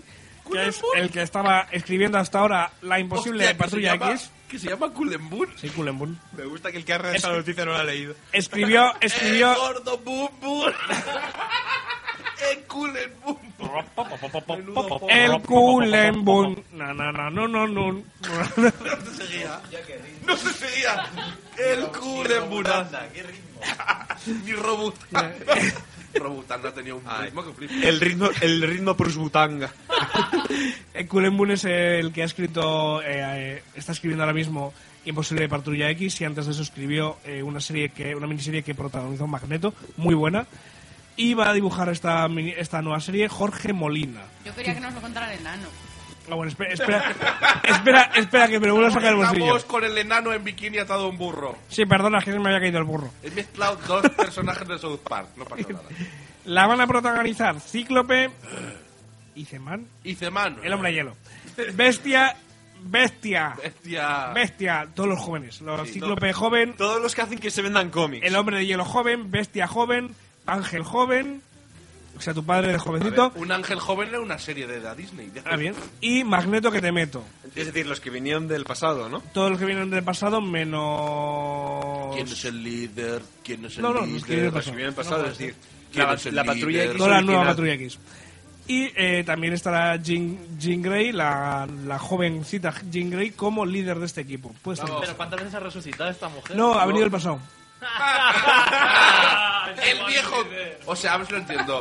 [SPEAKER 6] que es el que estaba escribiendo hasta ahora La imposible
[SPEAKER 2] Hostia, que se
[SPEAKER 6] Patrulla
[SPEAKER 2] llama-
[SPEAKER 6] X.
[SPEAKER 2] ¿Que se llama Cullen Boone?
[SPEAKER 6] Sí, Cullen Boone.
[SPEAKER 5] Me gusta que el que ha redactado la noticia no la ha leído.
[SPEAKER 6] Escribió, escribió...
[SPEAKER 2] ¡Eh, gordo Boom Boom! ¡Eh, Cullen Boom Boom! Menudo po-
[SPEAKER 6] El Cullen Boone. No, no, no, no, no, no. no.
[SPEAKER 2] No se seguía. No se seguía. El Cullen Boone. Ni
[SPEAKER 6] [laughs]
[SPEAKER 2] Robutanga. Robutanga tenía un ritmo que flipa.
[SPEAKER 5] El ritmo, el ritmo Prusbutanga.
[SPEAKER 6] El [laughs] Cullen Boone es el que ha escrito, eh, eh, está escribiendo ahora mismo Imposible Patrulla X y antes de eso escribió eh, una serie que, una miniserie que protagonizó Magneto, muy buena. Y va a dibujar esta, mini- esta nueva serie Jorge Molina.
[SPEAKER 13] Yo quería que nos lo contara el enano.
[SPEAKER 6] Ah, bueno, espera, espera, [laughs] espera, espera, que me lo vuelvo a sacar el bolsillo.
[SPEAKER 2] Estamos con el enano en bikini atado a un burro.
[SPEAKER 6] Sí, perdona, que se me había caído el burro.
[SPEAKER 2] He mezclado
[SPEAKER 6] [laughs]
[SPEAKER 2] dos personajes de South Park. No pasa nada.
[SPEAKER 6] La van a protagonizar Cíclope y Zeman,
[SPEAKER 2] Hice mano.
[SPEAKER 6] el hombre de hielo. Bestia, bestia,
[SPEAKER 2] Bestia.
[SPEAKER 6] bestia, todos los jóvenes. Los
[SPEAKER 5] Sí,
[SPEAKER 6] Cíclope
[SPEAKER 5] todo-
[SPEAKER 6] joven,
[SPEAKER 5] Todos los que hacen que se vendan cómics.
[SPEAKER 6] El hombre de hielo joven, bestia joven, ángel joven, o sea, tu padre de jovencito.
[SPEAKER 2] Un ángel joven era una serie de la Disney. de-
[SPEAKER 6] Ah, bien. Y Magneto que te meto.
[SPEAKER 5] Es decir, los que vinieron del pasado, ¿no?
[SPEAKER 6] Todos los que vienen del pasado menos...
[SPEAKER 2] ¿Quién es el líder? ¿Quién es el
[SPEAKER 6] No, no, los
[SPEAKER 2] líder?
[SPEAKER 6] que vienen del
[SPEAKER 5] Los que vinieron del Pues pasado,
[SPEAKER 6] No
[SPEAKER 5] es decir,
[SPEAKER 2] ¿Quién
[SPEAKER 5] la,
[SPEAKER 2] es el
[SPEAKER 5] la patrulla
[SPEAKER 2] líder?
[SPEAKER 5] X.
[SPEAKER 6] Toda la nueva
[SPEAKER 5] original.
[SPEAKER 6] patrulla X. Y eh, también estará Jean, Jean Grey, la, la jovencita Jean Grey, como líder de este equipo. Puede ser.
[SPEAKER 3] Pero ¿cuántas veces ha resucitado esta mujer?
[SPEAKER 6] No, ha venido el pasado.
[SPEAKER 2] el viejo. O sea, a ver si lo entiendo.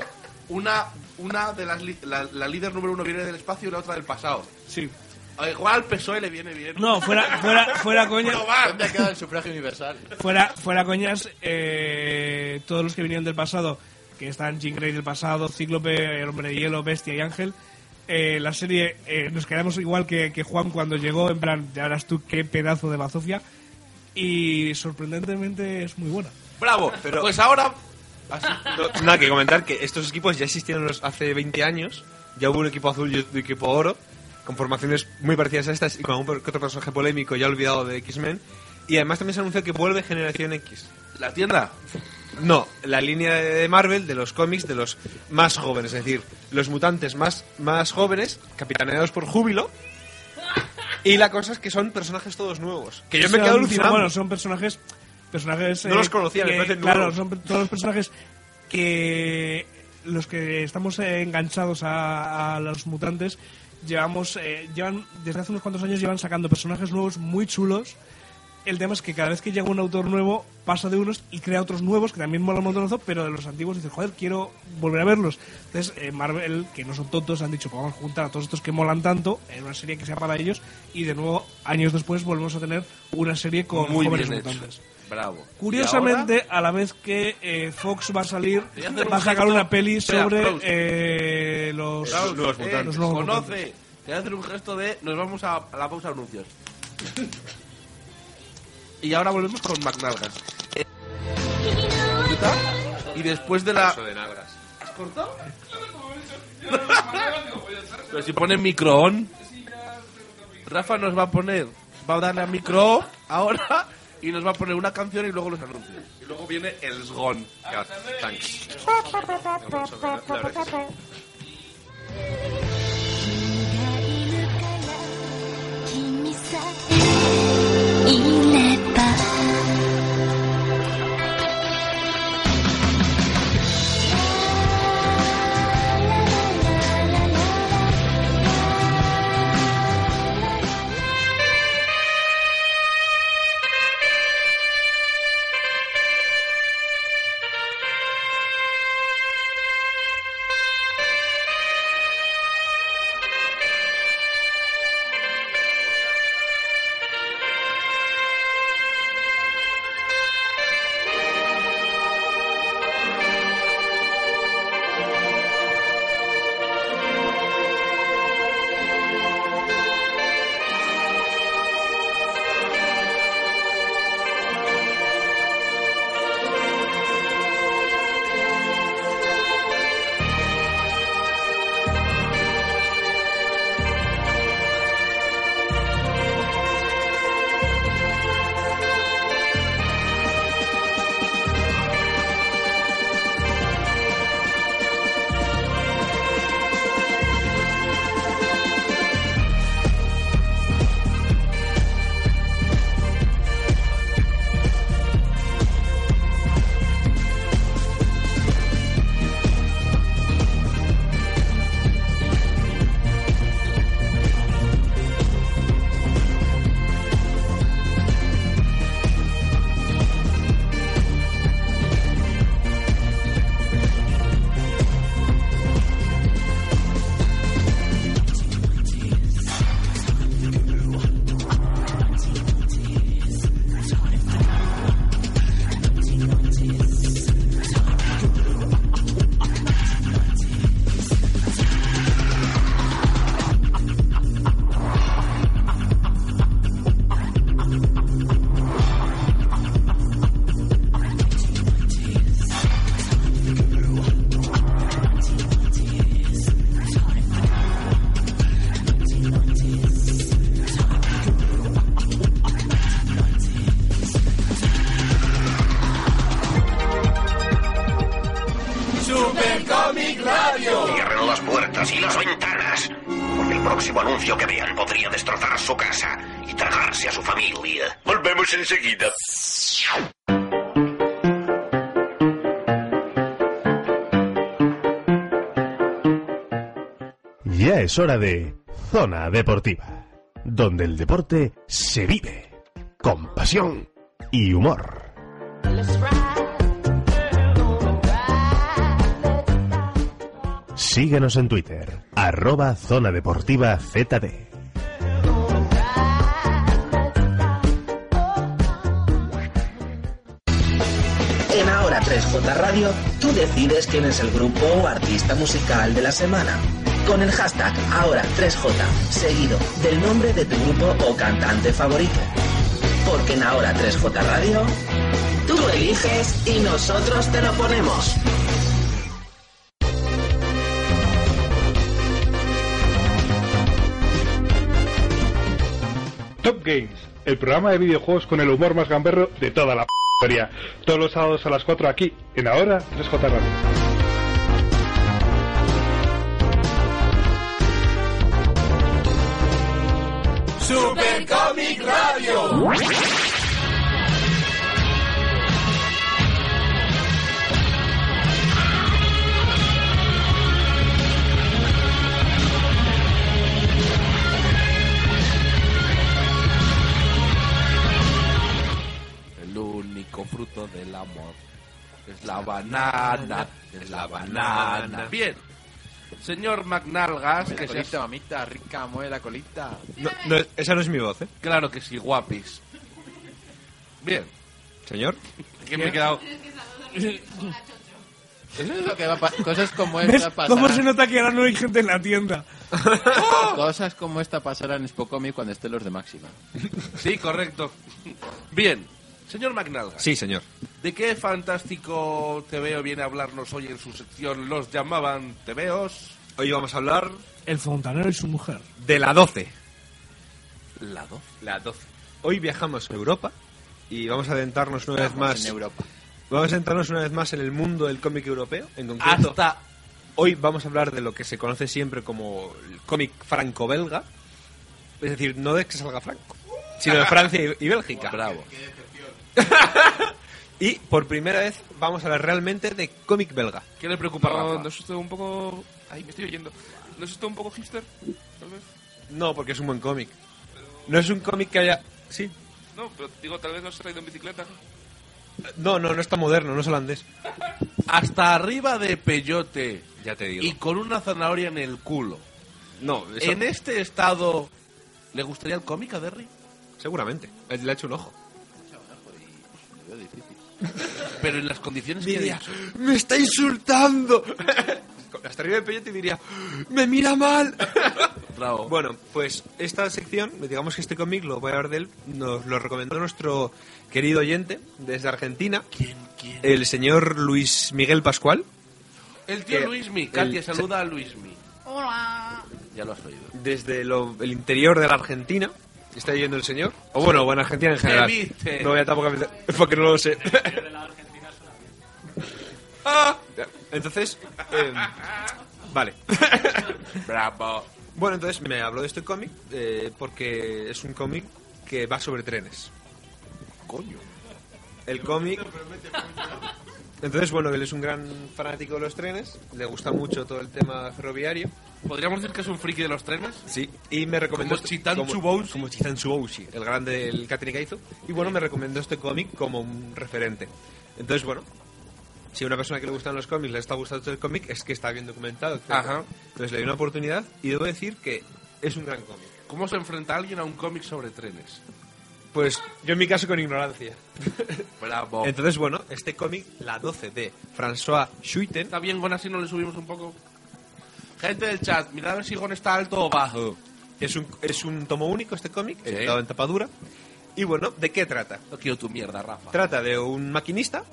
[SPEAKER 2] Una, una de las li- la, la líder número uno viene del espacio y la otra del pasado.
[SPEAKER 6] Sí.
[SPEAKER 2] O Igual al PSOE le viene bien.
[SPEAKER 6] No, fuera,
[SPEAKER 2] [laughs]
[SPEAKER 6] fuera, fuera coña.
[SPEAKER 2] Probar.
[SPEAKER 12] ¿Dónde ha quedado el sufragio universal?
[SPEAKER 6] Fuera, fuera coñas, eh, todos los que vinieron del pasado, que están Jean Grey del pasado, Cíclope, el Hombre de Hielo, Bestia y Ángel, eh, la serie eh, nos quedamos igual que, que Juan cuando llegó, en plan, ya verás tú qué pedazo de bazofia, y sorprendentemente es muy buena.
[SPEAKER 2] Bravo. Pues ahora.
[SPEAKER 5] Ah,
[SPEAKER 2] así.
[SPEAKER 5] [laughs] No, nada que comentar que estos equipos ya existieron los- hace 20 años. Ya hubo un equipo azul y un equipo oro, con formaciones muy parecidas a estas y con algún que otro personaje polémico ya olvidado de X-Men. Y además también se anunció que vuelve Generación X.
[SPEAKER 2] La tienda.
[SPEAKER 5] No, la línea de Marvel de los cómics de los más jóvenes, es decir, los mutantes más, más jóvenes, capitaneados por Júbilo. Y la cosa es que son personajes todos nuevos. Que yo me
[SPEAKER 6] Son-
[SPEAKER 5] quedo
[SPEAKER 6] son-
[SPEAKER 5] alucinando.
[SPEAKER 6] Bueno, son personajes. personajes eh,
[SPEAKER 5] No los conocía, me
[SPEAKER 6] que-
[SPEAKER 5] parecen
[SPEAKER 6] Claro,
[SPEAKER 5] nuevos.
[SPEAKER 6] son per- todos los personajes que. Los que estamos eh, enganchados a, a los mutantes, llevamos. eh, llevan Desde hace unos cuantos años llevan sacando personajes nuevos muy chulos. El tema es que cada vez que llega un autor nuevo, pasa de unos y crea otros nuevos que también mola un montonazo, pero de los antiguos dices, joder, quiero volver a verlos. Entonces, eh, Marvel, que no son tontos, han dicho, pues vamos a juntar a todos estos que molan tanto en una serie que sea para ellos, y de nuevo, años después, volvemos a tener una serie con
[SPEAKER 2] Muy
[SPEAKER 6] jóvenes
[SPEAKER 2] bien hecho.
[SPEAKER 6] mutantes.
[SPEAKER 2] Bravo.
[SPEAKER 6] Curiosamente, a la vez que eh, Fox va a salir,
[SPEAKER 2] Voy a hacer
[SPEAKER 6] va a
[SPEAKER 2] un
[SPEAKER 6] sacar
[SPEAKER 2] gesto.
[SPEAKER 6] una peli
[SPEAKER 2] Espera,
[SPEAKER 6] sobre
[SPEAKER 2] Proust.
[SPEAKER 6] eh, los,
[SPEAKER 2] Y ahora,
[SPEAKER 5] nuevos
[SPEAKER 2] eh,
[SPEAKER 5] mutantes.
[SPEAKER 6] los nuevos mutantes.
[SPEAKER 2] Conoce. Te voy a hacer un gesto de. Nos vamos a, a la pausa
[SPEAKER 12] [laughs]
[SPEAKER 2] de anuncios. Y ahora volvemos con McNalgas. Eh, ¿Está? Y después de la. ¿Has cortado? Pero si pone microon. Rafa nos va a poner. Va a darle a micro ahora. Y nos va a poner una canción y luego los anuncios. Y luego viene el sgon.
[SPEAKER 5] Thanks.
[SPEAKER 9] Il n'est pas.
[SPEAKER 15] Super Comic
[SPEAKER 16] Cierren las puertas y las ventanas, porque el próximo anuncio que vean podría destrozar su casa y tragarse a su familia. Volvemos enseguida.
[SPEAKER 8] Ya es hora de Zona Deportiva, donde el deporte se vive con pasión y humor. Síguenos en Twitter, arroba Zona Deportiva ZD.
[SPEAKER 1] En Ahora 3J Radio, tú decides quién es el grupo o artista musical de la semana. Con el hashtag Ahora 3J, seguido del nombre de tu grupo o cantante favorito. Porque en Ahora 3J Radio, tú eliges y nosotros te lo ponemos.
[SPEAKER 17] Top Games, el programa de videojuegos con el humor más gamberro de toda la p- historia. Todos los sábados a las 4 aquí, en Ahora 3J Radio.
[SPEAKER 15] Super Comic Radio.
[SPEAKER 2] El único fruto del amor es la banana, es la banana. Bien. Señor McNalgas,
[SPEAKER 18] La
[SPEAKER 2] que
[SPEAKER 18] colita,
[SPEAKER 2] se
[SPEAKER 18] mamita, rica, mueve la colita.
[SPEAKER 2] esa no es mi voz, ¿eh? Claro que sí, guapis. Bien.
[SPEAKER 5] Señor.
[SPEAKER 2] Que me he quedado...
[SPEAKER 18] Eso es lo que va a pa- Cosas como
[SPEAKER 6] ¿Ves
[SPEAKER 18] esta
[SPEAKER 6] cómo
[SPEAKER 18] pasarán.
[SPEAKER 6] se nota que ahora no hay gente en la tienda?
[SPEAKER 18] Cosas como esta pasarán en Spocomic cuando estén los de máxima.
[SPEAKER 2] Sí, correcto. Bien. Señor McNalgas.
[SPEAKER 5] Sí, señor.
[SPEAKER 2] ¿De qué fantástico te veo viene a hablarnos hoy en su sección Los llamaban tebeos?
[SPEAKER 5] Hoy vamos a hablar
[SPEAKER 6] El fontanero y su mujer.
[SPEAKER 5] de la 12.
[SPEAKER 2] La 12.
[SPEAKER 5] La 12. Hoy viajamos a Europa y vamos a adentrarnos una vez
[SPEAKER 2] Viajamos
[SPEAKER 5] más
[SPEAKER 2] en Europa.
[SPEAKER 5] Vamos a adentrarnos una vez más en el mundo del cómic europeo, en concreto.
[SPEAKER 2] Hasta
[SPEAKER 5] hoy vamos a hablar de lo que se conoce siempre como el cómic franco-belga, es decir, no de que salga Franco. sino de Francia y,
[SPEAKER 2] [laughs]
[SPEAKER 5] y Bélgica. Bravo. [laughs] y por primera vez vamos a hablar realmente de cómic belga.
[SPEAKER 4] ¿Qué le preocupa no, ¿No es esto un poco...? Ay, me estoy oyendo. ¿No es esto un poco hipster? Tal vez.
[SPEAKER 5] No, porque es un buen cómic. No es un cómic que haya... Sí.
[SPEAKER 4] No, pero digo, tal vez no se ha traído en bicicleta.
[SPEAKER 5] No, no, no está moderno, no es holandés.
[SPEAKER 2] Hasta arriba de peyote
[SPEAKER 5] Ya te digo.
[SPEAKER 2] y con una zanahoria en el culo.
[SPEAKER 5] No, eso-
[SPEAKER 2] En este estado, ¿le gustaría el cómic a Derry?
[SPEAKER 5] Seguramente. Él Le ha hecho un ojo.
[SPEAKER 2] Pero en las condiciones que
[SPEAKER 5] Diría,
[SPEAKER 2] ha dicho.
[SPEAKER 5] ¡Me está insultando! [laughs] Hasta arriba del peyote diría, ¡me mira [laughs] mal!
[SPEAKER 2] Bravo.
[SPEAKER 5] Bueno, pues esta sección, digamos que este cómic, lo voy a hablar de él, nos lo recomendó nuestro querido oyente desde Argentina. El señor Luis Miguel Pascual.
[SPEAKER 2] El tío
[SPEAKER 5] que-
[SPEAKER 2] Luismi,
[SPEAKER 5] eh, el-
[SPEAKER 2] Katia,
[SPEAKER 5] se-
[SPEAKER 2] saluda a Luismi.
[SPEAKER 13] Hola.
[SPEAKER 2] Ya lo has oído.
[SPEAKER 5] Desde lo- el interior de la Argentina. Está yendo el señor. O bueno, en Argentina en
[SPEAKER 2] Te
[SPEAKER 5] general.
[SPEAKER 2] viste.
[SPEAKER 5] No voy a tampoco [laughs] porque no lo sé. Ah, Entonces, eh, vale.
[SPEAKER 2] [laughs] Bravo.
[SPEAKER 5] Bueno, entonces me habló de este cómic eh, porque es un cómic que va sobre trenes.
[SPEAKER 2] Coño.
[SPEAKER 5] El cómic. Entonces, bueno, él es un gran fanático de los trenes, le gusta mucho todo el tema ferroviario.
[SPEAKER 2] ¿Podríamos decir que es un friki de los trenes?
[SPEAKER 5] Sí, y me recomendó.
[SPEAKER 2] Como
[SPEAKER 5] este-
[SPEAKER 2] Chitan
[SPEAKER 5] como-
[SPEAKER 2] Chubousi.
[SPEAKER 5] Como Chitan Chubousi, el grande el catering que hizo. Y bueno, me recomendó este cómic como un referente. Entonces, bueno, si a una persona que le gustan los cómics le está gustando este cómic, es que está bien documentado. etcétera.
[SPEAKER 2] Ajá.
[SPEAKER 5] Entonces le di una oportunidad y debo decir que es un gran cómic.
[SPEAKER 2] ¿Cómo se enfrenta alguien a un cómic sobre trenes?
[SPEAKER 5] Pues yo en mi caso con ignorancia.
[SPEAKER 2] Bravo.
[SPEAKER 5] Entonces, bueno, este cómic, La 12 de François Schuiten.
[SPEAKER 2] Está bien, Gon, así no le subimos un poco. Gente del chat, mirad a ver si Gon está alto o bajo.
[SPEAKER 5] Es un, es un tomo único este cómic, editado en tapadura. Y bueno, ¿de qué trata?
[SPEAKER 2] No quiero tu mierda, Rafa.
[SPEAKER 5] Trata de un maquinista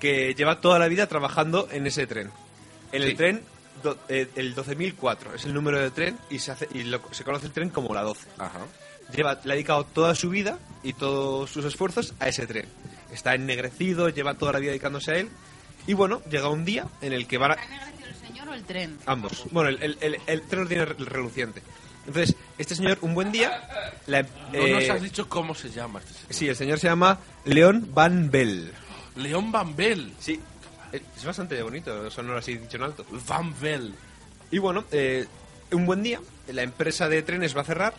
[SPEAKER 5] que lleva toda la vida trabajando en ese tren. En el
[SPEAKER 2] Sí.
[SPEAKER 5] tren, do- eh, el 12.004 es el número del tren y se, hace, y lo- se conoce el tren como la 12. Lleva, le ha dedicado toda su vida y todos sus esfuerzos a ese tren. Está ennegrecido, lleva toda la vida dedicándose a él. Y bueno, llega un día en el que van a...
[SPEAKER 13] ¿El señor o el tren?
[SPEAKER 5] Ambos. Bueno, el, el, el, el tren lo tiene re- reluciente. Entonces, este señor, un buen día... la-
[SPEAKER 2] No
[SPEAKER 5] eh,
[SPEAKER 2] nos has dicho cómo se llama este señor.
[SPEAKER 5] Sí, el señor se llama León Van Bell.
[SPEAKER 2] León Van Bell.
[SPEAKER 5] Sí. Eh, Es bastante bonito, eso no lo así dicho en alto.
[SPEAKER 2] Van Bell.
[SPEAKER 5] Y bueno, eh, un buen día, la empresa de trenes va a cerrar,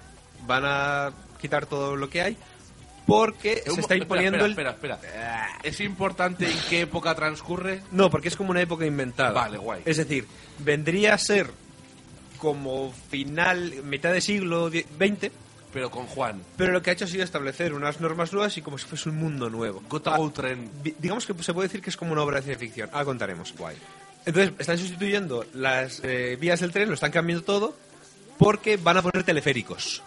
[SPEAKER 5] van a quitar todo lo que hay,
[SPEAKER 2] Un
[SPEAKER 5] porque se
[SPEAKER 2] mo-
[SPEAKER 5] está
[SPEAKER 2] espera,
[SPEAKER 5] imponiendo
[SPEAKER 2] espera, espera, espera. ¿Es importante en qué época transcurre?
[SPEAKER 5] el... No, porque es como una época inventada.
[SPEAKER 2] Vale, guay.
[SPEAKER 5] Es decir, vendría a ser como final, mitad de siglo die- XX,
[SPEAKER 2] Pero con Juan.
[SPEAKER 5] pero lo que ha hecho ha sido establecer unas normas nuevas y como si fuese un mundo nuevo.
[SPEAKER 2] Gota Go Tren.
[SPEAKER 5] Vi- digamos que se puede decir que es como una obra de ciencia ficción. Ahora contaremos. Guay. Entonces, están sustituyendo las eh, vías del tren, lo están cambiando todo, porque van a poner teleféricos.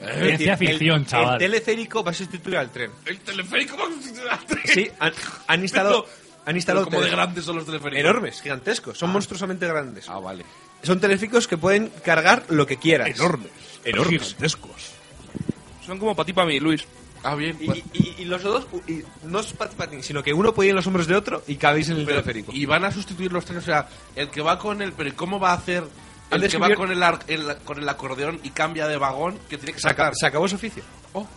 [SPEAKER 5] Es decir,
[SPEAKER 11] Eh, Ciencia ficción,
[SPEAKER 5] el,
[SPEAKER 11] chaval.
[SPEAKER 5] El teleférico va a sustituir al
[SPEAKER 2] [laughs]
[SPEAKER 5] tren.
[SPEAKER 2] El teleférico va a sustituir al tren.
[SPEAKER 5] Sí, han, han instalado. han instalado
[SPEAKER 2] Como de
[SPEAKER 5] tele-
[SPEAKER 2] grandes son los teleféricos.
[SPEAKER 5] Enormes, gigantescos. Son monstruosamente grandes.
[SPEAKER 2] Ah, vale.
[SPEAKER 5] Son teleféricos que pueden cargar lo que quieras.
[SPEAKER 2] Enormes.
[SPEAKER 5] Enormes.
[SPEAKER 6] Gigantescos.
[SPEAKER 4] Son como para ti, para mí, Luis.
[SPEAKER 2] Ah, bien.
[SPEAKER 5] Y, y- y los dos, y no es pat patín, sino que uno puede ir en los hombros de otro y cabéis en el
[SPEAKER 2] Pero-
[SPEAKER 5] teleférico.
[SPEAKER 2] y van a sustituir los trenes. O sea, el que va con el. Pero ¿cómo va a hacer
[SPEAKER 5] Han
[SPEAKER 2] el que va
[SPEAKER 5] descubierto-
[SPEAKER 2] con el, ar- el- con el acordeón y cambia de vagón? Que tiene que
[SPEAKER 5] se, aca-
[SPEAKER 2] sacar.
[SPEAKER 5] se acabó su oficio.
[SPEAKER 2] Oh.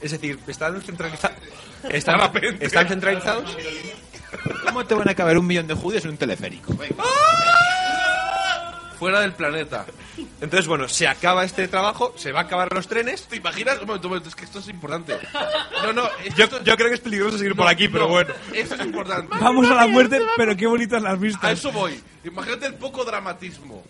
[SPEAKER 5] Es decir, están centralizados. [laughs] Están, están centralizados.
[SPEAKER 8] ¿Cómo te van a caber un millón de judíos en un teleférico?
[SPEAKER 2] Fuera del planeta.
[SPEAKER 5] Entonces, bueno, se acaba este trabajo, se va a acabar los trenes.
[SPEAKER 2] ¿Te imaginas? Un momento, un momento, es que esto es [laughs] importante. No, no, es-
[SPEAKER 5] Yo, yo creo que es peligroso seguir por aquí, pero
[SPEAKER 2] no,
[SPEAKER 5] bueno.
[SPEAKER 2] Esto es importante.
[SPEAKER 6] Vamos a la muerte, pero qué bonitas las
[SPEAKER 5] Ah,
[SPEAKER 2] A
[SPEAKER 6] vistas.
[SPEAKER 2] eso voy. Imagínate el poco dramatismo.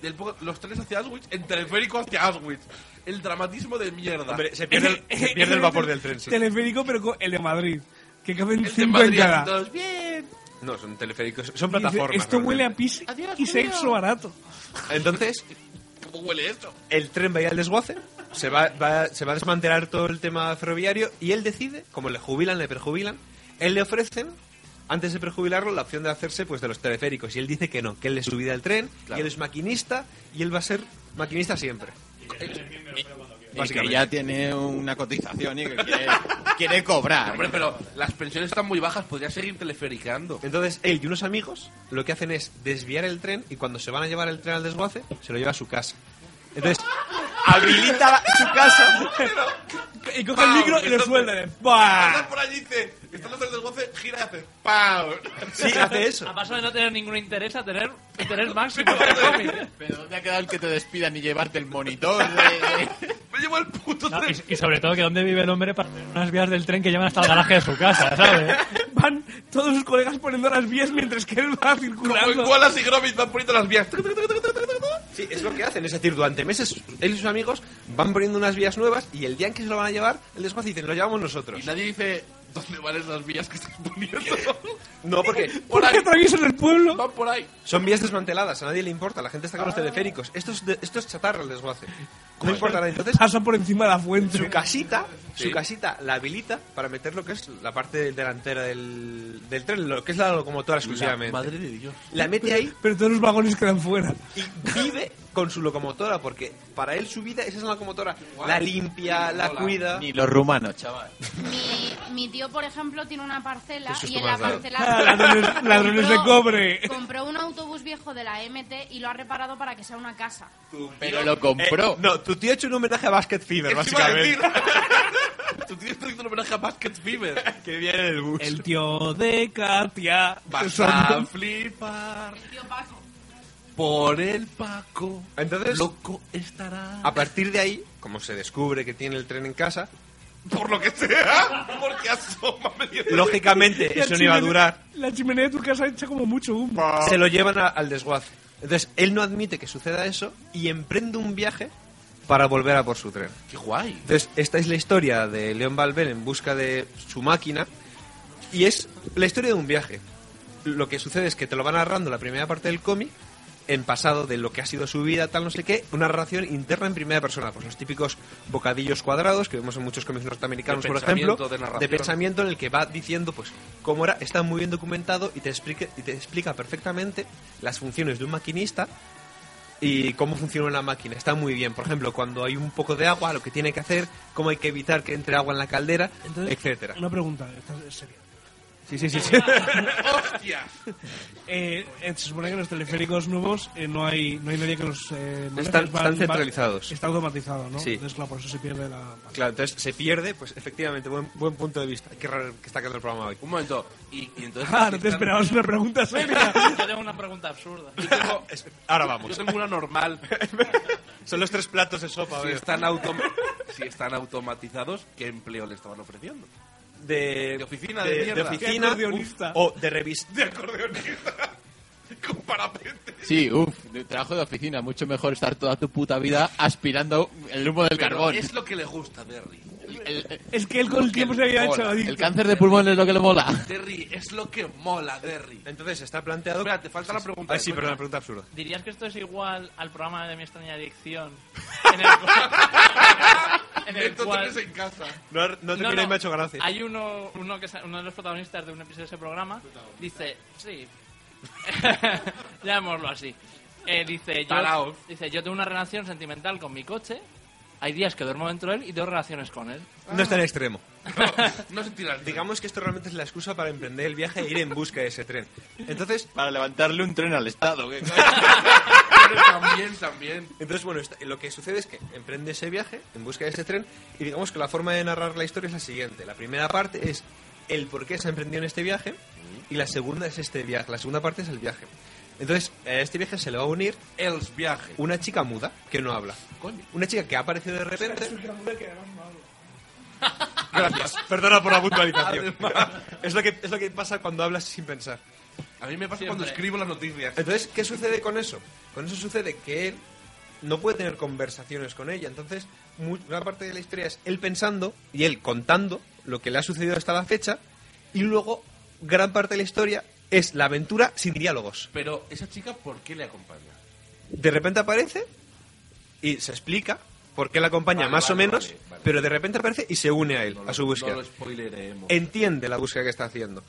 [SPEAKER 2] Del poco- los trenes hacia Auschwitz, el teleférico hacia Auschwitz. El dramatismo de mierda.
[SPEAKER 5] Hombre, se pierde el, se pierde [laughs] el vapor del tren, sí.
[SPEAKER 6] Teleférico, pero con el de Madrid. Que caben
[SPEAKER 2] El de
[SPEAKER 6] cinco en
[SPEAKER 2] Madrid,
[SPEAKER 6] cada.
[SPEAKER 2] entonces, bien.
[SPEAKER 5] No, son teleféricos, son
[SPEAKER 6] Y dice,
[SPEAKER 5] plataformas.
[SPEAKER 6] Esto huele a
[SPEAKER 5] realmente.
[SPEAKER 6] pis y sexo barato.
[SPEAKER 5] Entonces,
[SPEAKER 2] ¿Cómo huele esto?
[SPEAKER 5] el tren va a ir al desguace, se va, va- se va a desmantelar todo el tema ferroviario y él decide, como le jubilan, le perjubilan, él le ofrecen, antes de perjubilarlo, la opción de hacerse pues de los teleféricos. Y él dice que no, que él le subida al tren,
[SPEAKER 2] Claro.
[SPEAKER 5] y él es maquinista y él va a ser maquinista siempre.
[SPEAKER 8] Y que ya tiene una cotización y que quiere, quiere
[SPEAKER 2] No,
[SPEAKER 8] cobrar.
[SPEAKER 2] hombre, pero las pensiones están muy bajas, podría seguir telefericando.
[SPEAKER 5] Entonces él y unos amigos lo que hacen es desviar el tren y cuando se van a llevar el tren al desguace, se lo lleva a su casa. Entonces, habilita la- su casa
[SPEAKER 6] y coge el micro y lo suelta. de ¡buah!
[SPEAKER 2] Pasa por allí y dice, están los tres del goce, gira y hace ¡Pau!
[SPEAKER 3] A paso de no tener ningún interés a tener
[SPEAKER 2] [laughs]
[SPEAKER 3] interés máximo.
[SPEAKER 8] Pero ¿dónde ha quedado el que te despidan y llevarte el monitor?
[SPEAKER 2] [laughs]
[SPEAKER 11] No, y, y sobre todo que dónde vive el hombre para hacer unas vías del tren que llevan hasta el garaje de su casa, ¿sabes?
[SPEAKER 6] Van todos sus colegas poniendo las vías mientras que él va circulando.
[SPEAKER 2] Como Wallace y Gromit van poniendo las vías.
[SPEAKER 5] Sí, es lo que hacen. Es decir, durante meses él y sus amigos van poniendo unas vías nuevas y el día en que se lo van a llevar, el desguace dicen, lo llevamos nosotros. Y nadie dice, ¿dónde van esas vías que estás poniendo? no, porque
[SPEAKER 6] [laughs] ¿Por qué atraviesan el pueblo?
[SPEAKER 2] Van por ahí.
[SPEAKER 5] son vías desmanteladas, a nadie le importa, la gente está con
[SPEAKER 6] Ah.
[SPEAKER 5] los teleféricos. Esto es, de- esto es chatarra el desguace. ¿Cómo importa a nadie? Entonces,
[SPEAKER 6] Pasan por encima de la fuente.
[SPEAKER 5] su casita,
[SPEAKER 6] Ah, Sí.
[SPEAKER 5] su casita la habilita para meter lo que es la parte delantera del, del tren, lo que es la locomotora exclusivamente.
[SPEAKER 2] madre de Dios.
[SPEAKER 5] La mete ahí
[SPEAKER 6] Pero todos los vagones quedan fuera.
[SPEAKER 5] vive con su locomotora, porque para él su vida es esa locomotora. La limpia, la cuida.
[SPEAKER 8] Ni los rumanos, chaval.
[SPEAKER 13] Mi tío, por ejemplo, tiene una parcela
[SPEAKER 8] Qué
[SPEAKER 13] y
[SPEAKER 8] susto
[SPEAKER 13] en
[SPEAKER 8] me
[SPEAKER 13] la
[SPEAKER 8] has dado.
[SPEAKER 13] parcela...
[SPEAKER 8] Ah, ladrones- ladrones de cobre.
[SPEAKER 13] Compró un autobús viejo de la MT y lo ha reparado para que sea una casa.
[SPEAKER 8] Pero lo
[SPEAKER 6] eh,
[SPEAKER 8] compró.
[SPEAKER 5] Eh, no, tu tío ha hecho un homenaje a Basket Fever,
[SPEAKER 2] Eso iba a
[SPEAKER 5] básicamente.
[SPEAKER 2] Tú tienes que hacer un homenaje a Basket Fever.
[SPEAKER 5] que viene el bus.
[SPEAKER 6] El tío de Katia.
[SPEAKER 2] Vas a
[SPEAKER 6] Son-
[SPEAKER 2] flipar. Por el Paco.
[SPEAKER 5] Entonces, Ah,
[SPEAKER 2] loco estará.
[SPEAKER 5] A partir de ahí, como se descubre que tiene el tren en
[SPEAKER 8] [laughs]
[SPEAKER 5] casa,
[SPEAKER 2] Ah, Por lo que sea. Porque asoma medio.
[SPEAKER 5] lógicamente
[SPEAKER 6] La
[SPEAKER 5] eso no iba a
[SPEAKER 6] chimene-
[SPEAKER 5] durar.
[SPEAKER 6] La chimenea de tu casa echa como mucho humo.
[SPEAKER 5] Se lo llevan a- al desguace. Entonces, él no admite que suceda eso y emprende un viaje para volver a por su tren.
[SPEAKER 2] ¡Qué guay!
[SPEAKER 5] Entonces, esta es la historia de León Valver en busca de su máquina. Y es la historia de un viaje. Lo que sucede es que te lo va narrando la primera parte del cómic, en pasado de lo que ha sido su vida, tal, no sé qué, una narración interna en primera persona. Pues los típicos bocadillos cuadrados que vemos en muchos cómics norteamericanos,
[SPEAKER 2] De
[SPEAKER 5] por
[SPEAKER 2] pensamiento,
[SPEAKER 5] ejemplo,
[SPEAKER 2] de narración.
[SPEAKER 5] pensamiento en el que va diciendo, pues, cómo era, está muy bien documentado y te, explique- y te explica perfectamente las funciones de un maquinista y cómo funciona una máquina. Está muy bien. Por ejemplo, cuando hay un poco de agua, lo que tiene que hacer, cómo hay que evitar que entre agua en la caldera,
[SPEAKER 6] Entonces,
[SPEAKER 5] etcétera.
[SPEAKER 6] Una pregunta, esta es seria.
[SPEAKER 5] Sí, sí,
[SPEAKER 2] [laughs]
[SPEAKER 5] sí. [laughs]
[SPEAKER 2] ¡Hostia!
[SPEAKER 6] Eh, eh, se supone que los teleféricos nuevos eh, no hay no hay nadie que los eh, maneje,
[SPEAKER 5] Están-
[SPEAKER 6] va-
[SPEAKER 5] están
[SPEAKER 6] va-
[SPEAKER 5] centralizados.
[SPEAKER 6] está automatizado, ¿no?
[SPEAKER 5] Sí.
[SPEAKER 6] Entonces, claro, por eso se pierde la...
[SPEAKER 5] Claro, entonces se pierde, pues efectivamente, buen, buen punto de vista. Qué raro que está quedando el programa hoy.
[SPEAKER 2] Un momento. Y, y entonces.
[SPEAKER 6] Ah, no te esperabas una pregunta seria.
[SPEAKER 3] Yo tengo una pregunta absurda.
[SPEAKER 5] Ahora vamos.
[SPEAKER 2] Yo tengo una
[SPEAKER 5] [laughs]
[SPEAKER 2] normal.
[SPEAKER 5] [laughs] Son los tres platos de sopa,
[SPEAKER 2] Si
[SPEAKER 5] veo.
[SPEAKER 2] están, autom- si están automatizados, ¿qué empleo le estaban ofreciendo?
[SPEAKER 5] De,
[SPEAKER 2] De oficina, de mierda.
[SPEAKER 5] oficina,
[SPEAKER 2] De acordeonista.
[SPEAKER 5] o de revista.
[SPEAKER 2] De acordeonista. [laughs] Con parapente.
[SPEAKER 8] Sí, uff, de trabajo de oficina. Mucho mejor estar toda tu puta vida aspirando el humo del
[SPEAKER 2] Pero
[SPEAKER 8] carbón.
[SPEAKER 2] Es lo que le gusta a Terry.
[SPEAKER 6] Es que él con el tiempo se había hecho adicto.
[SPEAKER 8] El cáncer de pulmón es lo que le mola.
[SPEAKER 2] Terry, es lo que mola, Terry.
[SPEAKER 5] Entonces está planteado.
[SPEAKER 2] Espera, te falta la pregunta.
[SPEAKER 5] Ah, sí,
[SPEAKER 2] coño.
[SPEAKER 5] perdón, la pregunta absurda.
[SPEAKER 3] ¿Dirías que esto es igual al programa de mi extraña adicción? En el cual... en el
[SPEAKER 2] Esto
[SPEAKER 3] cual-
[SPEAKER 2] tienes en casa.
[SPEAKER 5] No, no te mires, me ha hecho gracia.
[SPEAKER 3] Hay uno, uno, que, sa- uno de los protagonistas de un episodio de ese programa. Dice, sí. [laughs] Llamémoslo así. Eh, dice, yo,
[SPEAKER 2] Talaos.
[SPEAKER 3] dice, yo tengo una relación sentimental con mi coche. Hay días que duermo dentro de él y tengo relaciones con él.
[SPEAKER 5] No está en extremo.
[SPEAKER 2] No se
[SPEAKER 5] [laughs]
[SPEAKER 2] tiras.
[SPEAKER 5] Digamos que esto realmente es la excusa para emprender el viaje e ir en busca de ese tren. Entonces,
[SPEAKER 8] Para levantarle un tren al Estado. ¿qué?
[SPEAKER 2] también, también.
[SPEAKER 5] Entonces, bueno, esta- lo que sucede es que emprende ese viaje en busca de ese tren y digamos que la forma de narrar la historia es la siguiente. La primera parte es el por qué se ha emprendido en este viaje y la segunda es este viaje. La segunda parte es el viaje. Entonces, a este viaje se le va a unir
[SPEAKER 2] El viaje.
[SPEAKER 5] una chica muda que no habla.
[SPEAKER 2] Coño.
[SPEAKER 5] Una chica que ha aparecido de repente. Gracias. Perdona por la puntualización. es, lo que, es lo que pasa cuando hablas sin pensar.
[SPEAKER 2] A mí me pasa
[SPEAKER 5] Siempre.
[SPEAKER 2] cuando escribo las noticias.
[SPEAKER 5] Entonces, ¿qué sucede con eso? Con eso sucede que él no puede tener conversaciones con ella. Entonces, mu- una parte de la historia es él pensando y él contando lo que le ha sucedido hasta la fecha. Y luego, gran parte de la historia es la aventura sin diálogos.
[SPEAKER 2] Pero esa chica, ¿por qué le acompaña?
[SPEAKER 5] De repente aparece y se explica por qué la acompaña,
[SPEAKER 2] Vale,
[SPEAKER 5] más
[SPEAKER 2] vale,
[SPEAKER 5] o menos,
[SPEAKER 2] vale, vale.
[SPEAKER 5] pero de repente aparece y se une a él, a su búsqueda Eh,
[SPEAKER 2] No lo spoileremos.
[SPEAKER 5] entiende la búsqueda que está haciendo.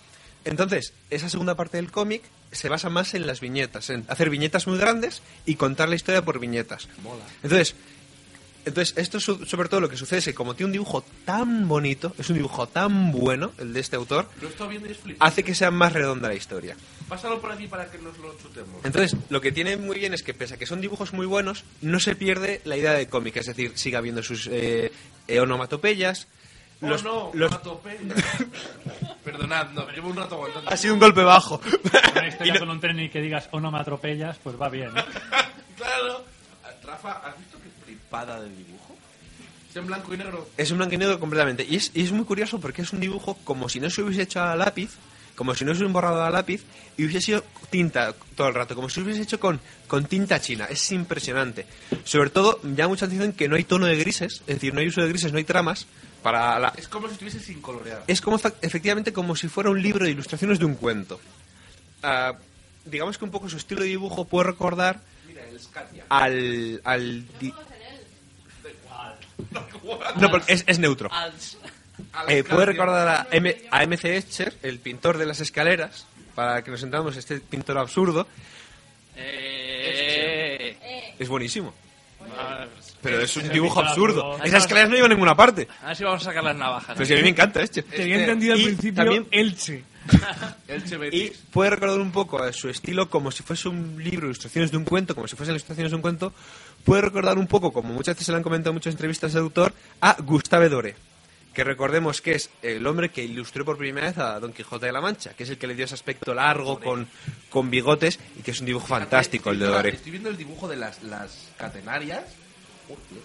[SPEAKER 5] Entonces, esa segunda parte del cómic se basa más en las viñetas, en hacer viñetas muy grandes y contar la historia por viñetas.
[SPEAKER 2] Mola.
[SPEAKER 5] Entonces, Entonces, esto es su- sobre todo lo que sucede es que como tiene un dibujo tan bonito, es un dibujo tan bueno, el de este autor,
[SPEAKER 2] Lo está viendo y es flipante.
[SPEAKER 5] hace que sea más redonda la historia.
[SPEAKER 2] Pásalo por aquí para que nos lo chutemos.
[SPEAKER 5] Entonces, lo que tiene muy bien es que, pese a que son dibujos muy buenos, no se pierde la idea de cómic, es decir, sigue habiendo sus eh, eh, onomatopeyas.
[SPEAKER 2] Oh,
[SPEAKER 5] los-
[SPEAKER 2] no,
[SPEAKER 5] los- [laughs]
[SPEAKER 2] onomatopeya. Perdonad, no, llevo un rato aguantando.
[SPEAKER 5] Ha sido un golpe bajo.
[SPEAKER 11] Una
[SPEAKER 5] [laughs]
[SPEAKER 11] historia con un tren y que digas o no me atropellas, pues va bien. ¿no?
[SPEAKER 2] Claro. Rafa, ¿has visto qué flipada de dibujo? Es en blanco y negro.
[SPEAKER 5] Es un blanco y negro completamente. Y es, y es muy curioso porque es un dibujo como si no se hubiese hecho a lápiz, como si no se hubiese borrado a lápiz y hubiese sido tinta todo el rato, como si hubiese hecho con, con tinta china. Es impresionante. Sobre todo, ya muchas dicen que no hay tono de grises, es decir, no hay uso de grises, no hay tramas. Para la...
[SPEAKER 2] Es como si estuviese sin colorear.
[SPEAKER 5] Es como fa- efectivamente como si fuera un libro de ilustraciones de un cuento. Ah, digamos que un poco su estilo de dibujo puede recordar
[SPEAKER 2] Mira, el Scatia.
[SPEAKER 5] al... al di- No, porque es- es neutro. Eh, puede recordar a, M a M.C. Escher, el pintor de las escaleras, para que nos entendamos, este pintor absurdo,
[SPEAKER 2] Eh.
[SPEAKER 3] Eh.
[SPEAKER 5] es buenísimo. Pero es un dibujo absurdo. Esas escaleras no iban a ninguna parte.
[SPEAKER 3] A ver si vamos a sacar las navajas.
[SPEAKER 5] Pues que a mí me encanta Escher.
[SPEAKER 6] Te había entendido al
[SPEAKER 5] este, Y
[SPEAKER 6] principio
[SPEAKER 5] también-
[SPEAKER 6] Elche.
[SPEAKER 5] Y puede recordar un poco a su estilo como si fuese un libro, ilustraciones de un cuento, como si fuesen ilustraciones de un cuento. Puede recordar un poco, como muchas veces se le han comentado en muchas entrevistas al autor, a Gustave Dore. Que recordemos que es el hombre que ilustró por primera vez a Don Quijote de la Mancha, que es el que le dio ese aspecto largo, con, con bigotes, y que es un dibujo fantástico el de Dore.
[SPEAKER 2] Estoy viendo el dibujo de las, las catenarias. Hostia.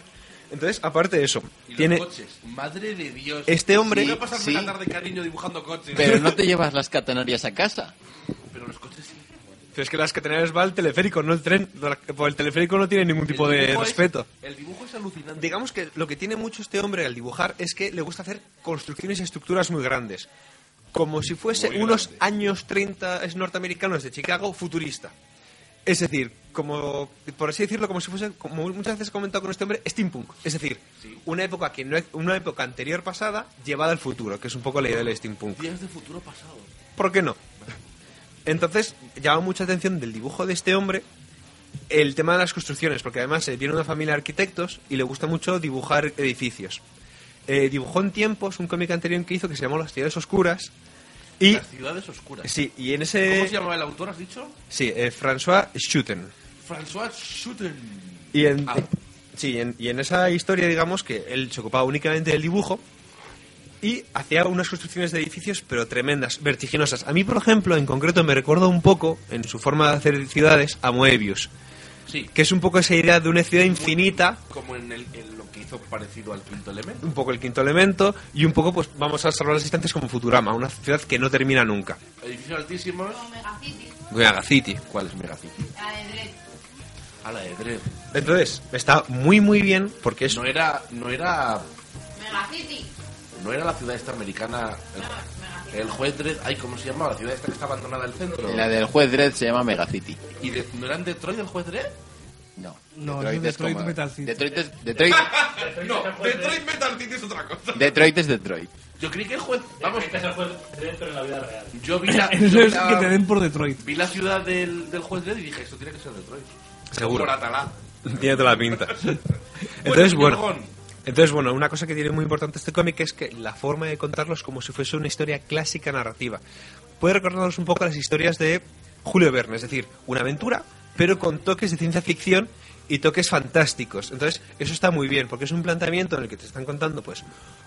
[SPEAKER 5] Entonces, aparte de eso,
[SPEAKER 2] Y los
[SPEAKER 5] tiene.
[SPEAKER 2] coches. Madre de Dios.
[SPEAKER 5] Este hombre-
[SPEAKER 2] Voy a pasarme
[SPEAKER 5] Sí.
[SPEAKER 2] la tarde cariño dibujando coches.
[SPEAKER 8] Pero no te llevas las catenarias a casa.
[SPEAKER 2] Pero los coches sí.
[SPEAKER 5] Pero es que las catenarias va al teleférico, no el tren. Por el teleférico no tiene ningún tipo
[SPEAKER 2] El
[SPEAKER 5] de
[SPEAKER 2] dibujo es-
[SPEAKER 5] respeto.
[SPEAKER 2] el dibujo es alucinante.
[SPEAKER 5] Digamos que lo que tiene mucho este hombre al dibujar es que le gusta hacer construcciones y estructuras muy grandes. Como si fuese
[SPEAKER 2] Muy
[SPEAKER 5] unos años 30 es norteamericanos de Chicago futurista. Es decir, como por así decirlo, como si fuese, como muchas veces he comentado con este hombre, steampunk. Es decir, una época que no es- una época anterior pasada llevada al futuro, que es un poco la idea del steampunk.
[SPEAKER 2] Días de futuro pasado.
[SPEAKER 5] ¿Por qué no? Entonces, llama mucha atención del dibujo de este hombre el tema de las construcciones, porque además eh, viene de una familia de arquitectos y le gusta mucho dibujar edificios. Eh, dibujó en tiempos un cómic anterior que hizo que se llamó Las Ciudades Oscuras. Y, este
[SPEAKER 2] Las ciudades oscuras.
[SPEAKER 5] sí, y en
[SPEAKER 2] ¿Cómo se
[SPEAKER 5] ese.
[SPEAKER 2] llamaba el autor, has dicho?
[SPEAKER 5] Sí, eh, François Schutten.
[SPEAKER 2] François Schutten.
[SPEAKER 5] Y en, sí, en- y en esa historia, digamos, que él se ocupaba únicamente del dibujo y hacía unas construcciones de edificios, pero tremendas, vertiginosas. A mí, por ejemplo, en concreto, me recuerda un poco, en su forma de hacer ciudades, a Moebius.
[SPEAKER 2] Sí.
[SPEAKER 5] Que es un poco esa idea de una ciudad infinita,
[SPEAKER 2] Como en, el, en lo que hizo parecido al quinto elemento.
[SPEAKER 5] un poco el quinto elemento, y un poco, pues, vamos a salvar las distancias como Futurama, una ciudad que no termina nunca.
[SPEAKER 2] Edificios altísimos.
[SPEAKER 5] Megacity. ¿Cuál es Megacity?
[SPEAKER 13] La de Dredd.
[SPEAKER 2] A Ah, la de Dredd.
[SPEAKER 5] Entonces, está muy, muy bien, porque es...
[SPEAKER 2] No era, no era,
[SPEAKER 13] Megacity.
[SPEAKER 2] no era la ciudad esta americana. El, el juez Dredd, ay, ¿cómo se llamaba? La ciudad esta que está abandonada al centro.
[SPEAKER 8] La del juez Dredd se llama Megacity.
[SPEAKER 2] ¿Y de- no eran Detroit el juez Dredd?
[SPEAKER 8] No.
[SPEAKER 6] No, es
[SPEAKER 8] Detroit es
[SPEAKER 6] Detroit
[SPEAKER 8] como-
[SPEAKER 6] Metal City.
[SPEAKER 8] Detroit es Detroit,
[SPEAKER 2] no, Detroit Metal City es otra cosa.
[SPEAKER 8] Detroit es Detroit.
[SPEAKER 2] Yo creí que el juez. Vamos.
[SPEAKER 11] Este el juez dentro de la vida real.
[SPEAKER 2] Yo vi la,
[SPEAKER 6] Eso
[SPEAKER 2] yo vi
[SPEAKER 6] es
[SPEAKER 2] la-
[SPEAKER 6] que te den por Detroit.
[SPEAKER 2] vi la ciudad del, del juez Dredd y dije, esto tiene que ser Detroit.
[SPEAKER 5] Seguro.
[SPEAKER 2] Por Atalá.
[SPEAKER 5] [laughs] Tiene toda la pinta. Entonces,
[SPEAKER 2] Bueno,
[SPEAKER 5] bueno.
[SPEAKER 2] Jorgón.
[SPEAKER 5] Entonces, bueno, una cosa que tiene muy importante este cómic es que la forma de contarlo es como si fuese una historia clásica narrativa. Puede recordarnos un poco las historias de Julio Verne, es decir, una aventura, pero con toques de ciencia ficción y toques fantásticos. Entonces, eso está muy bien, porque es un planteamiento en el que te están contando, pues,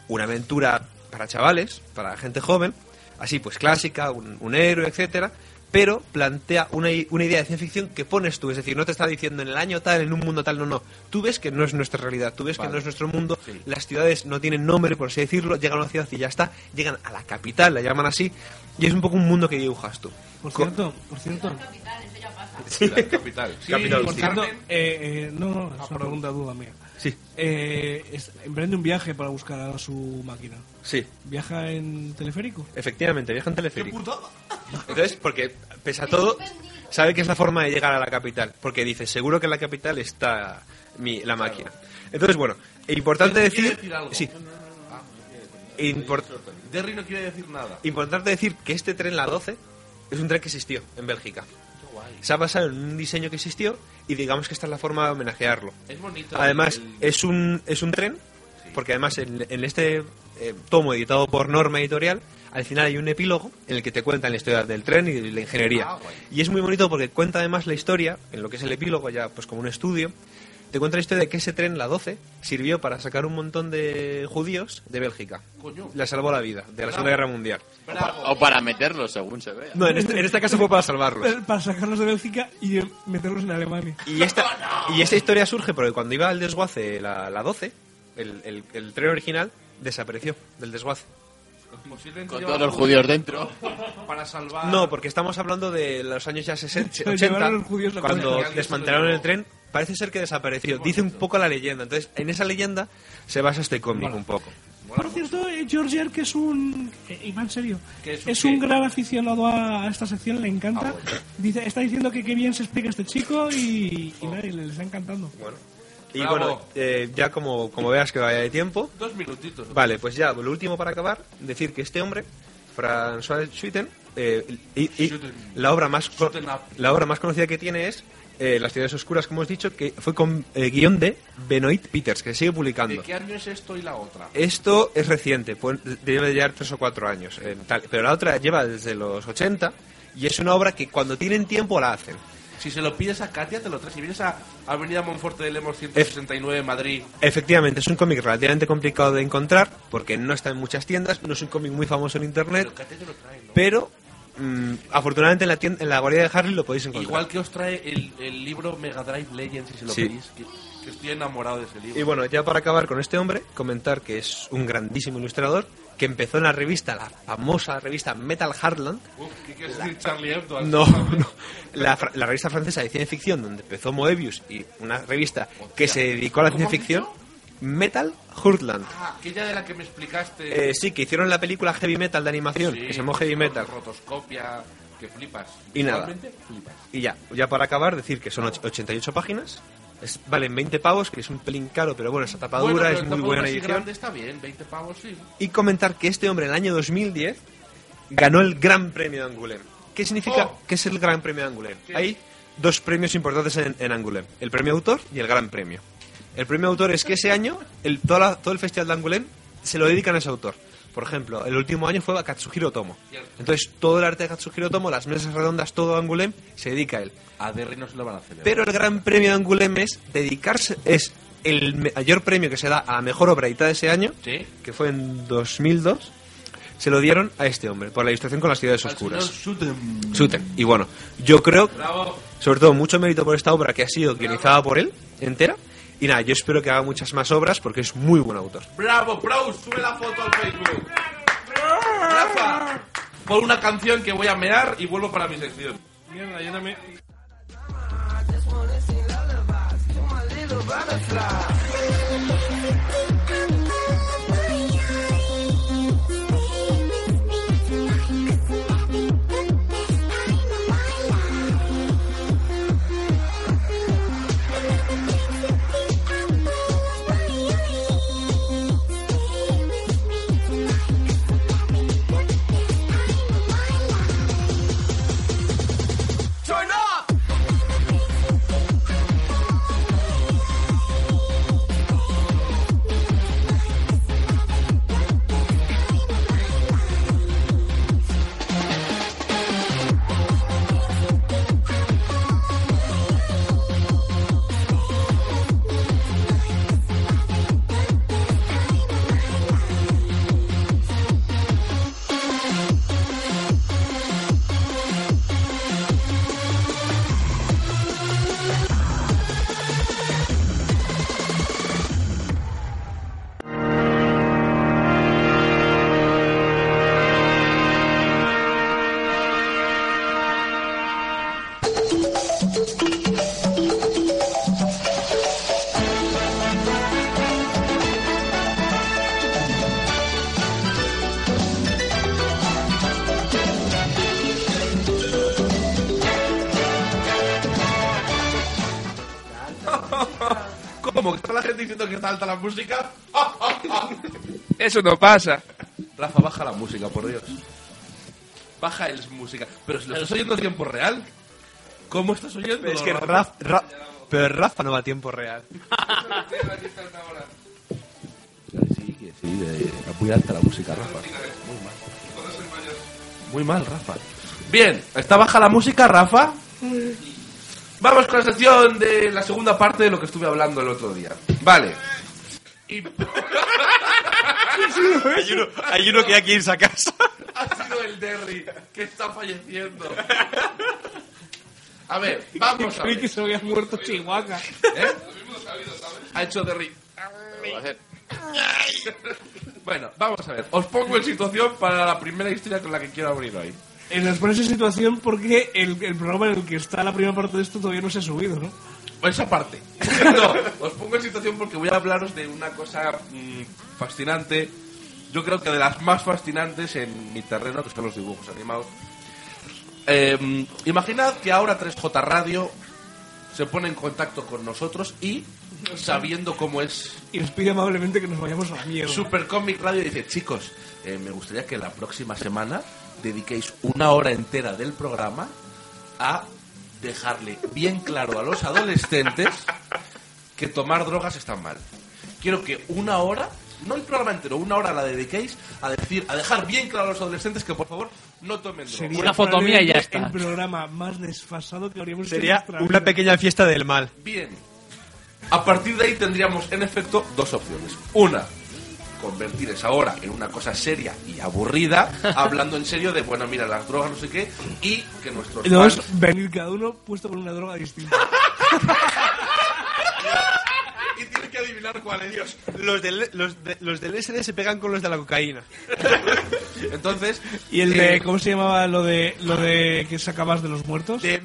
[SPEAKER 5] una aventura para chavales, para gente joven, así pues clásica, un, un héroe, etcétera, pero plantea una, i- una idea de ciencia ficción que pones tú, es decir, no te está diciendo en el año tal, en un mundo tal, no, no. Tú ves que no es nuestra realidad, tú ves que no es nuestro mundo, las ciudades no tienen nombre, por así decirlo, llegan a una ciudad y ya está, llegan a la capital, la llaman así, y es un poco un mundo que dibujas tú.
[SPEAKER 6] Por
[SPEAKER 5] Co-
[SPEAKER 6] cierto, por cierto.
[SPEAKER 5] Sí.
[SPEAKER 2] Capital.
[SPEAKER 6] Sí,
[SPEAKER 5] Capital,
[SPEAKER 6] por
[SPEAKER 5] sí.
[SPEAKER 6] cierto, eh, eh, no, no, es una pregunta duda mía.
[SPEAKER 5] Sí.
[SPEAKER 6] Eh, es- emprende un viaje para buscar a su máquina.
[SPEAKER 5] Sí.
[SPEAKER 6] ¿Viaja en teleférico? [laughs]
[SPEAKER 5] Efectivamente, viaja en teleférico. Entonces, porque pese a todo, sabe que es la forma de llegar a la capital. Porque dice, seguro que en la capital está mi, la máquina. Entonces, bueno, e importante
[SPEAKER 2] Derry quiere
[SPEAKER 5] decir...
[SPEAKER 2] decir algo.
[SPEAKER 5] Sí,
[SPEAKER 2] Ah, quiere decir nada.
[SPEAKER 5] impor-
[SPEAKER 2] Derry no quiere decir nada.
[SPEAKER 5] importante decir que este tren, la 12, es un tren que existió en Bélgica.
[SPEAKER 2] Qué guay.
[SPEAKER 5] se ha basado en un diseño que existió y digamos que esta es la forma de homenajearlo.
[SPEAKER 2] Es bonito.
[SPEAKER 5] Además,
[SPEAKER 2] El-
[SPEAKER 5] es un, es un tren, porque además en, en este eh, tomo editado por Norma Editorial, al final hay un epílogo en el que te cuentan la historia del tren y de la ingeniería.
[SPEAKER 2] Ah, guay.
[SPEAKER 5] y es muy bonito porque cuenta además la historia, en lo que es el epílogo ya pues como un estudio, te cuenta la historia de que ese tren, la 12, sirvió para sacar un montón de judíos de Bélgica.
[SPEAKER 2] Coño.
[SPEAKER 5] La salvó la vida de la Segunda Guerra Mundial.
[SPEAKER 8] O para, o para meterlos, según se vea.
[SPEAKER 5] No, en este, en este caso fue para salvarlos.
[SPEAKER 6] Para sacarlos de Bélgica y eh, meterlos en Alemania.
[SPEAKER 5] Y esta, y esta historia surge porque cuando iba al desguace la, la 12, el, el, el tren original desapareció del desguace.
[SPEAKER 2] Con
[SPEAKER 8] todos los judíos dentro.
[SPEAKER 2] [laughs] Para salvar.
[SPEAKER 5] No, porque estamos hablando de los años ya 60,
[SPEAKER 2] [laughs]
[SPEAKER 6] Pero llevaron los judíos
[SPEAKER 5] 80,
[SPEAKER 6] a
[SPEAKER 5] cuando
[SPEAKER 6] Polonia.
[SPEAKER 5] desmantelaron el tren. Parece ser que desapareció. Dice un poco la leyenda. Entonces, en esa leyenda se basa este cómic un poco.
[SPEAKER 6] Por cierto, eh, George Orwell, que es un. eh, y va en serio.
[SPEAKER 5] ¿Qué
[SPEAKER 6] Es
[SPEAKER 5] es
[SPEAKER 6] un,
[SPEAKER 5] un qué?
[SPEAKER 6] gran aficionado a, a esta sección, le
[SPEAKER 2] Ah,
[SPEAKER 6] encanta. Dice, está diciendo que qué bien se explica este chico y, y nadie le, le está encantando.
[SPEAKER 5] Y
[SPEAKER 2] Bravo.
[SPEAKER 5] bueno, eh, ya como, como veas que vaya de tiempo,
[SPEAKER 2] Dos minutitos.
[SPEAKER 5] Vale, pues ya, lo último para acabar, decir que este hombre, François Schuiten, eh, y- y la, obra más co- la obra más conocida que tiene es eh, Las ciudades oscuras, como hemos dicho, que fue con eh, guión de Benoit Peters, que se sigue
[SPEAKER 2] ¿De
[SPEAKER 5] publicando.
[SPEAKER 2] qué año es esto y la otra?
[SPEAKER 5] Esto es reciente, pues, debe de llevar tres o cuatro años, eh, tal, pero la otra lleva desde los 80 y es una obra que cuando tienen tiempo la hacen.
[SPEAKER 2] Si se lo pides a Katia, te lo traes. Si vienes a Avenida Monforte de Lemos 169, Madrid.
[SPEAKER 5] Efectivamente, es un cómic relativamente complicado de encontrar porque no está en muchas tiendas, no es un cómic muy famoso en internet,
[SPEAKER 2] Pero Katia te lo trae, ¿no?
[SPEAKER 5] pero mm, afortunadamente en la, tienda, en la guardia de Harley lo podéis encontrar.
[SPEAKER 2] Igual que os trae el, el libro Mega Drive Legends, si se lo
[SPEAKER 5] Sí.
[SPEAKER 2] pedís. Que, que estoy enamorado de ese libro.
[SPEAKER 5] Y bueno, ya para acabar con este hombre, comentar que es un grandísimo ilustrador que empezó en la revista, la famosa revista Metal Heartland,
[SPEAKER 2] Uf, ¿Qué quieres decir, Charlie Hebdo?
[SPEAKER 5] no, no. La, fra- la revista francesa de ciencia ficción, donde empezó Moebius y una revista que se dedicó a la ciencia ficción, Metal Heartland.
[SPEAKER 2] Ah, aquella de la que me explicaste.
[SPEAKER 5] Eh, sí, que hicieron la película Heavy Metal de animación,
[SPEAKER 2] Sí,
[SPEAKER 5] que se llamó Heavy
[SPEAKER 2] con
[SPEAKER 5] Metal.
[SPEAKER 2] Rotoscopia, que flipas.
[SPEAKER 5] Y nada.
[SPEAKER 2] Visualmente, flipas.
[SPEAKER 3] [laughs]
[SPEAKER 5] Y ya, ya para acabar, decir que son och- 88 páginas, es- valen 20 pavos, que es un pelín caro, pero bueno, esa tapadura
[SPEAKER 2] Bueno, pero
[SPEAKER 5] es muy
[SPEAKER 2] tampoco
[SPEAKER 5] buena
[SPEAKER 2] así
[SPEAKER 5] edición.
[SPEAKER 2] grande está bien, 20 pavos, sí.
[SPEAKER 5] Y comentar que este hombre en el año 2010 ganó el Gran Premio de Angoulême. ¿Qué significa
[SPEAKER 2] Oh.
[SPEAKER 5] que es el Gran Premio de Angoulême? Hay dos premios importantes en, en Angoulême, el premio autor y el Gran Premio. El premio autor es que ese año el, toda la- todo el festival de Angoulême se lo dedican a ese autor. Por ejemplo, el último año fue a Katsuhiro Tomo. Entonces, todo el arte de Katsuhiro Tomo, las mesas redondas, todo Angoulême, se dedica a él.
[SPEAKER 2] A Derry no se lo van a celebrar.
[SPEAKER 5] Pero el gran premio de Angoulême es dedicarse, es el me- mayor premio que se da a mejor obra editada de ese año,
[SPEAKER 2] Sí.
[SPEAKER 5] que fue en 2002. Se lo dieron a este hombre por la ilustración con las ciudades oscuras. Suten. Y bueno, yo creo,
[SPEAKER 2] Bravo.
[SPEAKER 5] sobre todo, mucho mérito por esta obra que ha sido guionizada por él entera. Y nada, yo espero que haga muchas más obras porque es muy buen autor.
[SPEAKER 2] Bravo, bro, sube la foto al Facebook. Rafa, pon una canción que voy a mear y vuelvo para mi sección.
[SPEAKER 11] Mierda, yo también.
[SPEAKER 1] Turn up!
[SPEAKER 2] ¿Cómo? ¿Que está la gente diciendo que está alta la música? [laughs]
[SPEAKER 4] Eso no pasa.
[SPEAKER 2] Rafa, baja la música, por Dios. Baja el música. Pero si lo estás oyendo en tiempo real. ¿Cómo estás oyendo?
[SPEAKER 5] Es que
[SPEAKER 2] Rafa?
[SPEAKER 5] Rafa, Ra- pero Rafa no va a tiempo real.
[SPEAKER 2] Sí, que sí, de- muy alta la música, Rafa. Muy mal. Muy mal, Rafa. Bien, ¿está baja la música, Rafa? Vamos con la sección de la segunda parte de lo que estuve hablando el otro día. Vale.
[SPEAKER 5] hay, uno, hay uno que ya quiere irse a casa.
[SPEAKER 2] [laughs] Ha sido el Derry que está falleciendo. A ver, vamos a ver.
[SPEAKER 6] [laughs] que se había muerto Chihuahua.
[SPEAKER 2] ¿Eh? Ha hecho Derry. [laughs] Bueno, vamos a ver. Os pongo en situación para la primera historia con la que quiero abrir hoy.
[SPEAKER 6] Eh, Nos pones en situación porque el, el programa en el que está la primera parte de esto todavía no se ha subido, ¿no?
[SPEAKER 2] Esa parte. [laughs] No, os pongo en situación porque voy a hablaros de una cosa mm, fascinante. Yo creo que de las más fascinantes en mi terreno, que son los dibujos animados. Eh, imaginad que ahora 3J Radio se pone en contacto con nosotros y, sabiendo cómo es
[SPEAKER 6] Y nos pide amablemente que nos vayamos a la mierda.
[SPEAKER 2] Super Comic Radio dice, chicos, eh, me gustaría que la próxima semana dediquéis una hora entera del programa a dejarle bien claro a los adolescentes que tomar drogas está mal. Quiero que una hora, no el programa entero, una hora la dediquéis a decir, a dejar bien claro a los adolescentes que por favor no tomen drogas.
[SPEAKER 6] Sería probablemente El programa más desfasado que habríamos hecho en
[SPEAKER 5] Sería
[SPEAKER 6] nuestra
[SPEAKER 5] una
[SPEAKER 6] vida.
[SPEAKER 5] pequeña fiesta del mal.
[SPEAKER 2] Bien. A partir de ahí tendríamos, en efecto, dos opciones. Una, convertir esa hora en una cosa seria y
[SPEAKER 3] [laughs]
[SPEAKER 2] aburrida, hablando en serio de, bueno, mira, las drogas, no sé qué, y que nuestros
[SPEAKER 6] Y Dos,
[SPEAKER 2] fans-
[SPEAKER 6] venir cada uno puesto con una
[SPEAKER 5] [laughs]
[SPEAKER 6] droga distinta.
[SPEAKER 2] [laughs] Y tiene que adivinar cuál es. Dios.
[SPEAKER 5] Los del, los, de- los del SD se pegan con los de
[SPEAKER 2] [laughs]
[SPEAKER 5] la cocaína.
[SPEAKER 2] Entonces.
[SPEAKER 6] Y el de,
[SPEAKER 5] eh,
[SPEAKER 6] ¿cómo se llamaba lo de lo de que sacabas de los muertos?
[SPEAKER 3] [laughs] Eh,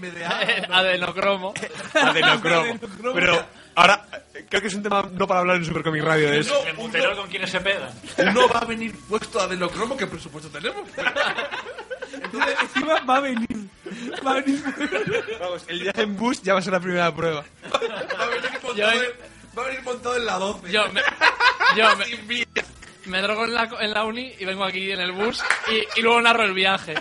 [SPEAKER 3] Adenocromo.
[SPEAKER 5] Adenocromo. Pero ahora eh, creo que es un tema no para hablar en Supercomic Radio ¿eh? de eso.
[SPEAKER 11] El putero con quienes se pegan.
[SPEAKER 2] Uno va a venir puesto a adenocromo, ¿qué presupuesto tenemos? [laughs]
[SPEAKER 6] Entonces, encima va a venir. Va a venir.
[SPEAKER 5] Vamos, el viaje en bus ya va a ser la primera prueba.
[SPEAKER 2] Va a venir montado, en, va a venir montado en la 12.
[SPEAKER 3] Yo me,
[SPEAKER 2] [laughs]
[SPEAKER 3] yo me, me drogo en la, co- en la uni y vengo aquí en el bus y, y luego narro el
[SPEAKER 6] [laughs]
[SPEAKER 3] viaje.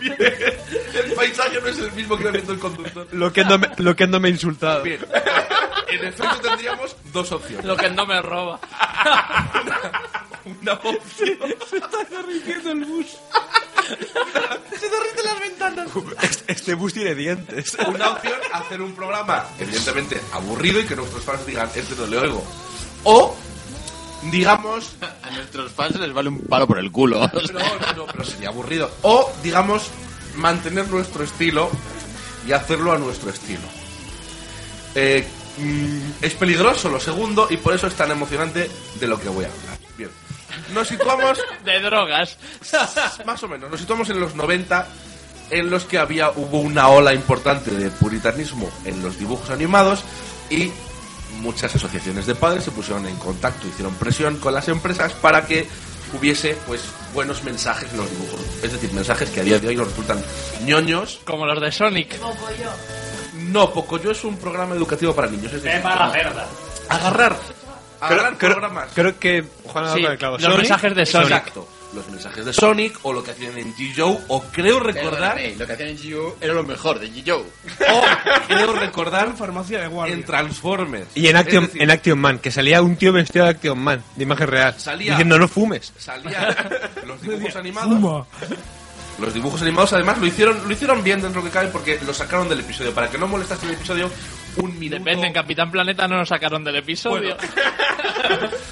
[SPEAKER 2] El paisaje no es el mismo que va viendo el conductor.
[SPEAKER 5] Lo que no me, lo que no me ha insultado.
[SPEAKER 2] Bien. En efecto tendríamos dos opciones.
[SPEAKER 3] Lo que no me roba.
[SPEAKER 2] Una opción.
[SPEAKER 6] Se está derritiendo el bus.
[SPEAKER 2] Se derriten las ventanas.
[SPEAKER 5] Este bus tiene dientes.
[SPEAKER 2] Una opción, hacer un programa, evidentemente, aburrido y que nuestros fans digan, este no le oigo. O, digamos...
[SPEAKER 8] A nuestros fans les vale un palo por el culo.
[SPEAKER 2] No, no, pero sería aburrido. O, digamos, mantener nuestro estilo y hacerlo a nuestro estilo. Eh, mm, es peligroso lo segundo y por eso es tan emocionante de lo que voy a hablar. Bien. Nos situamos...
[SPEAKER 3] De drogas.
[SPEAKER 2] Más o menos. Nos situamos en los 90, en los que había hubo una ola importante de puritanismo en los dibujos animados y muchas asociaciones de padres se pusieron en contacto, hicieron presión con las empresas para que hubiese pues buenos mensajes en los dibujos. Es decir, mensajes que a día de hoy nos resultan ñoños.
[SPEAKER 3] Como los de Sonic.
[SPEAKER 2] No, Pocoyo es un programa educativo para niños. Es decir,
[SPEAKER 11] para la mierda.
[SPEAKER 2] Agarrar. Agarrar
[SPEAKER 5] creo,
[SPEAKER 2] programas.
[SPEAKER 5] creo que Juan ha dado
[SPEAKER 2] Sí,
[SPEAKER 5] con el clavo.
[SPEAKER 2] los mensajes de Sonic.
[SPEAKER 5] Exacto.
[SPEAKER 2] Exacto. Los mensajes de Sonic o lo que hacían en G-Joe o creo recordar...
[SPEAKER 8] Perdóname, lo que hacían en G.O. era lo mejor de G.O.
[SPEAKER 2] Oh, Creo recordar
[SPEAKER 6] farmacia de guardia.
[SPEAKER 2] en Transformers.
[SPEAKER 5] Y en Action,
[SPEAKER 2] Es decir,
[SPEAKER 5] en Action Man, que salía un tío vestido de Action Man, de imagen real,
[SPEAKER 2] Salía-
[SPEAKER 5] diciendo no fumes.
[SPEAKER 2] salía los dibujos animados. Los dibujos animados además lo hicieron, lo hicieron bien dentro de lo que cabe porque lo sacaron del episodio. Para que no molestase el episodio, un minuto.
[SPEAKER 3] Depende, en Capitán Planeta no nos sacaron del episodio.
[SPEAKER 2] [laughs]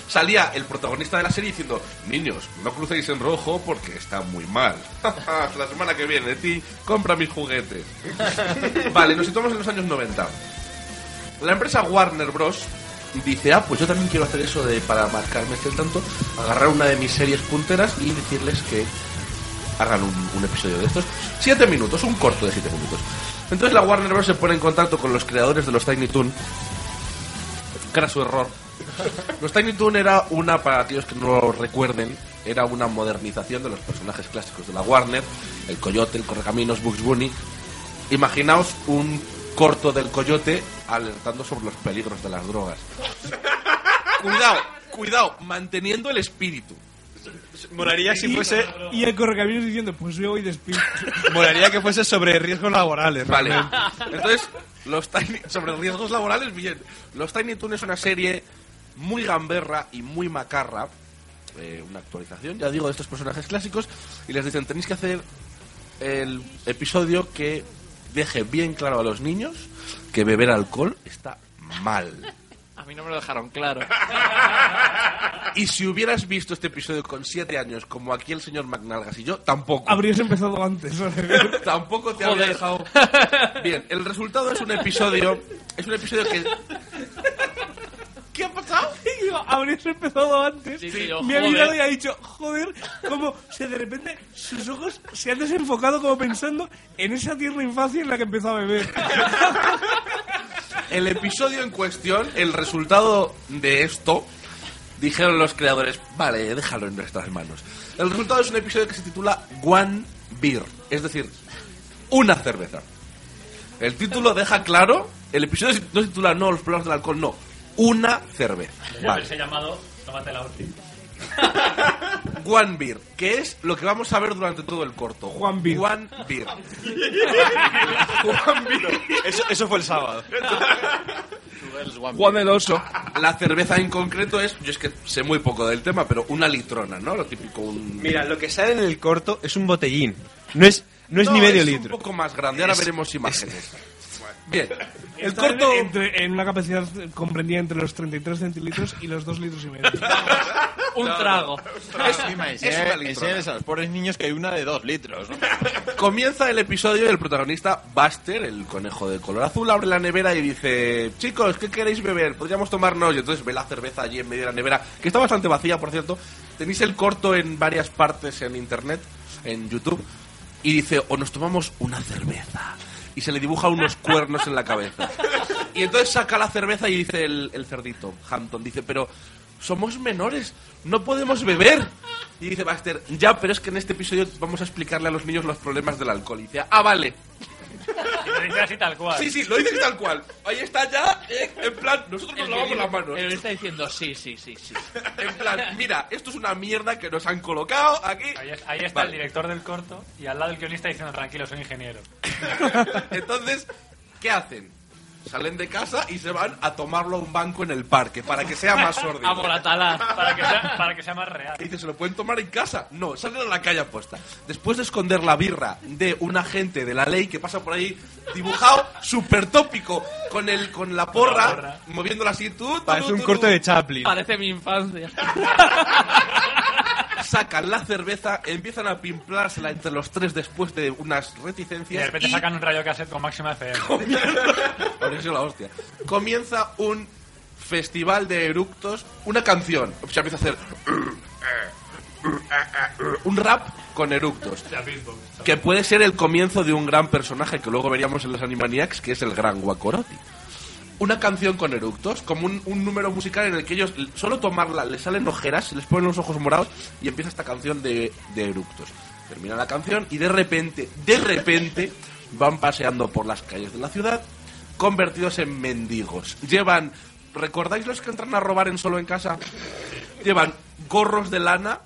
[SPEAKER 2] Salía el protagonista de la serie diciendo, niños, no crucéis en rojo porque está muy mal. [laughs] la semana que viene, ti, compra mis juguetes. [laughs] vale, nos situamos en los años 90. La empresa Warner Bros. dice, ah, pues yo también quiero hacer eso de para marcarme este tanto, agarrar una de mis series punteras y decirles que hagan un, un episodio de estos. Siete minutos, un corto de siete minutos. Entonces la Warner Bros. se pone en contacto con los creadores de los Tiny Toon. Craso error. Los Tiny Toon era una, para aquellos que no lo recuerden, era una modernización de los personajes clásicos de la Warner, el Coyote, el Correcaminos, Bugs Bunny. Imaginaos un corto del Coyote alertando sobre los peligros de las drogas. Cuidado, cuidado, manteniendo el espíritu.
[SPEAKER 5] Molaría si
[SPEAKER 6] Y-
[SPEAKER 5] fuese.
[SPEAKER 6] Y el correcaminos diciendo, pues yo voy despido.
[SPEAKER 5] Molaría que fuese sobre riesgos laborales.
[SPEAKER 2] Vale.
[SPEAKER 5] realmente.
[SPEAKER 2] Entonces, los Tiny- sobre riesgos laborales, bien. Los Tiny Toon es una serie muy gamberra y muy macarra. eh, una actualización, ya digo, de estos personajes clásicos. Y les dicen, tenéis que hacer el episodio que deje bien claro a los niños que beber alcohol está mal.
[SPEAKER 3] A mí no me lo dejaron claro. [laughs]
[SPEAKER 2] Y si hubieras visto este episodio con siete años, como aquí el señor McNalgas y yo, tampoco.
[SPEAKER 6] Habrías empezado antes. ¿vale?
[SPEAKER 2] [laughs] Tampoco te
[SPEAKER 6] Joder.
[SPEAKER 2] había dejado. Bien, el resultado es un episodio. Es un episodio que.
[SPEAKER 6] ¿Qué ha [laughs] pasado? Habrías empezado antes.
[SPEAKER 3] tío,
[SPEAKER 6] me ha
[SPEAKER 3] joder.
[SPEAKER 6] mirado y ha dicho, joder, como se de repente sus ojos se han desenfocado como pensando en esa tierna infancia en la que empezó a beber. [laughs]
[SPEAKER 2] El episodio en cuestión, el resultado de esto, dijeron los creadores, vale, déjalo en nuestras manos. El resultado es un episodio que se titula One Beer, es decir, una cerveza. El título deja claro, el episodio no se titula no los problemas del alcohol, no, una cerveza.
[SPEAKER 11] Yo
[SPEAKER 2] Vale.
[SPEAKER 11] les he llamado Tómate la última.
[SPEAKER 2] [laughs] One Beer, que es lo que vamos a ver durante todo el corto. Juan Beer. Juan
[SPEAKER 11] [laughs]
[SPEAKER 2] Beer.
[SPEAKER 5] Eso, eso fue el sábado.
[SPEAKER 2] Juan el Oso. La cerveza en concreto es, yo es que sé muy poco del tema, pero una litrona, ¿no? Lo típico, un...
[SPEAKER 5] Mira, lo que sale en el corto es un botellín. No es, no es ni medio
[SPEAKER 2] un
[SPEAKER 5] litro.
[SPEAKER 2] poco más grande, ahora
[SPEAKER 5] Es-
[SPEAKER 2] veremos imágenes. Bien, el
[SPEAKER 6] Está en-
[SPEAKER 2] corto...
[SPEAKER 6] entre- en una capacidad comprendida entre los 33 centilitros y los 2 litros y medio.
[SPEAKER 3] Un trago.
[SPEAKER 2] Es, es una litrona.
[SPEAKER 7] a los pobres niños que hay una de dos litros. ¿no?
[SPEAKER 2] Comienza el episodio y el protagonista, Buster, el conejo de color azul, abre la nevera y dice: Chicos, ¿qué queréis beber? Podríamos tomarnos. Y entonces ve la cerveza allí en medio de la nevera, que está bastante vacía, por cierto. Tenéis el corto en varias partes en internet, en YouTube. Y dice: O nos tomamos una cerveza. Y se le dibuja unos cuernos en la cabeza. Y entonces saca la cerveza y dice el, el cerdito, Hampton, dice, pero somos menores, no podemos beber. Y dice Baxter, ya, pero es que en este episodio vamos a explicarle a los niños los problemas del alcohol. Y dice, ah, vale.
[SPEAKER 11] Y lo dice así tal cual.
[SPEAKER 2] Sí, sí, lo dices tal cual. Ahí está ya, eh, en plan, nosotros nos
[SPEAKER 3] El
[SPEAKER 2] lavamos
[SPEAKER 3] que
[SPEAKER 2] las manos.
[SPEAKER 3] Pero está diciendo sí, sí, sí, sí.
[SPEAKER 2] En plan, mira, esto es una mierda que nos han colocado aquí.
[SPEAKER 11] Ahí, es- ahí está el director del corto y al lado el guionista diciendo tranquilo, soy ingeniero.
[SPEAKER 2] [laughs] Entonces, ¿qué hacen? Salen de casa y se van a tomarlo a un banco en el parque para que sea más
[SPEAKER 3] [laughs]
[SPEAKER 2] sórdido.
[SPEAKER 11] A Moratalá. Para que sea, para que sea más real.
[SPEAKER 2] Y dice, ¿se lo pueden tomar en casa? No, salen a la calle apuesta. Después de esconder la birra de un agente de la ley que pasa por ahí dibujado, súper tópico, con, el, con la porra, moviéndola así, tú, tú,
[SPEAKER 5] Parece
[SPEAKER 2] tú,
[SPEAKER 5] un
[SPEAKER 2] tú,
[SPEAKER 5] corto
[SPEAKER 2] tú.
[SPEAKER 5] de Chaplin.
[SPEAKER 3] Parece mi infancia.
[SPEAKER 2] Sacan la cerveza, empiezan a pimplársela entre los tres después de unas
[SPEAKER 11] Y de
[SPEAKER 2] reticencias
[SPEAKER 11] repente
[SPEAKER 2] y
[SPEAKER 11] sacan [laughs] un rayo cassette con máxima FM.
[SPEAKER 2] [laughs] Habría sido la hostia. Comienza un festival de eructos, una canción. O sea, empieza a hacer un rap con eructos. Que puede ser el comienzo de un gran personaje que luego veríamos en los Animaniacs, que es el gran Wakoroti. Una canción con eructos, como un, un número musical en el que ellos, l- solo tomarla, les salen ojeras, se les ponen los ojos morados y empieza esta canción de, de eructos. Termina la canción y de repente, de repente, van paseando por las calles de la ciudad convertidos en mendigos. Llevan, ¿recordáis los que entran a robar en solo en casa? Llevan gorros de lana,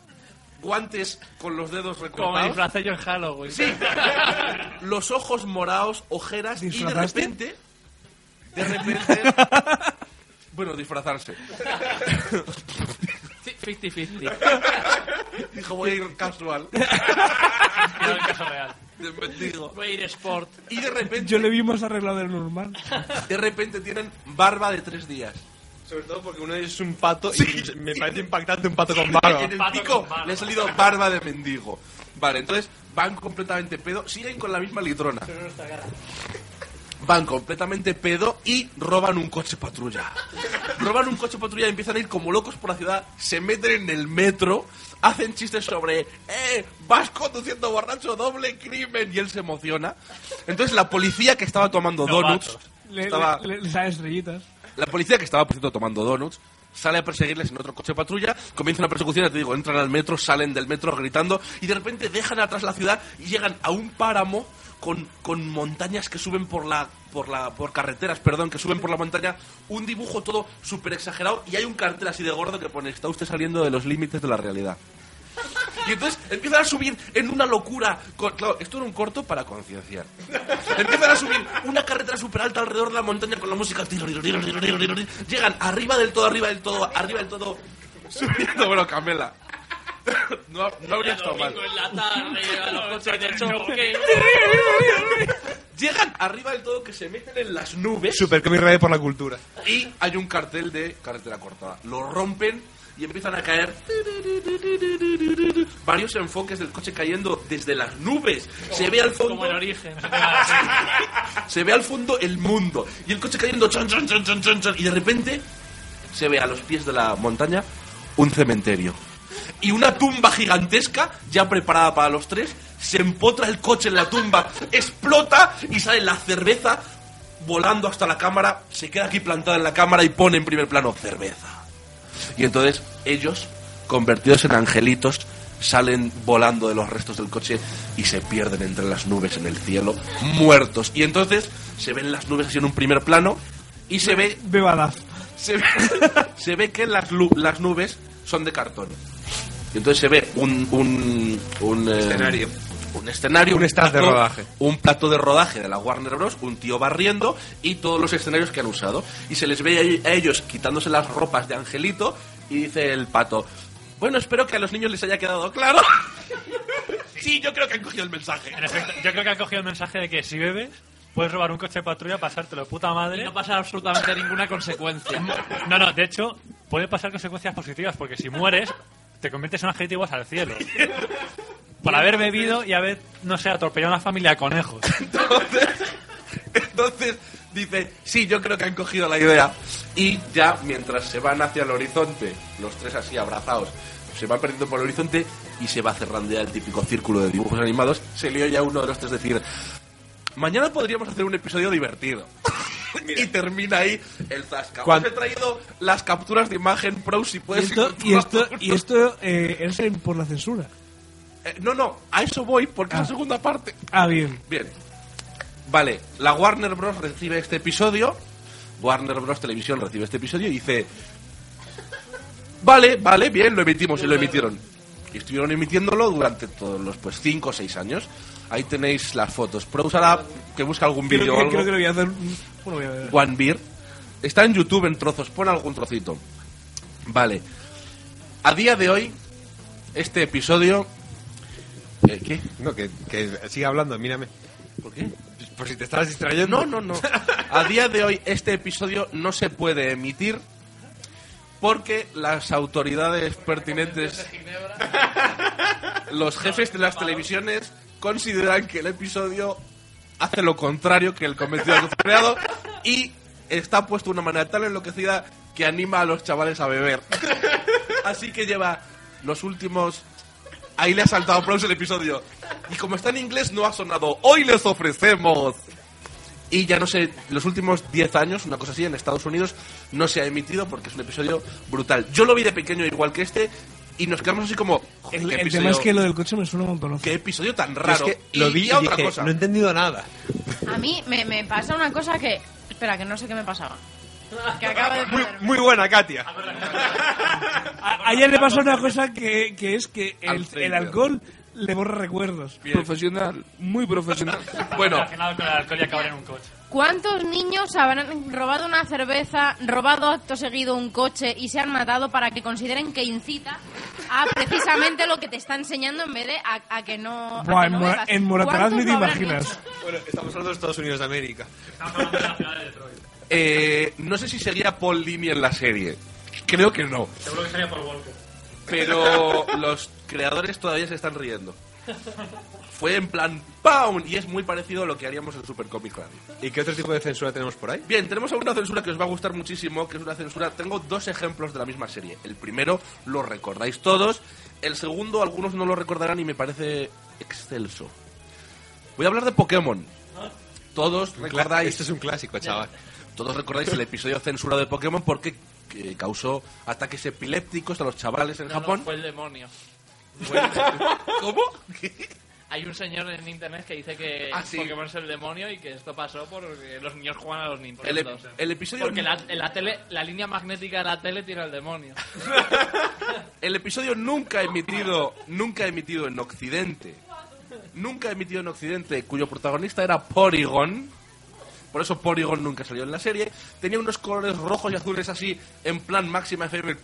[SPEAKER 2] guantes con los dedos
[SPEAKER 3] Como me
[SPEAKER 2] recortados
[SPEAKER 3] disfrazé yo en Halloween.
[SPEAKER 2] Sí. los ojos morados, ojeras y de
[SPEAKER 3] ¿Disfrazaste?
[SPEAKER 2] repente de repente bueno, disfrazarse.
[SPEAKER 3] 50-50.
[SPEAKER 2] Dijo, voy a ir casual.
[SPEAKER 11] Quiero el caso real.
[SPEAKER 2] De mendigo.
[SPEAKER 3] Voy a ir sport.
[SPEAKER 2] Y de repente
[SPEAKER 6] [laughs] Yo le vi más arreglado de lo normal.
[SPEAKER 2] de repente tienen barba de tres días.
[SPEAKER 5] Sobre todo porque uno de ellos es un pato y me parece impactante un pato con barba.
[SPEAKER 2] En el pico le ha salido barba de mendigo. Vale, entonces van completamente pedo, siguen con la misma litrona. Van completamente pedo y roban un coche patrulla. Roban un coche patrulla y empiezan a ir como locos por la ciudad, se meten en el metro, hacen chistes sobre, eh, vas conduciendo borracho, doble crimen, y él se emociona. Entonces la policía que estaba tomando donuts,
[SPEAKER 6] Le,
[SPEAKER 2] estaba-
[SPEAKER 6] le- le- le salen estrellitas.
[SPEAKER 2] la policía que estaba, por cierto, tomando donuts, sale a perseguirles en otro coche patrulla, comienza una persecución, ya te digo, entran al metro, salen del metro gritando y de repente dejan atrás la ciudad y llegan a un páramo con, con montañas que suben por la por la por carreteras, perdón, que suben por la montaña, un dibujo todo súper exagerado y hay un cartel así de gordo que pone, está usted saliendo de los límites de la realidad. Y entonces empiezan a subir en una locura. con- claro, esto era un corto para concienciar. Empiezan a subir una carretera súper alta alrededor de la montaña con la música. Llegan arriba del todo, arriba del todo, arriba del todo. Subiendo, bueno, Camela. No, no habría estado mal.
[SPEAKER 1] en la tarde, a los coches de choque.
[SPEAKER 2] Llegan arriba del todo que se meten en las nubes.
[SPEAKER 5] Super Comic Radio por la cultura.
[SPEAKER 2] Y hay un cartel de carretera cortada. Lo rompen y empiezan a caer varios enfoques del coche cayendo desde las nubes. Se ve al fondo.
[SPEAKER 11] Como el origen.
[SPEAKER 2] [laughs] Se ve al fondo el mundo. Y el coche cayendo. chon, chon, chon, chon, chon, chon, y de repente se ve a los pies de la montaña un cementerio. Y una tumba gigantesca, ya preparada para los tres, se empotra el coche en la tumba, explota y sale la cerveza volando hasta la cámara, se queda aquí plantada en la cámara y pone en primer plano cerveza. Y entonces ellos, convertidos en angelitos, salen volando de los restos del coche y se pierden entre las nubes en el cielo, muertos. Y entonces se ven las nubes así en un primer plano y se ve
[SPEAKER 6] Bebadas.
[SPEAKER 2] se ve, [laughs] se ve que las, lu- las nubes son de cartón. Y entonces se ve un, un, un, eh,
[SPEAKER 5] Escenario.
[SPEAKER 2] Un escenario.
[SPEAKER 5] Un staff de rodaje.
[SPEAKER 2] Un plato de rodaje de la Warner Bros. Un tío barriendo y todos los escenarios que han usado. Y se les ve a a ellos quitándose las ropas de Angelito y dice el pato. Bueno, espero que a los niños les haya quedado claro. [laughs] sí, yo creo que han cogido el mensaje.
[SPEAKER 11] En efecto, yo creo que han cogido el mensaje de que si bebes, puedes robar un coche de patrulla, pasártelo de puta madre.
[SPEAKER 3] Y no pasa absolutamente ninguna consecuencia.
[SPEAKER 11] No, no, de hecho, puede pasar consecuencias positivas, porque si mueres, te conviertes en un agente y vas al cielo. Por haber bebido y haber, no sé, atropellado a una familia de conejos.
[SPEAKER 2] Entonces dice, sí, yo creo que han cogido la idea. Y ya mientras se van hacia el horizonte, los tres así abrazados, se van perdiendo por el horizonte y se va cerrando ya el típico círculo de dibujos animados. Se lió ya uno de los tres decir, mañana podríamos hacer un episodio divertido. [laughs] y termina ahí el zasca. Os
[SPEAKER 6] Cuan-
[SPEAKER 2] he traído las capturas de imagen pro si
[SPEAKER 6] Y
[SPEAKER 2] puedes...
[SPEAKER 6] esto, y esto, y esto eh, es en- por la censura.
[SPEAKER 2] Eh, no, no, a eso voy porque es la segunda parte.
[SPEAKER 6] Ah, bien.
[SPEAKER 2] Bien. Vale, la Warner Bros. recibe este episodio. Warner Bros. Televisión recibe este episodio y dice... Vale, vale, bien, lo emitimos y lo emitieron. Y estuvieron emitiéndolo durante todos los pues 5 o 6 años. Ahí tenéis las fotos. Pro usará que busca algún
[SPEAKER 6] Creo
[SPEAKER 2] vídeo o
[SPEAKER 6] que,
[SPEAKER 2] algo.
[SPEAKER 6] creo que lo voy a hacer. Bueno, voy a ver.
[SPEAKER 2] One Beer. Está en YouTube en trozos, pon algún trocito. Vale. A día de hoy, este episodio. eh, ¿Qué?
[SPEAKER 5] No, que, que siga hablando, mírame.
[SPEAKER 2] ¿Por qué?
[SPEAKER 5] Por si te estabas distrayendo.
[SPEAKER 2] No, no, no. A día de hoy, este episodio no se puede emitir porque las autoridades pertinentes, los jefes de las televisiones, consideran que el episodio hace lo contrario que el cometido creado y está puesto de una manera tan enloquecida que anima a los chavales a beber. Así que lleva los últimos. Ahí le ha saltado Proms el episodio. Y como está en inglés, no ha sonado. ¡Hoy les ofrecemos! Y ya no sé, los últimos 10 años, una cosa así, en Estados Unidos no se ha emitido porque es un episodio brutal. Yo lo vi de pequeño igual que este y nos quedamos así como. "Joder,
[SPEAKER 6] El,
[SPEAKER 2] qué
[SPEAKER 6] el
[SPEAKER 2] episodio,
[SPEAKER 6] tema es que lo del coche me suena un montón.
[SPEAKER 2] qué episodio tan raro.
[SPEAKER 5] Es que lo
[SPEAKER 2] Y-
[SPEAKER 5] vi
[SPEAKER 2] y
[SPEAKER 5] y
[SPEAKER 2] otra
[SPEAKER 5] dije,
[SPEAKER 2] cosa.
[SPEAKER 5] no he entendido nada.
[SPEAKER 13] A mí me, me pasa una cosa que... Espera, que no sé qué me pasaba. Que acaba de...
[SPEAKER 5] Muy, muy buena, Katia.
[SPEAKER 6] A ella le pasa una cosa que, que es que el,
[SPEAKER 4] Alzheimer.
[SPEAKER 6] el alcohol le borra recuerdos.
[SPEAKER 4] Profesional, muy profesional.
[SPEAKER 11] Relacionado con el alcohol y acabar en un coche.
[SPEAKER 13] ¿Cuántos niños habrán robado una cerveza, robado acto seguido un coche y se han matado para que consideren que incita a precisamente lo que te está enseñando en vez de a, a que no... a que
[SPEAKER 6] Buah, en,
[SPEAKER 13] no
[SPEAKER 6] Mora-
[SPEAKER 13] bebas?
[SPEAKER 6] en Moratalaz
[SPEAKER 13] ¿Cuántos
[SPEAKER 6] ni te
[SPEAKER 13] lo habrán
[SPEAKER 6] imaginas.
[SPEAKER 5] Bueno, estamos hablando de Estados Unidos de América.
[SPEAKER 2] Eh, no sé si sería Paul Dini en la serie. Creo que no.
[SPEAKER 11] Seguro que sería por Volker. [laughs]
[SPEAKER 2] Pero los creadores todavía se están riendo. Fue en plan ¡Pam! Y es muy parecido a lo que haríamos en Super Comic Radio.
[SPEAKER 5] ¿Y qué otro tipo de censura tenemos por ahí?
[SPEAKER 2] Bien, tenemos a una censura que os va a gustar muchísimo, que es una censura... Tengo dos ejemplos de la misma serie. El primero lo recordáis todos, el segundo algunos no lo recordarán y me parece excelso. Voy a hablar de Pokémon. Todos recordáis...
[SPEAKER 5] Esto es un clásico, chaval.
[SPEAKER 2] Todos recordáis el episodio censurado de Pokémon porque eh, causó ataques epilépticos a los chavales en
[SPEAKER 3] No, no,
[SPEAKER 2] Japón. [laughs]
[SPEAKER 3] fue el demonio.
[SPEAKER 2] ¿Cómo?
[SPEAKER 3] Hay un señor en internet que dice que
[SPEAKER 2] Ah, sí.
[SPEAKER 3] Pokémon es el demonio y que esto pasó porque los niños juegan a los Nintendo.
[SPEAKER 2] El ep- el episodio-
[SPEAKER 3] Porque la, en la tele, la línea magnética de la tele tiene al demonio.
[SPEAKER 2] El episodio nunca emitido, nunca emitido en Occidente. Nunca emitido en Occidente, cuyo protagonista era Porygon. Por eso Porygon nunca salió en la serie. Tenía unos colores rojos y azules así, en plan máxima FM,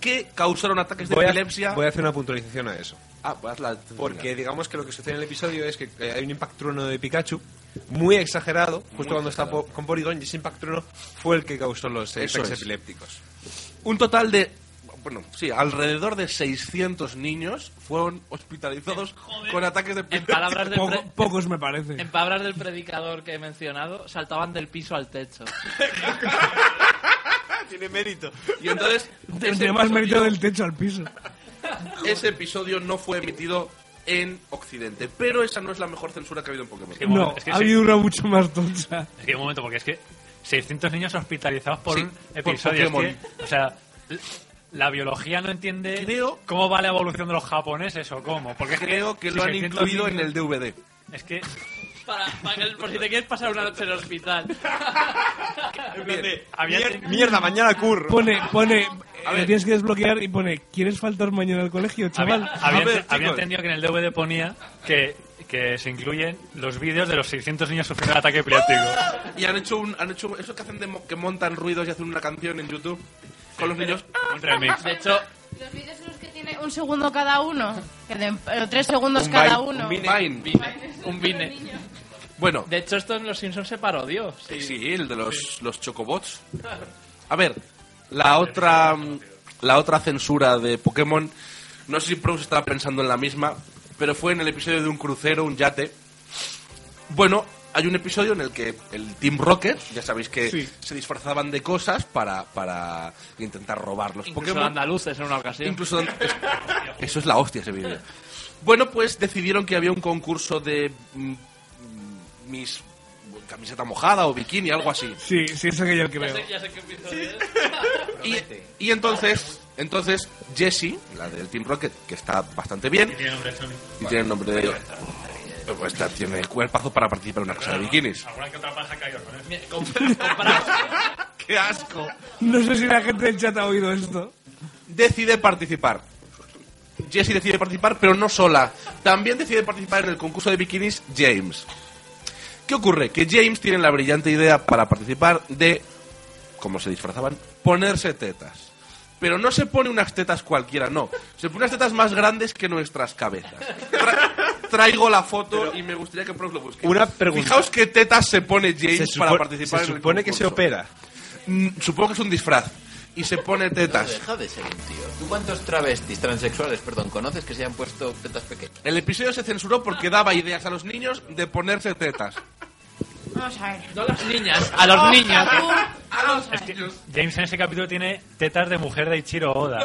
[SPEAKER 2] que causaron ataques de
[SPEAKER 5] Voy a-
[SPEAKER 2] epilepsia.
[SPEAKER 5] voy a hacer una puntualización a eso.
[SPEAKER 2] Ah, pues hazla.
[SPEAKER 5] Porque digamos que lo que sucede en el episodio es que eh, hay un impactrueno de Pikachu muy exagerado, justo cuando está po- con Porygon, y ese impactrueno fue el que causó los eh,
[SPEAKER 2] Eso
[SPEAKER 5] ataques
[SPEAKER 2] es.
[SPEAKER 5] epilépticos.
[SPEAKER 2] Un total de. Bueno, sí, alrededor de 600 niños fueron hospitalizados con ataques de
[SPEAKER 3] En palabras del pre-
[SPEAKER 6] Pocos me parece.
[SPEAKER 3] En palabras del predicador que he mencionado, saltaban del piso al techo.
[SPEAKER 5] Tiene mérito.
[SPEAKER 2] Y entonces.
[SPEAKER 6] El
[SPEAKER 2] ese
[SPEAKER 6] de más mérito
[SPEAKER 2] episodio-
[SPEAKER 6] del techo al piso.
[SPEAKER 2] Ese episodio no fue emitido en Occidente, pero esa no es la mejor censura que ha habido en Pokémon.
[SPEAKER 6] No,
[SPEAKER 11] es que
[SPEAKER 6] ha
[SPEAKER 11] sí.
[SPEAKER 6] habido una mucho más tonta.
[SPEAKER 11] Es que un momento, porque es que 600 niños hospitalizados por
[SPEAKER 2] Sí,
[SPEAKER 11] un
[SPEAKER 2] por
[SPEAKER 11] episodio. es
[SPEAKER 2] Pokémon.
[SPEAKER 11] que, o sea, l- la biología no entiende cómo va la evolución de los japoneses o cómo. Porque es
[SPEAKER 2] Creo que lo han
[SPEAKER 11] 600
[SPEAKER 2] incluido en
[SPEAKER 11] niños-
[SPEAKER 2] el DVD.
[SPEAKER 11] Es que
[SPEAKER 3] Para, para que- por si te quieres pasar una noche en el hospital.
[SPEAKER 5] mierda, mañana curro.
[SPEAKER 6] Pone, pone, eh, tienes que desbloquear y pone, ¿quieres faltar mañana al colegio, chaval?
[SPEAKER 11] había, había ente- había entendido que en el DVD ponía que, que se incluyen los vídeos de los 600 niños sufriendo el ataque epiléptico.
[SPEAKER 2] Y han hecho un, han hecho eso que hacen de mo- que montan ruidos y hacen una canción en YouTube con los niños.
[SPEAKER 11] Un remix.
[SPEAKER 3] De hecho,
[SPEAKER 13] Los vídeos son los que tiene un segundo cada uno. Que de- eh, tres segundos
[SPEAKER 2] Un
[SPEAKER 13] cada
[SPEAKER 2] vine,
[SPEAKER 13] uno.
[SPEAKER 2] un vine.
[SPEAKER 3] un vine.
[SPEAKER 2] Bueno.
[SPEAKER 3] De hecho, esto en Los Simpsons se parodió. Sí,
[SPEAKER 2] Sí, el de los, los chocobots. A ver, la otra mm, la otra censura de Pokémon, no sé si Proust estaba pensando en la misma, pero fue en el episodio de un crucero, un yate. Bueno, hay un episodio en el que el Team Rocket, ya sabéis que
[SPEAKER 3] Sí.
[SPEAKER 2] se disfrazaban de cosas para, para intentar robar los
[SPEAKER 3] Incluso
[SPEAKER 2] Pokémon.
[SPEAKER 3] andaluces en una ocasión.
[SPEAKER 2] Incluso dan- es- eso es la hostia ese vídeo. Bueno, pues decidieron que había un concurso de mm, mm, mis camiseta mojada o bikini, algo así.
[SPEAKER 6] Sí, sí, eso que yo creo.
[SPEAKER 3] Ya sé qué episodio es.
[SPEAKER 2] Y entonces, entonces Jessie, la del Team Rocket, que está bastante bien,
[SPEAKER 11] Tiene nombre Sony.
[SPEAKER 2] y tiene el nombre de pues está, tiene cuerpazo para participar en una cosa de bikinis.
[SPEAKER 11] Alguna que otra paja ha caído con
[SPEAKER 3] Pues
[SPEAKER 11] él.
[SPEAKER 4] [laughs]
[SPEAKER 2] ¡Qué asco!
[SPEAKER 6] No sé si la gente del chat ha oído esto.
[SPEAKER 2] Decide participar. Jessie decide participar, pero no sola. También decide participar en el concurso de bikinis James. ¿Qué ocurre? Que James tiene la brillante idea para participar de, como se disfrazaban, ponerse tetas. Pero no se pone unas tetas cualquiera, no. Se pone unas tetas más grandes que nuestras cabezas. Tra- traigo la foto y me gustaría que Prox lo busque.
[SPEAKER 5] Una pregunta.
[SPEAKER 2] Fijaos qué tetas se pone James
[SPEAKER 5] Se supo-
[SPEAKER 2] para participar
[SPEAKER 5] se
[SPEAKER 2] en el
[SPEAKER 5] supone que se
[SPEAKER 2] concurso.
[SPEAKER 5] opera.
[SPEAKER 2] Mm, Supongo que es un disfraz. Y se pone
[SPEAKER 8] No,
[SPEAKER 2] tetas.
[SPEAKER 8] deja de ser un tío. ¿Tú cuántos travestis, transexuales, perdón, conoces que se han puesto tetas pequeñas?
[SPEAKER 2] El episodio se censuró porque daba ideas a los niños de ponerse tetas.
[SPEAKER 13] Vamos a ver.
[SPEAKER 3] No a las niñas, a los niños.
[SPEAKER 13] A los
[SPEAKER 11] James en ese capítulo tiene tetas de mujer de Ichiro Oda.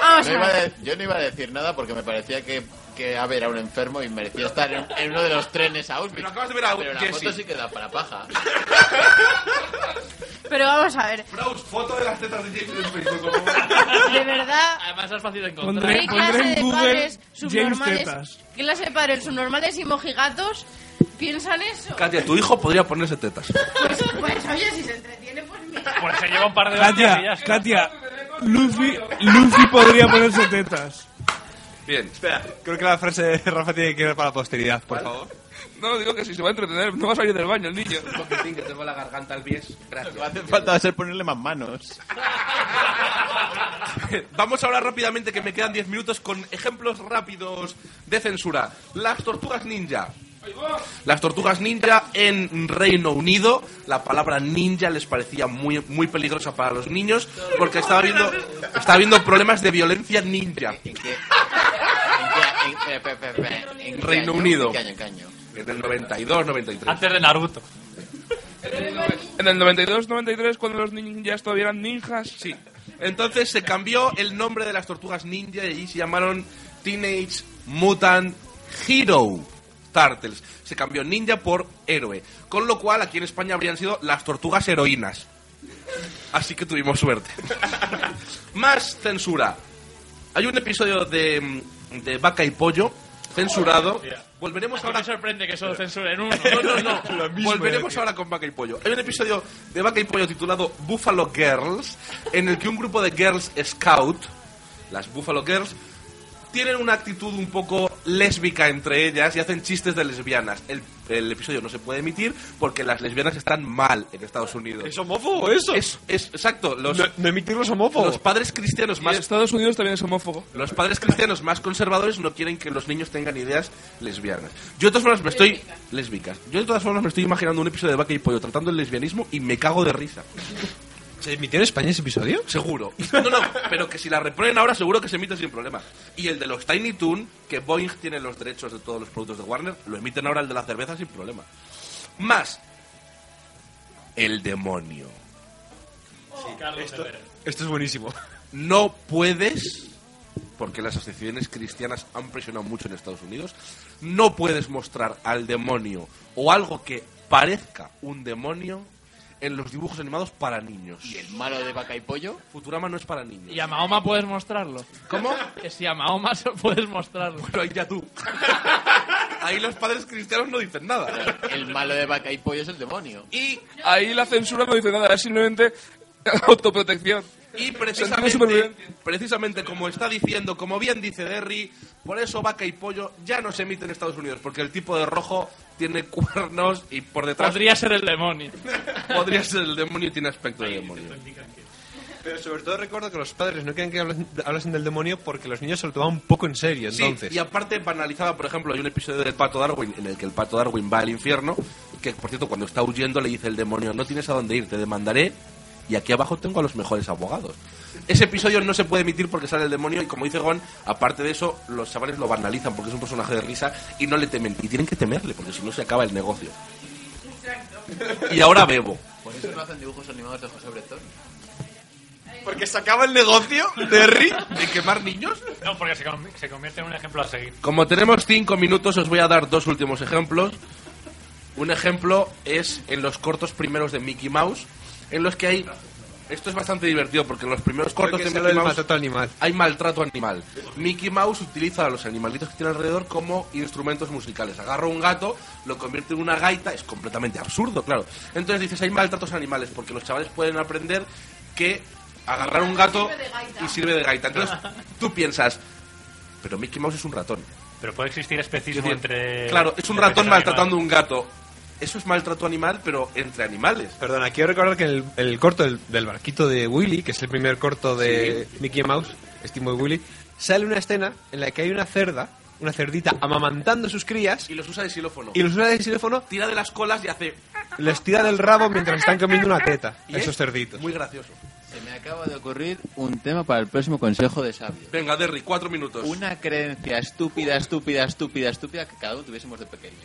[SPEAKER 13] Vamos
[SPEAKER 8] No
[SPEAKER 13] a
[SPEAKER 8] iba a
[SPEAKER 13] ver.
[SPEAKER 8] de- yo no iba a decir nada porque me parecía que, que Abe era un enfermo y merecía estar en, en uno de los trenes a Auschwitz. Pero
[SPEAKER 2] acabas de ver a
[SPEAKER 8] Pero la
[SPEAKER 2] Jesse.
[SPEAKER 8] foto sí que da para [laughs] paja.
[SPEAKER 13] Pero vamos a ver.
[SPEAKER 2] foto de las tetas de James en Facebook.
[SPEAKER 13] De
[SPEAKER 6] [laughs]
[SPEAKER 13] verdad.
[SPEAKER 3] Además es fácil de encontrar.
[SPEAKER 6] Pondré,
[SPEAKER 13] ¿Qué
[SPEAKER 6] pondré
[SPEAKER 13] clase
[SPEAKER 6] en
[SPEAKER 13] de
[SPEAKER 6] Google
[SPEAKER 13] padres
[SPEAKER 6] James
[SPEAKER 13] subnormales?
[SPEAKER 6] Tetas.
[SPEAKER 13] ¿Qué clase de padres subnormales y mojigatos piensan eso?
[SPEAKER 2] Katia, tu hijo podría ponerse tetas.
[SPEAKER 13] Pues, pues, oye, si se entretiene, pues mira.
[SPEAKER 11] Pues se lleva un par de
[SPEAKER 6] Katia,
[SPEAKER 11] hostias y ya
[SPEAKER 6] Katia, Lucy, Lucy podría ponerse tetas.
[SPEAKER 2] Bien.
[SPEAKER 5] Espera, creo que la frase de Rafa tiene que ir para la posteridad, por favor.
[SPEAKER 4] No, digo que si se va a entretener, no va a salir del baño el niño.
[SPEAKER 2] Coquitín, que tengo la garganta al pies. Gracias.
[SPEAKER 8] Falta ser ponerle más manos.
[SPEAKER 2] Vamos a hablar rápidamente, que me quedan 10 minutos, con ejemplos rápidos de censura. Las tortugas ninja. Las tortugas ninja en Reino Unido, la palabra ninja les parecía muy, muy peligrosa para los niños porque estaba habiendo, estaba habiendo problemas de violencia ninja.
[SPEAKER 8] ¿En qué- en- espera, espera, espera, en qué
[SPEAKER 2] Reino
[SPEAKER 8] año?
[SPEAKER 2] Unido.
[SPEAKER 8] ¿En qué año, en qué año?
[SPEAKER 2] En el 92, 93.
[SPEAKER 11] Antes de Naruto.
[SPEAKER 4] En el 92, 93, cuando los ninjas todavía eran ninjas.
[SPEAKER 2] Sí. Entonces se cambió el nombre de las tortugas ninja y se llamaron Teenage Mutant Hero Turtles. Se cambió ninja por héroe. Con lo cual aquí en España habrían sido las tortugas heroínas. Así que tuvimos suerte. [laughs] Más censura. Hay un episodio de, de Vaca y Pollo censurado.
[SPEAKER 3] Hostia.
[SPEAKER 2] Volveremos
[SPEAKER 3] Es que
[SPEAKER 2] ahora.
[SPEAKER 3] me sorprende que solo censuren uno.
[SPEAKER 2] No, no,
[SPEAKER 5] [laughs]
[SPEAKER 2] no.
[SPEAKER 3] Lo mismo
[SPEAKER 2] Volveremos
[SPEAKER 3] decía.
[SPEAKER 2] ahora con Vaca y Pollo. Hay un episodio de Vaca y Pollo titulado Buffalo Girls, en el que un grupo de Girls Scout, las Buffalo Girls, tienen una actitud un poco lésbica entre ellas y hacen chistes de lesbianas. El, el episodio no se puede emitir porque las lesbianas están mal en Estados Unidos. ¿Es
[SPEAKER 5] homófobo eso?
[SPEAKER 2] Es, exacto. Los,
[SPEAKER 5] No- no emitirlo es homófobo.
[SPEAKER 2] Los padres cristianos más...
[SPEAKER 4] Estados Unidos también es homófobo.
[SPEAKER 2] Los padres cristianos más conservadores no quieren que los niños tengan ideas lesbianas. Yo de todas formas me estoy... Lésbicas. Yo de todas formas me estoy imaginando un episodio de Vaca y Pollo tratando el lesbianismo y me cago de risa.
[SPEAKER 5] ¿Se emitió en España ese episodio?
[SPEAKER 2] Seguro. No, no, pero que si la reponen ahora seguro que se emite sin problema. Y el de los Tiny Toon, que Boeing tiene los derechos de todos los productos de Warner, lo emiten ahora el de la cerveza sin problema. Más... El demonio.
[SPEAKER 5] esto, esto es buenísimo.
[SPEAKER 2] No puedes, porque las asociaciones cristianas han presionado mucho en Estados Unidos, no puedes mostrar al demonio o algo que parezca un demonio en los dibujos animados para niños. ¿Y el
[SPEAKER 8] malo de vaca y pollo?
[SPEAKER 2] Futurama no es para niños.
[SPEAKER 3] Y a Mahoma puedes mostrarlo.
[SPEAKER 2] ¿Cómo?
[SPEAKER 3] Que si a Mahoma se- puedes mostrarlo.
[SPEAKER 2] Bueno, ahí ya tú. [laughs] Ahí los padres cristianos no dicen nada.
[SPEAKER 8] El malo de vaca y pollo es el demonio.
[SPEAKER 2] Y
[SPEAKER 4] ahí la censura no dice nada, es simplemente autoprotección.
[SPEAKER 2] Y
[SPEAKER 4] Sentido de
[SPEAKER 2] precisamente,
[SPEAKER 4] supervivencia.
[SPEAKER 2] precisamente como está diciendo, como bien dice Derry, por eso vaca y pollo ya no se emiten en Estados Unidos, porque el tipo de rojo tiene [laughs] cuernos y por detrás...
[SPEAKER 3] Podría ser el demonio.
[SPEAKER 2] [laughs] Podría ser el demonio y tiene aspecto de demonio.
[SPEAKER 5] Pero sobre todo recuerdo que los padres no quieren que hablen- hablasen del demonio porque los niños se lo tomaban un poco en serio,
[SPEAKER 2] Sí,
[SPEAKER 5] entonces.
[SPEAKER 2] y aparte banalizaba, por ejemplo, hay un episodio del Pato Darwin en el que el Pato Darwin va al infierno, que por cierto, cuando está huyendo le dice el demonio, no tienes a dónde ir, te demandaré y aquí abajo tengo a los mejores abogados. Ese episodio no se puede emitir porque sale el demonio y como dice Gon, aparte de eso, los chavales lo banalizan porque es un personaje de risa y no le temen. Y tienen que temerle porque si no se acaba el negocio. Y ahora bebo.
[SPEAKER 8] Por eso no hacen dibujos animados de José Bretón.
[SPEAKER 5] Porque se acaba el negocio de Rick
[SPEAKER 2] de quemar niños.
[SPEAKER 11] No, porque se, com- se convierte en un ejemplo a seguir.
[SPEAKER 2] Como tenemos cinco minutos, os voy a dar dos últimos ejemplos. Un ejemplo es en los cortos primeros de Mickey Mouse, en los que hay... Esto es bastante divertido porque en los primeros cortos
[SPEAKER 5] Porque
[SPEAKER 2] de
[SPEAKER 5] se
[SPEAKER 2] Mickey
[SPEAKER 5] habla del
[SPEAKER 2] Mouse
[SPEAKER 5] maltrato animal.
[SPEAKER 2] hay maltrato animal. Mickey Mouse utiliza a los animalitos que tiene alrededor como instrumentos musicales. Agarra un gato, lo convierte en una gaita, es completamente absurdo, claro. Entonces dices, hay maltratos animales porque los chavales pueden aprender que agarrar un gato
[SPEAKER 1] Sirve de gaita.
[SPEAKER 2] y sirve de
[SPEAKER 1] [laughs]
[SPEAKER 2] gaita. Entonces tú piensas, pero Mickey Mouse es un ratón.
[SPEAKER 11] Pero puede existir especismo
[SPEAKER 2] Quiero decir,
[SPEAKER 11] entre.
[SPEAKER 2] Claro, es un
[SPEAKER 11] entre
[SPEAKER 2] ratón
[SPEAKER 11] animales.
[SPEAKER 2] maltratando a un gato. Eso es maltrato animal, pero entre animales.
[SPEAKER 5] Perdona, quiero recordar que el, el corto del, del barquito de Willy, que es el primer corto de Mickey Mouse, Steamboat Willy, sale una escena en la que hay una cerda, una cerdita amamantando sus crías
[SPEAKER 2] Y los usa de xilófono.
[SPEAKER 5] y los usa de xilófono,
[SPEAKER 2] Tira de las colas y hace...
[SPEAKER 5] les tira del rabo mientras están comiendo una teta
[SPEAKER 2] Y
[SPEAKER 5] a
[SPEAKER 2] es
[SPEAKER 5] esos cerditos.
[SPEAKER 2] ¿eh? Muy gracioso.
[SPEAKER 8] Se me acaba de ocurrir un tema para el próximo Consejo de Sabios.
[SPEAKER 2] Venga, Derry, cuatro minutos.
[SPEAKER 8] Una creencia estúpida, estúpida, estúpida, estúpida que cada uno tuviésemos de pequeño.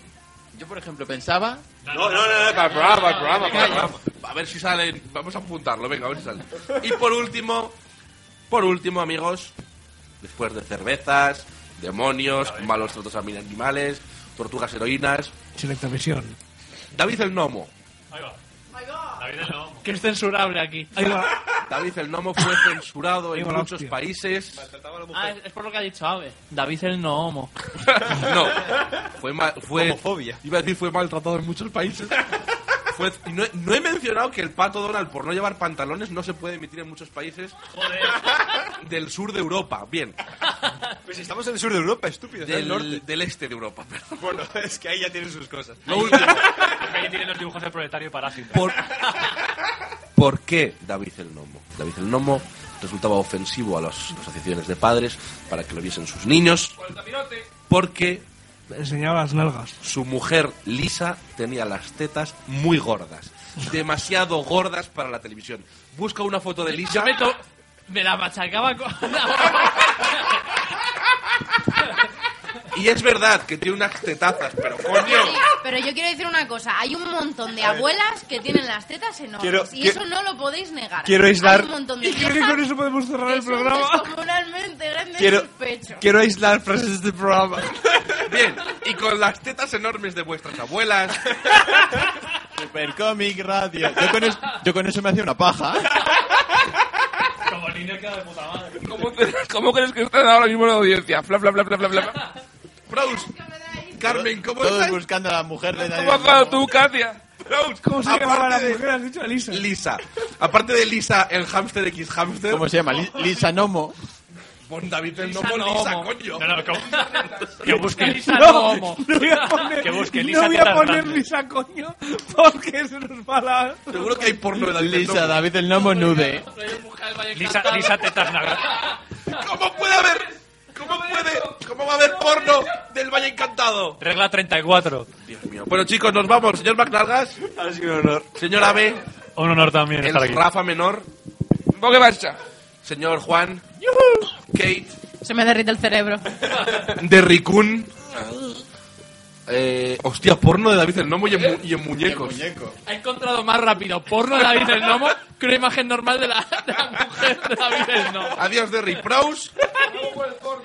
[SPEAKER 8] Yo, por ejemplo, pensaba...
[SPEAKER 2] No, no, no, no, para el programa, para el programa, para el programa. A ver si sale... Vamos a apuntarlo, venga, a ver si sale. Y por último, por último, amigos, después de cervezas, demonios, malos tratos a mil animales, tortugas heroínas...
[SPEAKER 6] Selectavisión.
[SPEAKER 2] David el Nomo.
[SPEAKER 11] Ahí va. David el Nomo.
[SPEAKER 3] Que es censurable aquí.
[SPEAKER 2] David el Nomo fue censurado
[SPEAKER 3] Ahí
[SPEAKER 2] en
[SPEAKER 3] va la
[SPEAKER 2] muchos
[SPEAKER 3] hostia.
[SPEAKER 2] países.
[SPEAKER 3] Ah, es, es por lo que ha dicho Ave. David el no homo.
[SPEAKER 2] [laughs] No, fue, ma- fue Iba a decir fue maltratado en muchos países. Fue- y no, he- no he mencionado que el pato Donald por no llevar pantalones no se puede emitir en muchos países del sur de Europa. Bien,
[SPEAKER 5] Pues estamos en el sur de Europa, estúpido, está
[SPEAKER 2] del,
[SPEAKER 5] el norte.
[SPEAKER 2] del este de Europa. perdón.
[SPEAKER 5] [laughs] Bueno, es que ahí ya tienen sus cosas.
[SPEAKER 2] Lo último.
[SPEAKER 11] Ahí tienen los dibujos de proletario y parásito.
[SPEAKER 2] Por- ¿Por qué David el Nomo? David el Nomo resultaba ofensivo a las asociaciones de padres para que lo viesen sus niños porque
[SPEAKER 6] Enseñaba las nalgas.
[SPEAKER 2] su mujer Lisa tenía las tetas muy gordas. Demasiado gordas para la televisión. Busca una foto de Lisa.
[SPEAKER 3] Me, to- me la machacaba con la
[SPEAKER 2] Y es verdad que tiene unas tetazas, pero coño.
[SPEAKER 13] Pero yo quiero decir una cosa, hay un montón de
[SPEAKER 2] A ver.
[SPEAKER 13] abuelas que tienen las tetas enormes
[SPEAKER 5] Quiero-
[SPEAKER 13] y
[SPEAKER 5] qui-
[SPEAKER 13] eso no lo podéis negar.
[SPEAKER 5] quiero
[SPEAKER 13] Hay
[SPEAKER 5] aislar-
[SPEAKER 13] un montón de
[SPEAKER 5] creo que
[SPEAKER 13] viejas
[SPEAKER 5] con eso podemos cerrar
[SPEAKER 13] que
[SPEAKER 5] el
[SPEAKER 13] son
[SPEAKER 5] programa.
[SPEAKER 13] descomunalmente grandes
[SPEAKER 5] Quiero-
[SPEAKER 13] sus pechos.
[SPEAKER 5] Quiero aislar frases de este programa.
[SPEAKER 2] Bien, y con las tetas enormes de vuestras abuelas.
[SPEAKER 8] Supercomic Radio. Yo con, es- yo con eso me hacía una paja.
[SPEAKER 11] Como niño queda de puta madre.
[SPEAKER 4] ¿Cómo, cre- cómo crees que están ahora mismo en la audiencia? Fla, fla, fla, fla, fla, fla.
[SPEAKER 2] Proust. Carmen, ¿cómo
[SPEAKER 8] Todos
[SPEAKER 2] estás?
[SPEAKER 8] buscando a la mujer de
[SPEAKER 2] ¿Cómo
[SPEAKER 8] nadie.
[SPEAKER 2] has dado tú, Katia? Proust.
[SPEAKER 6] ¿Cómo se llamaba
[SPEAKER 2] aparte
[SPEAKER 6] la
[SPEAKER 2] de-
[SPEAKER 6] mujer? Has dicho a Lisa.
[SPEAKER 2] Lisa. Aparte de Lisa, el hámster X hámster.
[SPEAKER 8] ¿Cómo se llama? Li- Lisa Nomo.
[SPEAKER 2] Pon David el
[SPEAKER 11] Lisa
[SPEAKER 2] Nomo,
[SPEAKER 11] Nomo.
[SPEAKER 2] Lisa, coño.
[SPEAKER 11] No, no, ¿cómo? Que busque Lisa
[SPEAKER 6] No,
[SPEAKER 11] Nomo.
[SPEAKER 6] no voy a poner,
[SPEAKER 11] Que busque
[SPEAKER 6] no
[SPEAKER 11] Lisa
[SPEAKER 6] voy a
[SPEAKER 11] Teta
[SPEAKER 6] poner
[SPEAKER 11] Hernández.
[SPEAKER 6] Lisa, coño, porque se nos va la...
[SPEAKER 2] Seguro que hay porno de David el
[SPEAKER 8] Lisa,
[SPEAKER 2] Nomo.
[SPEAKER 8] David el Nomo nude.
[SPEAKER 11] Lisa, Lisa Tetas Nagra.
[SPEAKER 2] ¿Cómo puede haber? ¿Cómo puede? ¿Cómo va a haber porno del Valle Encantado?
[SPEAKER 11] Regla 34.
[SPEAKER 2] Bueno, chicos, nos vamos. Señor McNargas.
[SPEAKER 5] Ha sido un honor.
[SPEAKER 2] Señora B.
[SPEAKER 11] Un honor también
[SPEAKER 2] El
[SPEAKER 11] estar aquí.
[SPEAKER 2] Rafa Menor.
[SPEAKER 4] Bogue marcha.
[SPEAKER 2] Señor Juan. Kate.
[SPEAKER 13] Se me derrite el cerebro.
[SPEAKER 2] De Ricún. Eh, hostia, porno de David el Nomo y en, mu- y en muñecos.
[SPEAKER 3] Ha encontrado más rápido porno de David el Nomo que una imagen normal de la, de la mujer de David el Nomo.
[SPEAKER 2] Adiós, Derry. Pros.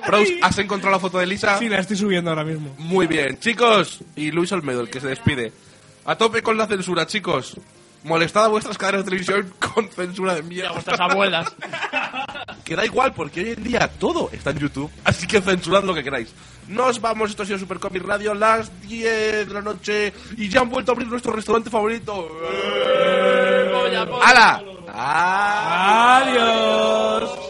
[SPEAKER 2] Pros, ¿has encontrado la foto de Lisa?
[SPEAKER 6] Sí, la estoy subiendo ahora mismo.
[SPEAKER 2] Muy bien, chicos. Y Luis Olmedo, el que se despide. A tope con la censura, chicos. Molestad a vuestras cadenas de televisión [laughs] con censura de mierda.
[SPEAKER 3] A vuestras abuelas.
[SPEAKER 2] [laughs] que da igual, porque hoy en día todo está en YouTube. Así que censurad lo que queráis. Nos vamos, esto ha sido Supercomic Radio, las 10 de la noche. Y ya han vuelto a abrir nuestro restaurante favorito.
[SPEAKER 3] Eh,
[SPEAKER 2] ¡Hala! ¡Adiós!